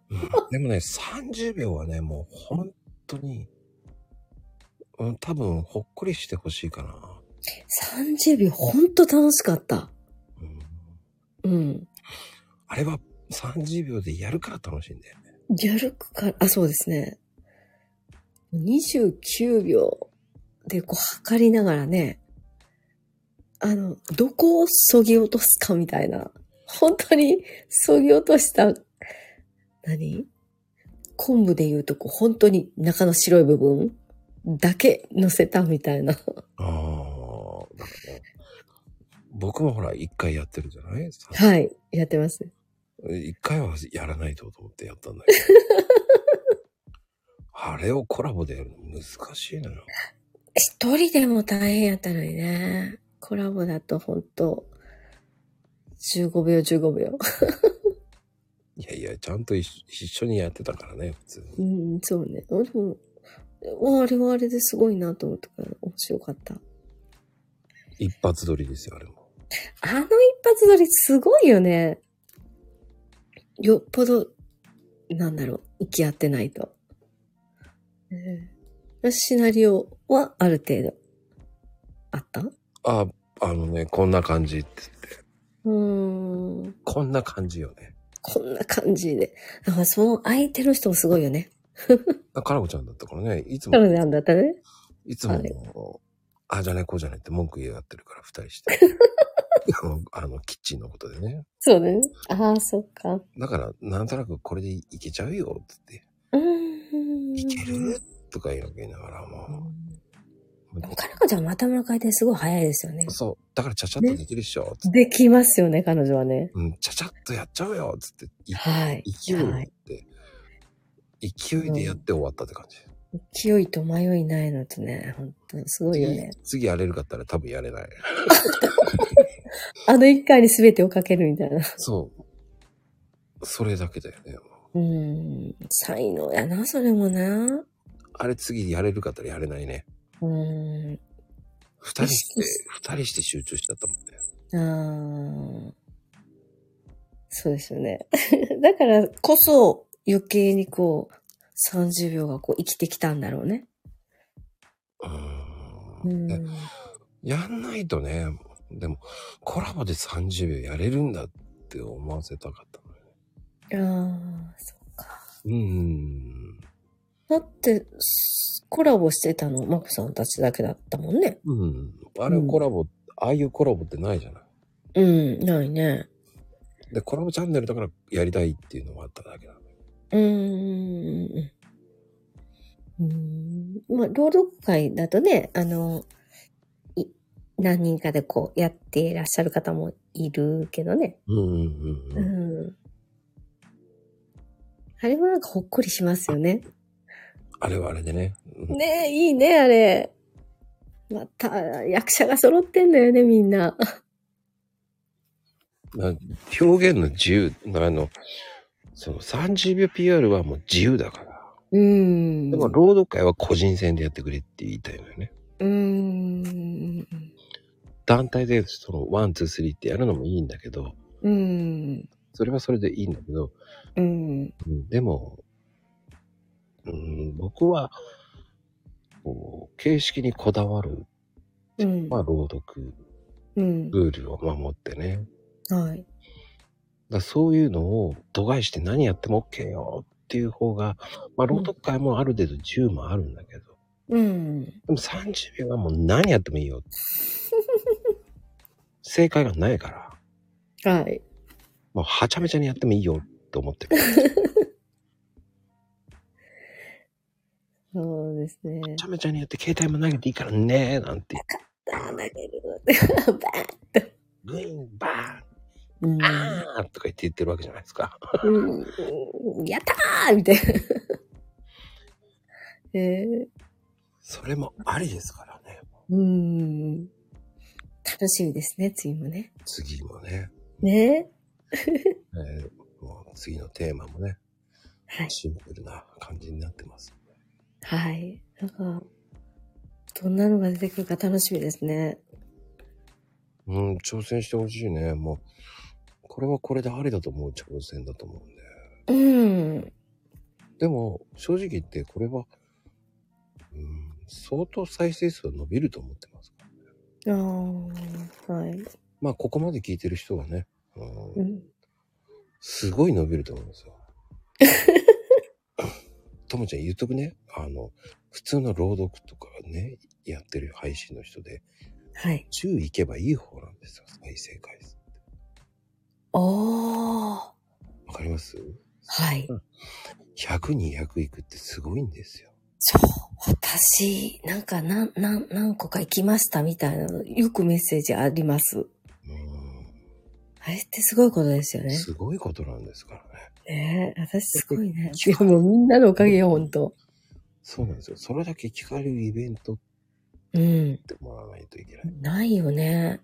S1: うんでもね、30秒はね、もう本当に、うん、多分、ほっこりしてほしいかな。
S2: 30秒ほんと楽しかった。
S1: うん、
S2: うん。
S1: あれは30秒でやるから楽しいんだよね。
S2: やるから、あ、そうですね。29秒でこう測りながらね、あの、どこを削ぎ落とすかみたいな。本当に削ぎ落とした、何昆布で言うとこう本当に中の白い部分だけ乗せたみたいな。
S1: ああ、だから、僕もほら、一回やってるじゃないさ
S2: はい、やってます。
S1: 一回はやらないとと思ってやったんだけど。あれをコラボでやるの難しいのよ。
S2: 一人でも大変やったのにね。コラボだと本当15秒15秒。
S1: いやいや、ちゃんと一一緒にやってたからね、普通に。
S2: うん、そうね。あでも、ああれはあれですごいなと思ったから、面白かった。
S1: 一発撮りですよ、あれも。
S2: あの一発撮りすごいよね。よっぽど、なんだろう、行き合ってないと。うん、シナリオはある程度、あったう
S1: あ、あのね、こんな感じって言って。
S2: ーん、
S1: こんな感じよね。
S2: こんな感じで。だからその相手の人もすごいよね。
S1: あカラコちゃんだったからね、いつ
S2: そう
S1: も、
S2: なんだったね。
S1: いつも、
S2: はい
S1: ああじゃないこうじゃないって文句言い合ってるから、二人
S2: *laughs*
S1: して。あの、あのキッチンのことでね。
S2: そうね。ああ、そっか。
S1: だから、なんとなくこれでいけちゃうよ、つって。
S2: うーん。
S1: いけるとか言うわけ言いながら、もう。
S2: でもかなこちゃんも頭の回転すごい早いですよね。
S1: そう。だからちゃちゃっとできるっしょ。つって
S2: できますよね、彼女はね。
S1: うん、ちゃちゃっとやっちゃうよ。つって、い
S2: はい。
S1: 勢いを持
S2: は
S1: っ
S2: い、
S1: て、勢いでやって終わったって感じ。
S2: 勢いと迷いないのとね、本当にすごいよね。
S1: 次やれるかったら多分やれない。
S2: あの一回に全てをかけるみたいな。
S1: そう。それだけだよね。
S2: うん。才能やな、それもな。
S1: あれ次やれるかったらやれないね。
S2: うん。
S1: 二人して *laughs*
S2: 意識し、
S1: 二人して集中しちゃったもんね。
S2: あーそうですよね。 *laughs* だからこそ余計にこう、30秒がこう生きてきたんだろうね。
S1: うー
S2: う
S1: ん。
S2: ん。
S1: やんないとね、でも、コラボで30秒やれるんだって思わせたかったのよ
S2: ああ、そっか。
S1: うん。
S2: だって、すコラボしてたの、マコさんたちだけだったもんね。
S1: うん。あれコラボ、ああいうコラボってないじゃない。
S2: うん、ないね。
S1: で、コラボチャンネルだからやりたいっていうのもあっただけなの。
S2: うーん。うーん。まあ、朗読会だとね、あの、い何人かでこうやっていらっしゃる方もいるけどね。
S1: うんうん
S2: う
S1: うん。
S2: ん。あれはなんかほっこりしますよね。
S1: あれはあれでね。うん
S2: ねえ、いいね、あれ。また、役者が揃ってんだよね、みんな。
S1: まあ表現の自由、あの、その30秒 PR はもう自由だから。
S2: うん。
S1: でも、朗読会は個人戦でやってくれって言いたいのよね。
S2: うーん。
S1: 団体でその、ワン、ツー、スリーってやるのもいいんだけど、
S2: うん。
S1: それはそれでいいんだけど、
S2: うん。
S1: うんでも、うん、僕は、こう形式にこだわる、
S2: うん。
S1: まあ、朗読、
S2: うん。
S1: ルールを守ってね。
S2: はい。
S1: だからそういうのを度外して何やっても OK よっていう方が、まあ、朗読会もある程度自由もあるんだけど、
S2: うん。
S1: でも30秒はもう何やってもいい *laughs* よ。正解がないから、
S2: はい。
S1: もうはちゃめちゃにやってもいいよと思 *laughs* ってる。は
S2: そうですね。
S1: ちゃめちゃにやって携帯も投げていいからねなんて、
S2: あ、投げる。バーン
S1: グイーン、バ
S2: う
S1: ー
S2: ん
S1: ン、あーとか言って言ってるわけじゃないですか。
S2: うん。やったーみたいな。えー、
S1: それもありですからね。
S2: うん。楽しみですね、次もね。
S1: 次もね、
S2: ね
S1: えーもう次のテーマもね、
S2: はい。
S1: シンプルな感じになってます。
S2: はい。なんか、どんなのが出てくるか楽しみですね。
S1: うん、挑戦してほしいね。もう、これはこれでありだと思う挑戦だと思うんで。
S2: うん。
S1: でも、正直言って、これは、うん、相当再生数は伸びると思ってますからね。
S2: ああ、はい。
S1: まあ、ここまで聞いてる人はね、うん
S2: うん。
S1: すごい伸びると思うん *laughs* ですよ。ともちゃん言っとくね。あの、普通の朗読とかね、やってる配信の人で、
S2: はい。
S1: 10行けばいい方なんですよ、再生回数。
S2: ああ、
S1: わかります
S2: はい。
S1: ?100、200行くってすごいんですよ。
S2: そう、私、なんか何、何、何個か行きましたみたいなの、よくメッセージあります。
S1: う
S2: あれってすごいことですよ
S1: ん。
S2: ね。
S1: すごいことなんですからね。
S2: ねえ、私すごい *laughs* ね。いや、もうみんなのおかげよ、ほんと。
S1: そうなんですよ。それだけ聞かれるイベントっ
S2: うん。
S1: てもらわないといけない。
S2: ないよね。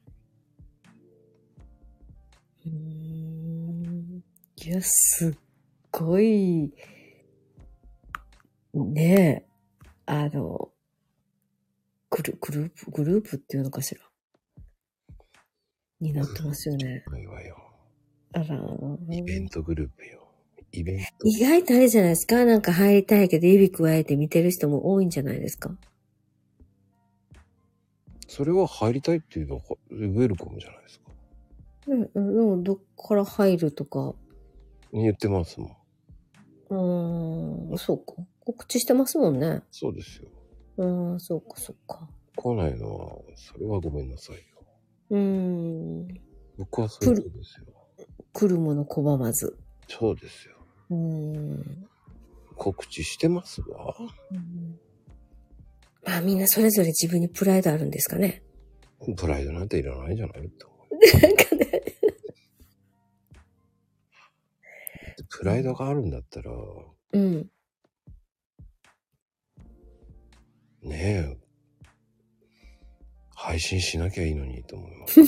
S2: うーん。いや、すっごい、ねえ、あの、グルグループ、グループっていうのかしら。になってますよね。
S1: これはよ。
S2: あら。
S1: イベントグループよ。イベント。
S2: 意外とあれじゃないですかなんか入りたいけど、指加えて見てる人も多いんじゃないですか
S1: それは入りたいっていうのは、ウェルコムじゃないですか。
S2: うん、うん、でもどっから入るとか。
S1: 言ってますもん。
S2: うーん、そうか。告知してますもんね。
S1: そうですよ。
S2: うーん、そうか、そうか。
S1: 来ないのは、それはごめんなさいよ。
S2: うーん。
S1: 僕はそういうことですよ。
S2: 来るもの拒まず。
S1: そうですよ。
S2: うーん。
S1: 告知してますわ。
S2: まあみんなそれぞれ自分にプライドあるんですかね。
S1: プライドなんていらないんじゃないと思
S2: なんかね。
S1: う。プライドがあるんだったら、
S2: うん。
S1: ねえ、配信しなきゃいいのにと思います。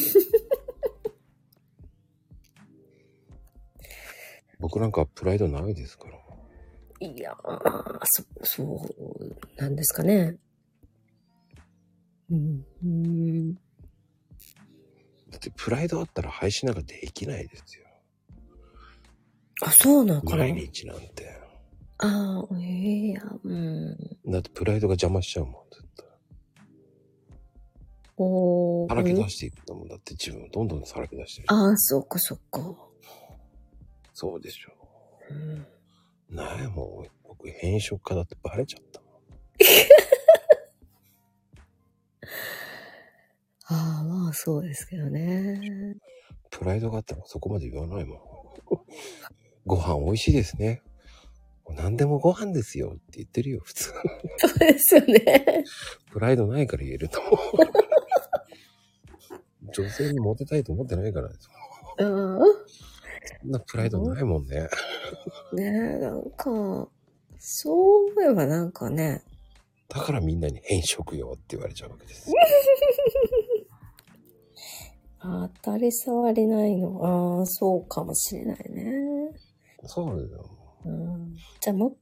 S1: 僕なんかプライドないですから。
S2: いやー、そ、そう、なんですかね。うん。うーん。
S1: だってプライドあったら配信なんかできないですよ。
S2: あ、そうなのかな
S1: 毎日なんて。
S2: ああ、ええや、うん。
S1: だってプライドが邪魔しちゃうもん、絶対。
S2: お
S1: さらけ出していくんだもんだって自分をどんどんさらけ出してる。
S2: ああ、そっかそっか。
S1: そうでしょ。
S2: うん
S1: ないもん。僕、変色家だってバレちゃったもん。
S2: ああ、まあそうですけどね。
S1: プライドがあったらそこまで言わないもん。 *laughs* ご飯美味しいですね。何でもご飯ですよって言ってるよ、普通。
S2: そうですよね。
S1: プライドないから言えると思う。 *laughs* 女性にモテたいと思ってないからです。
S2: うん。
S1: そんなプライドないもんね。
S2: ねえ、なんか、そう思えばなんかね、
S1: だからみんなに変色よって言われちゃうわけです。
S2: 当たり障りないの。ああ、そうかもしれないね。
S1: そうだよ。
S2: うん。じゃあも、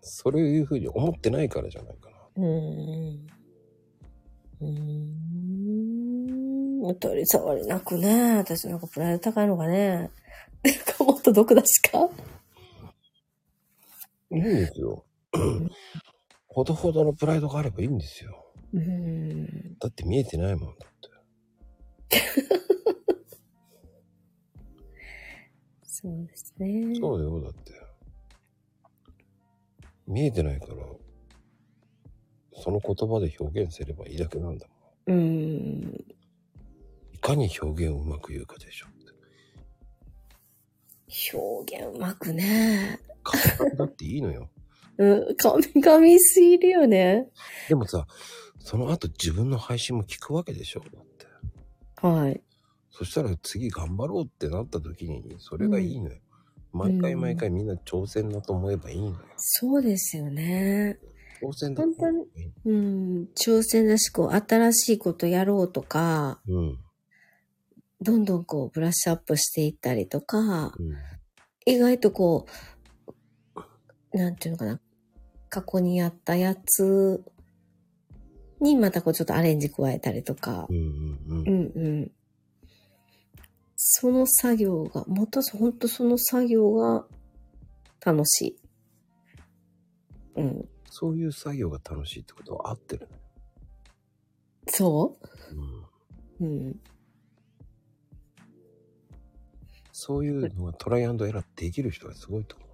S1: そういうふうに思ってないからじゃないかな。
S2: うん。うん。当たり障りなくね。私なんかプライド高いのかね。なんかもっと毒出しか
S1: いいんですよ。ほどほどのプライドがあればいいんですよ。
S2: うん。
S1: だって見えてないもんだって。
S2: そうですね。
S1: そうだよ、だって。見えてないから、その言葉で表現すればいいだけなんだも
S2: うん。
S1: ん。いかに表現をうまく言うかでしょって。
S2: 表現うまくね。
S1: 感覚だっていいのよ。 *laughs*
S2: うん、神々すぎるよね。
S1: でもさ、その後自分の配信も聞くわけでしょだって。
S2: はい。
S1: そしたら次頑張ろうってなった時に、それがいいのよ。毎回毎回みんな挑戦だと思えばいいのよ。
S2: そうですよね。
S1: 挑戦だと思えばいいの。
S2: うん、挑戦だし、こう、新しいことやろうとか、
S1: うん。
S2: どんどんこう、ブラッシュアップしていったりとか、
S1: うん
S2: 意外とこう、なんていうのかな、過去にやったやつにまたこう、ちょっとアレンジ加えたりとか
S1: う、んうん
S2: う
S1: うん。
S2: んうん。その作業が、またそ、ほんとその作業が楽しい。うん。
S1: そういう作業が楽しいってことは合ってるね。
S2: そ
S1: うん。
S2: ううん。
S1: そういうのがトライアンドエラーできる人がすごいと思う。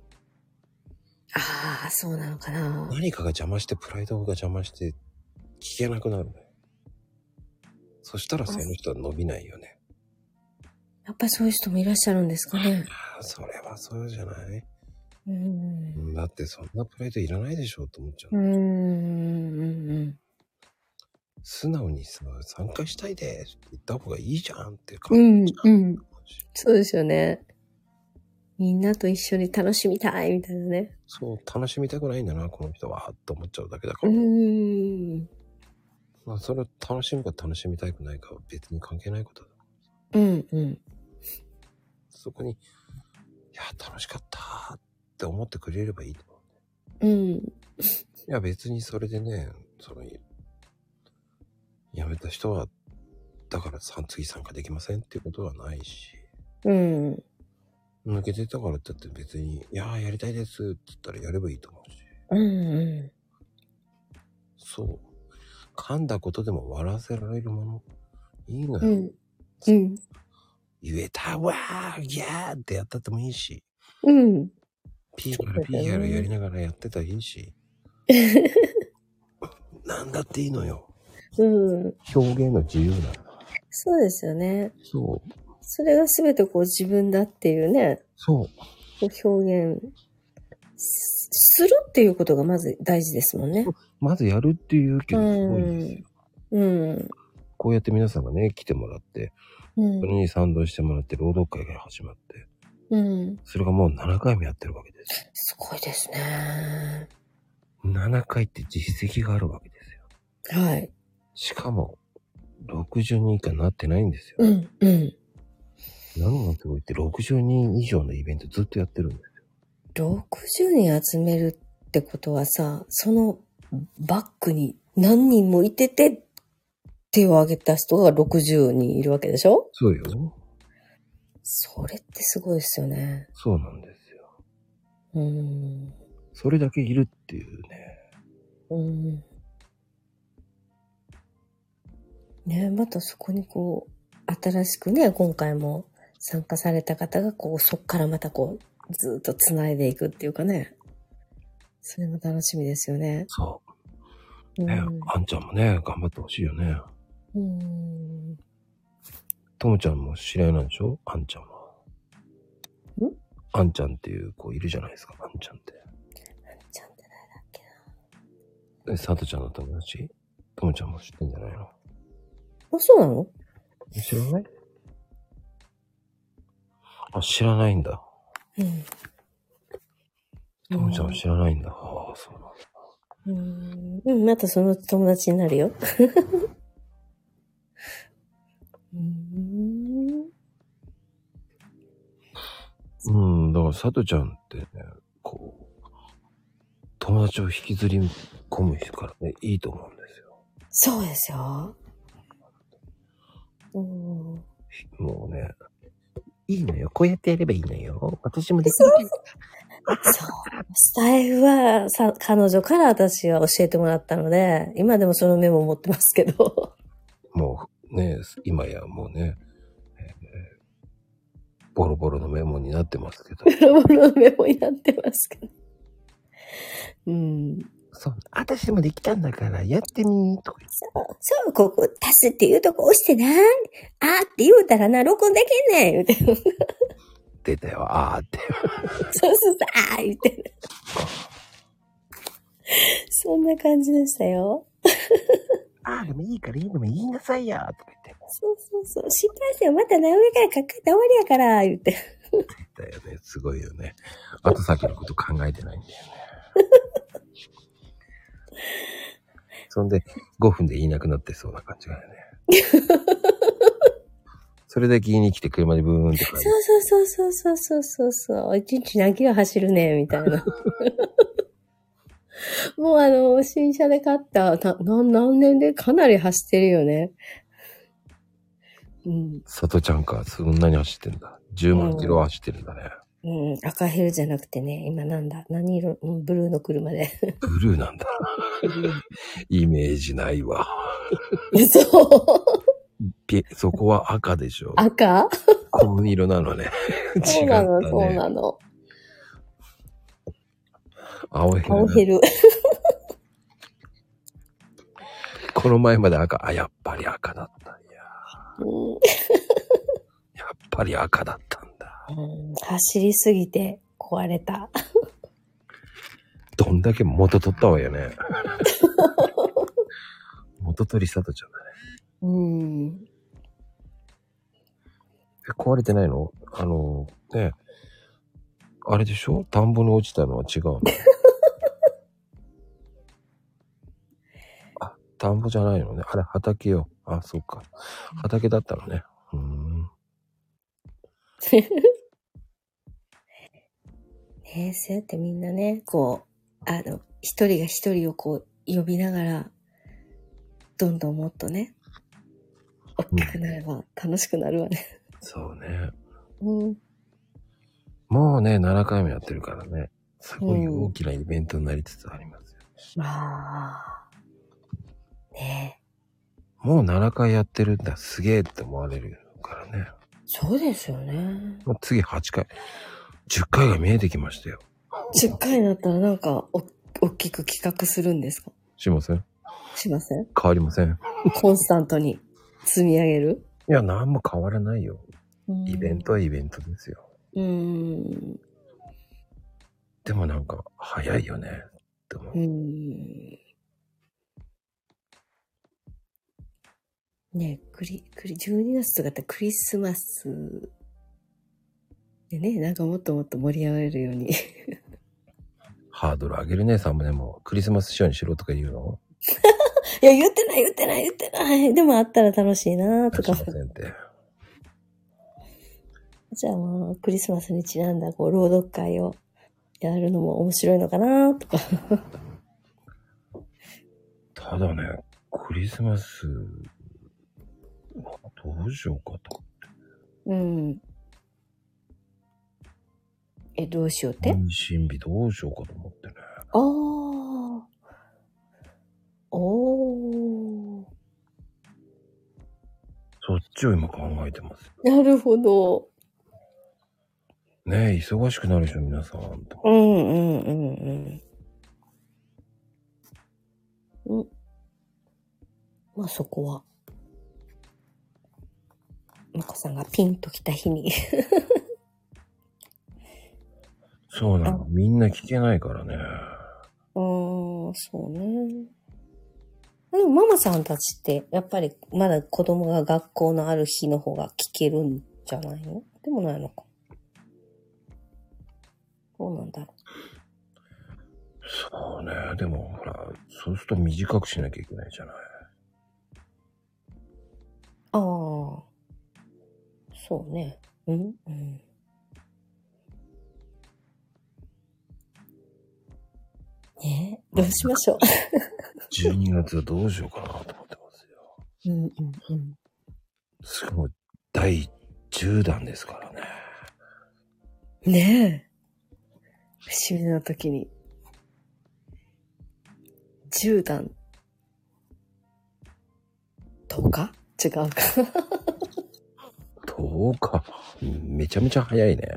S2: ああ、そうなのかな。
S1: 何かが邪魔して、プライドが邪魔して、聞けなくなるね。そしたらその人は伸びないよね。
S2: やっぱりそういう人もいらっしゃるんですかね。
S1: ああ、それはそうじゃない、
S2: うん。
S1: うん、だってそんなプライドいらないでしょうと思っちゃう。
S2: うんうんうん
S1: 素直にさ、参加したいですって言った方がいいじゃんっていう
S2: う
S1: 感
S2: ん。うん
S1: じ。
S2: うん。そうですよね。みんなと一緒に楽しみたいみたいなね。
S1: そう、楽しみたくないんだな、この人は、と思っちゃうだけだか
S2: う
S1: ら。
S2: ん。
S1: まあ、それを楽しむか楽しみたくないかは別に関係ないことだ。
S2: うんうん。
S1: そこに、いや、楽しかったって思ってくれればいいと思う。
S2: うん。
S1: いや別にそれでね、その、辞めた人は、だからさ次参加できませんっていうことはないし、
S2: うん。
S1: 抜けてたからってって別に、いやーやりたいですって言ったらやればいいと思うし、
S2: うんう
S1: そう。噛んだことでも笑わせられるもの、いいの
S2: ん。う
S1: よ。
S2: ん。うん。
S1: 言えたわーギャーってやったってもいいし、
S2: うん。
S1: ピーからピーやらやりながらやってたらいい *laughs* し、なんだっていいのよ。
S2: うん。
S1: 表現の自由なんだ。
S2: そうですよね。
S1: そう。
S2: それが全てこう自分だっていうね、
S1: そう。
S2: こう表現すするっていうことがまず大事ですもんね。
S1: まずやるっていう気がすごいですよ。
S2: うん。
S1: こうやって皆さんがね、来てもらって、
S2: う
S1: それ
S2: ん。
S1: に賛同してもらって、労働会が始まって、
S2: うん。
S1: それがもう7回もやってるわけです。
S2: すごいですね。
S1: 7回って実績があるわけですよ。
S2: はい。
S1: しかも、60人以下になってないんですよ。
S2: うん。うん。
S1: 何がすごいって、60人以上のイベントずっとやってるんですよ。
S2: 60人集めるってことはさ、そのバックに何人もいてて、手を挙げた人が60人いるわけでしょ
S1: そうよ。
S2: それってすごいですよね。
S1: そうなんですよ。
S2: うん。
S1: それだけいるっていうね。
S2: うん。ねまたそこにこう、新しくね、今回も参加された方が、こう、そっからまたこう、ずっと繋いでいくっていうかね。それも楽しみですよね。
S1: そうう。ね、
S2: ん。
S1: あんちゃんもね、頑張ってほしいよね。
S2: うん
S1: ともちゃんも知り合いなんでしょあんちゃんは。
S2: ん
S1: あんちゃんっていう子いるじゃないですか、あんちゃんって。
S2: ちゃんって誰だっけな。
S1: え、さとちゃんの友達ともちゃんも知ってんじゃないの
S2: あ、そうなの
S1: え知らないあ、知らないんだ。
S2: うん。
S1: ともちゃんは知らないんだ。ああ、そうなんだ。
S2: うん。うん、またその友達になるよ。 *laughs* うん。
S1: うん、だからさとちゃんってね、こう、友達を引きずり込む人からね、いいと思うんですよ。
S2: そうですよ。うん。
S1: もうね、いいのよ。こうやってやればいいのよ。私もできるから
S2: そう。スタイフは、さ、彼女から私は教えてもらったので、今でもそのメモ持ってますけど。 *laughs*
S1: もうね、今やもうね、えーボロボロのメモになってますけど。
S2: プロボロのメモになってますけど。うん。
S1: そう、私もできたんだからやってみーとか言って
S2: そう、ここ、足すっていうとこ押してな。あーって言うたらな、録音できんねん言うて。そう
S1: 出たよ、あーって。
S2: そうそう、あー言うて。そんな感じでしたよ。
S1: あーでもいいからいいのも言いなさいやとか言っ
S2: そうそうそう、失敗してよ。またな、上から考えて終わりやから、言うて。
S1: てたよね。すごいよね。後先のこと考えてないんだよね。 *laughs* そんで、5分で言いなくなってそうな感じがね。
S2: *laughs*
S1: それだけ言いに来て車でブーンって帰る
S2: そうそうそうそうそうそうそう。一日何キロ走るねんみたいな。 *laughs* もうあの、新車で買った、たな何年でかなり走ってるよね。うん。
S1: 里ちゃんか、そんなに走ってんだ。10万キロ走ってるんだね。
S2: うん、赤ヘルじゃなくてね、今なんだ、何色、うん、ブルーの車で。 *laughs*
S1: ブルーなんだ。イメージないわ。
S2: そう。
S1: ピそこは赤でしょ。
S2: 赤
S1: 紺色なのね。
S2: そ
S1: *laughs* 違
S2: う
S1: っ
S2: な
S1: た
S2: の、そう
S1: ね。
S2: なの。
S1: 青ヘ
S2: 青
S1: ル。
S2: ヘル。
S1: この前まで赤。あ、やっぱり赤だったんや。
S2: うん
S1: やっぱり赤だったんだ。
S2: うん走りすぎて壊れた。
S1: どんだけ元取ったわよ
S2: *laughs*
S1: ね。元取り里ちゃんだね。
S2: うん。
S1: え壊れてないのあの、ねあれでしょ田んぼに落ちたのは違う
S2: *laughs*
S1: のあ、田んぼじゃないのね。あれ畑よ。あ、そっか。畑だったのね。うーん。
S2: *laughs* ねえ、そうやってみんなね、こう、あの、一人が一人をこう、呼びながら、どんどんもっとね、大きくなれば楽しくなるわね。
S1: そうね。
S2: うん。
S1: もうね、7回もやってるからね。すごい
S2: うん
S1: 大きなイベントになりつつありますよ。
S2: まあ、ね
S1: もう7回やってるんだ。すげえって思われるからね。
S2: え、そうですよね。
S1: もう次8回。10回が見えてきましたよ。
S2: 10回になったらなんか、お、大きく企画するんですか
S1: しません
S2: しません
S1: 変わりません。
S2: コンスタントに積み上げる
S1: いや、何も変わらないよ。イベン
S2: ト。
S1: トはイベントですよ。
S2: うん。
S1: でもなんか、早いよね。って思う
S2: うん。ねえ、クリ、クリ、12月とかだってクリスマスでね、なんかもっともっと盛り上がれるように。 *laughs*
S1: ハードル上げるね、サムネも。クリスマス仕様にしろとか言うの
S2: いや、言ってない、言ってない、言ってない。でもあったら楽しいなと
S1: し
S2: か
S1: ま。せんって。
S2: じゃあまあ、クリスマスにちなんだ、こう、朗読会をやるのも面白いのかなとか。
S1: ただね、クリスマス、どうしようかと。
S2: うん。え、どうしようって、
S1: 妊娠日どうしようかと思ってね。
S2: ああ。おお。
S1: そっちを今考えてます。
S2: なるほど。
S1: ねえ、忙しくなるでしょ、皆さん。と
S2: うんうんうんうん。うん。まあそこは。まこさんがピンときた日に。
S1: そうなの。みんな聞けないからね。
S2: うーん、そうね。でもママさんたちって、やっぱりまだ子供が学校のある日の方が聞けるんじゃないのでもないのか。どうなんだろ
S1: そうね。でも、ほら、そうすると短くしなきゃいけないじゃない。
S2: う。ああ。そうね。うんうん。ねえ、どうしましょう。
S1: 12月はどうしようかなと思ってますよ。
S2: うんうんうん。
S1: すごい、第10弾ですからね。
S2: ねえ。節目の時に。10段。10日違うか。
S1: 10日、めちゃめちゃ早いね。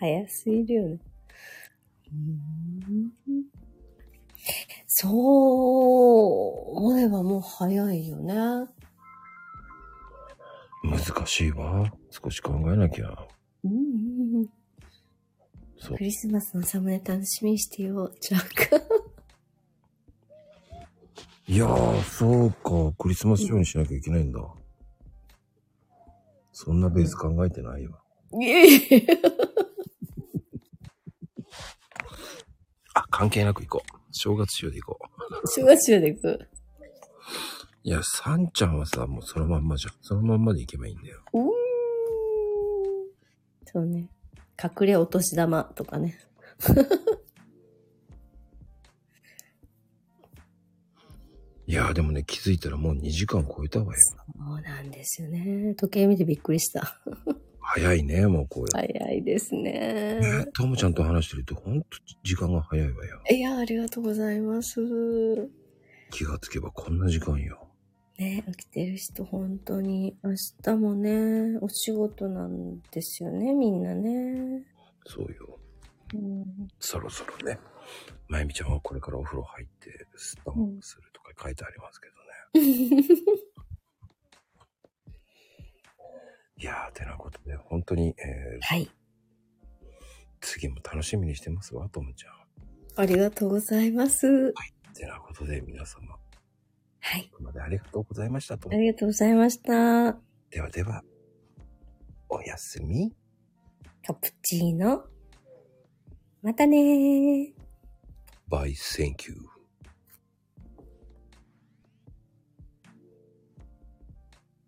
S2: 早すぎるよね。うーんそう思えばもう早いよね。
S1: 難しいわ。少し考えなきゃ。
S2: うんうんうん
S1: そう
S2: ク。リスマスのサムネ楽しみにしてよ。じゃあか。
S1: いやー、そうか。クリスマスようにしなきゃいけないんだ。そんなベース考えてないわ。
S2: いえいえ。
S1: あ、関係なく行こう。正月仕様で行こう。
S2: シュガシュガでいく。
S1: いや、サンちゃんはさ、もうそのまんまじゃん。そのまんまで行けばいいんだよ。
S2: うーんそうね。隠れお年玉とかね。
S1: いやー、でもね、気づいたらもう2時間超えたわよ。
S2: そうなんですよね。時計見てびっくりした。
S1: 早いね、もうこうやっ
S2: *laughs* 早いです
S1: て。
S2: ね
S1: ね。ともちゃんと話してると、ほんと時間が早いわよ。
S2: *laughs* いや、ありがとうございます。
S1: 気がつけばこんな時間よ。
S2: ね、起きてる人、本当に。明日もね、お仕事なんですよね、みんなね。
S1: そうよ。
S2: うん、
S1: そろそろね。まゆみちゃんはこれからお風呂入って、スタンプするとか書いてありますけどね。いやー、てなことで、本当に、えー
S2: はい。
S1: 次も楽しみにしてますわ、ともちゃん。
S2: ありがとうございます。
S1: てなことで、皆様、
S2: はい。
S1: ここまでありがとうございましたと
S2: あ。りがとうございました。
S1: ではでは、おやすみ。
S2: カプチーノ。またねー。
S1: Bye, thank you.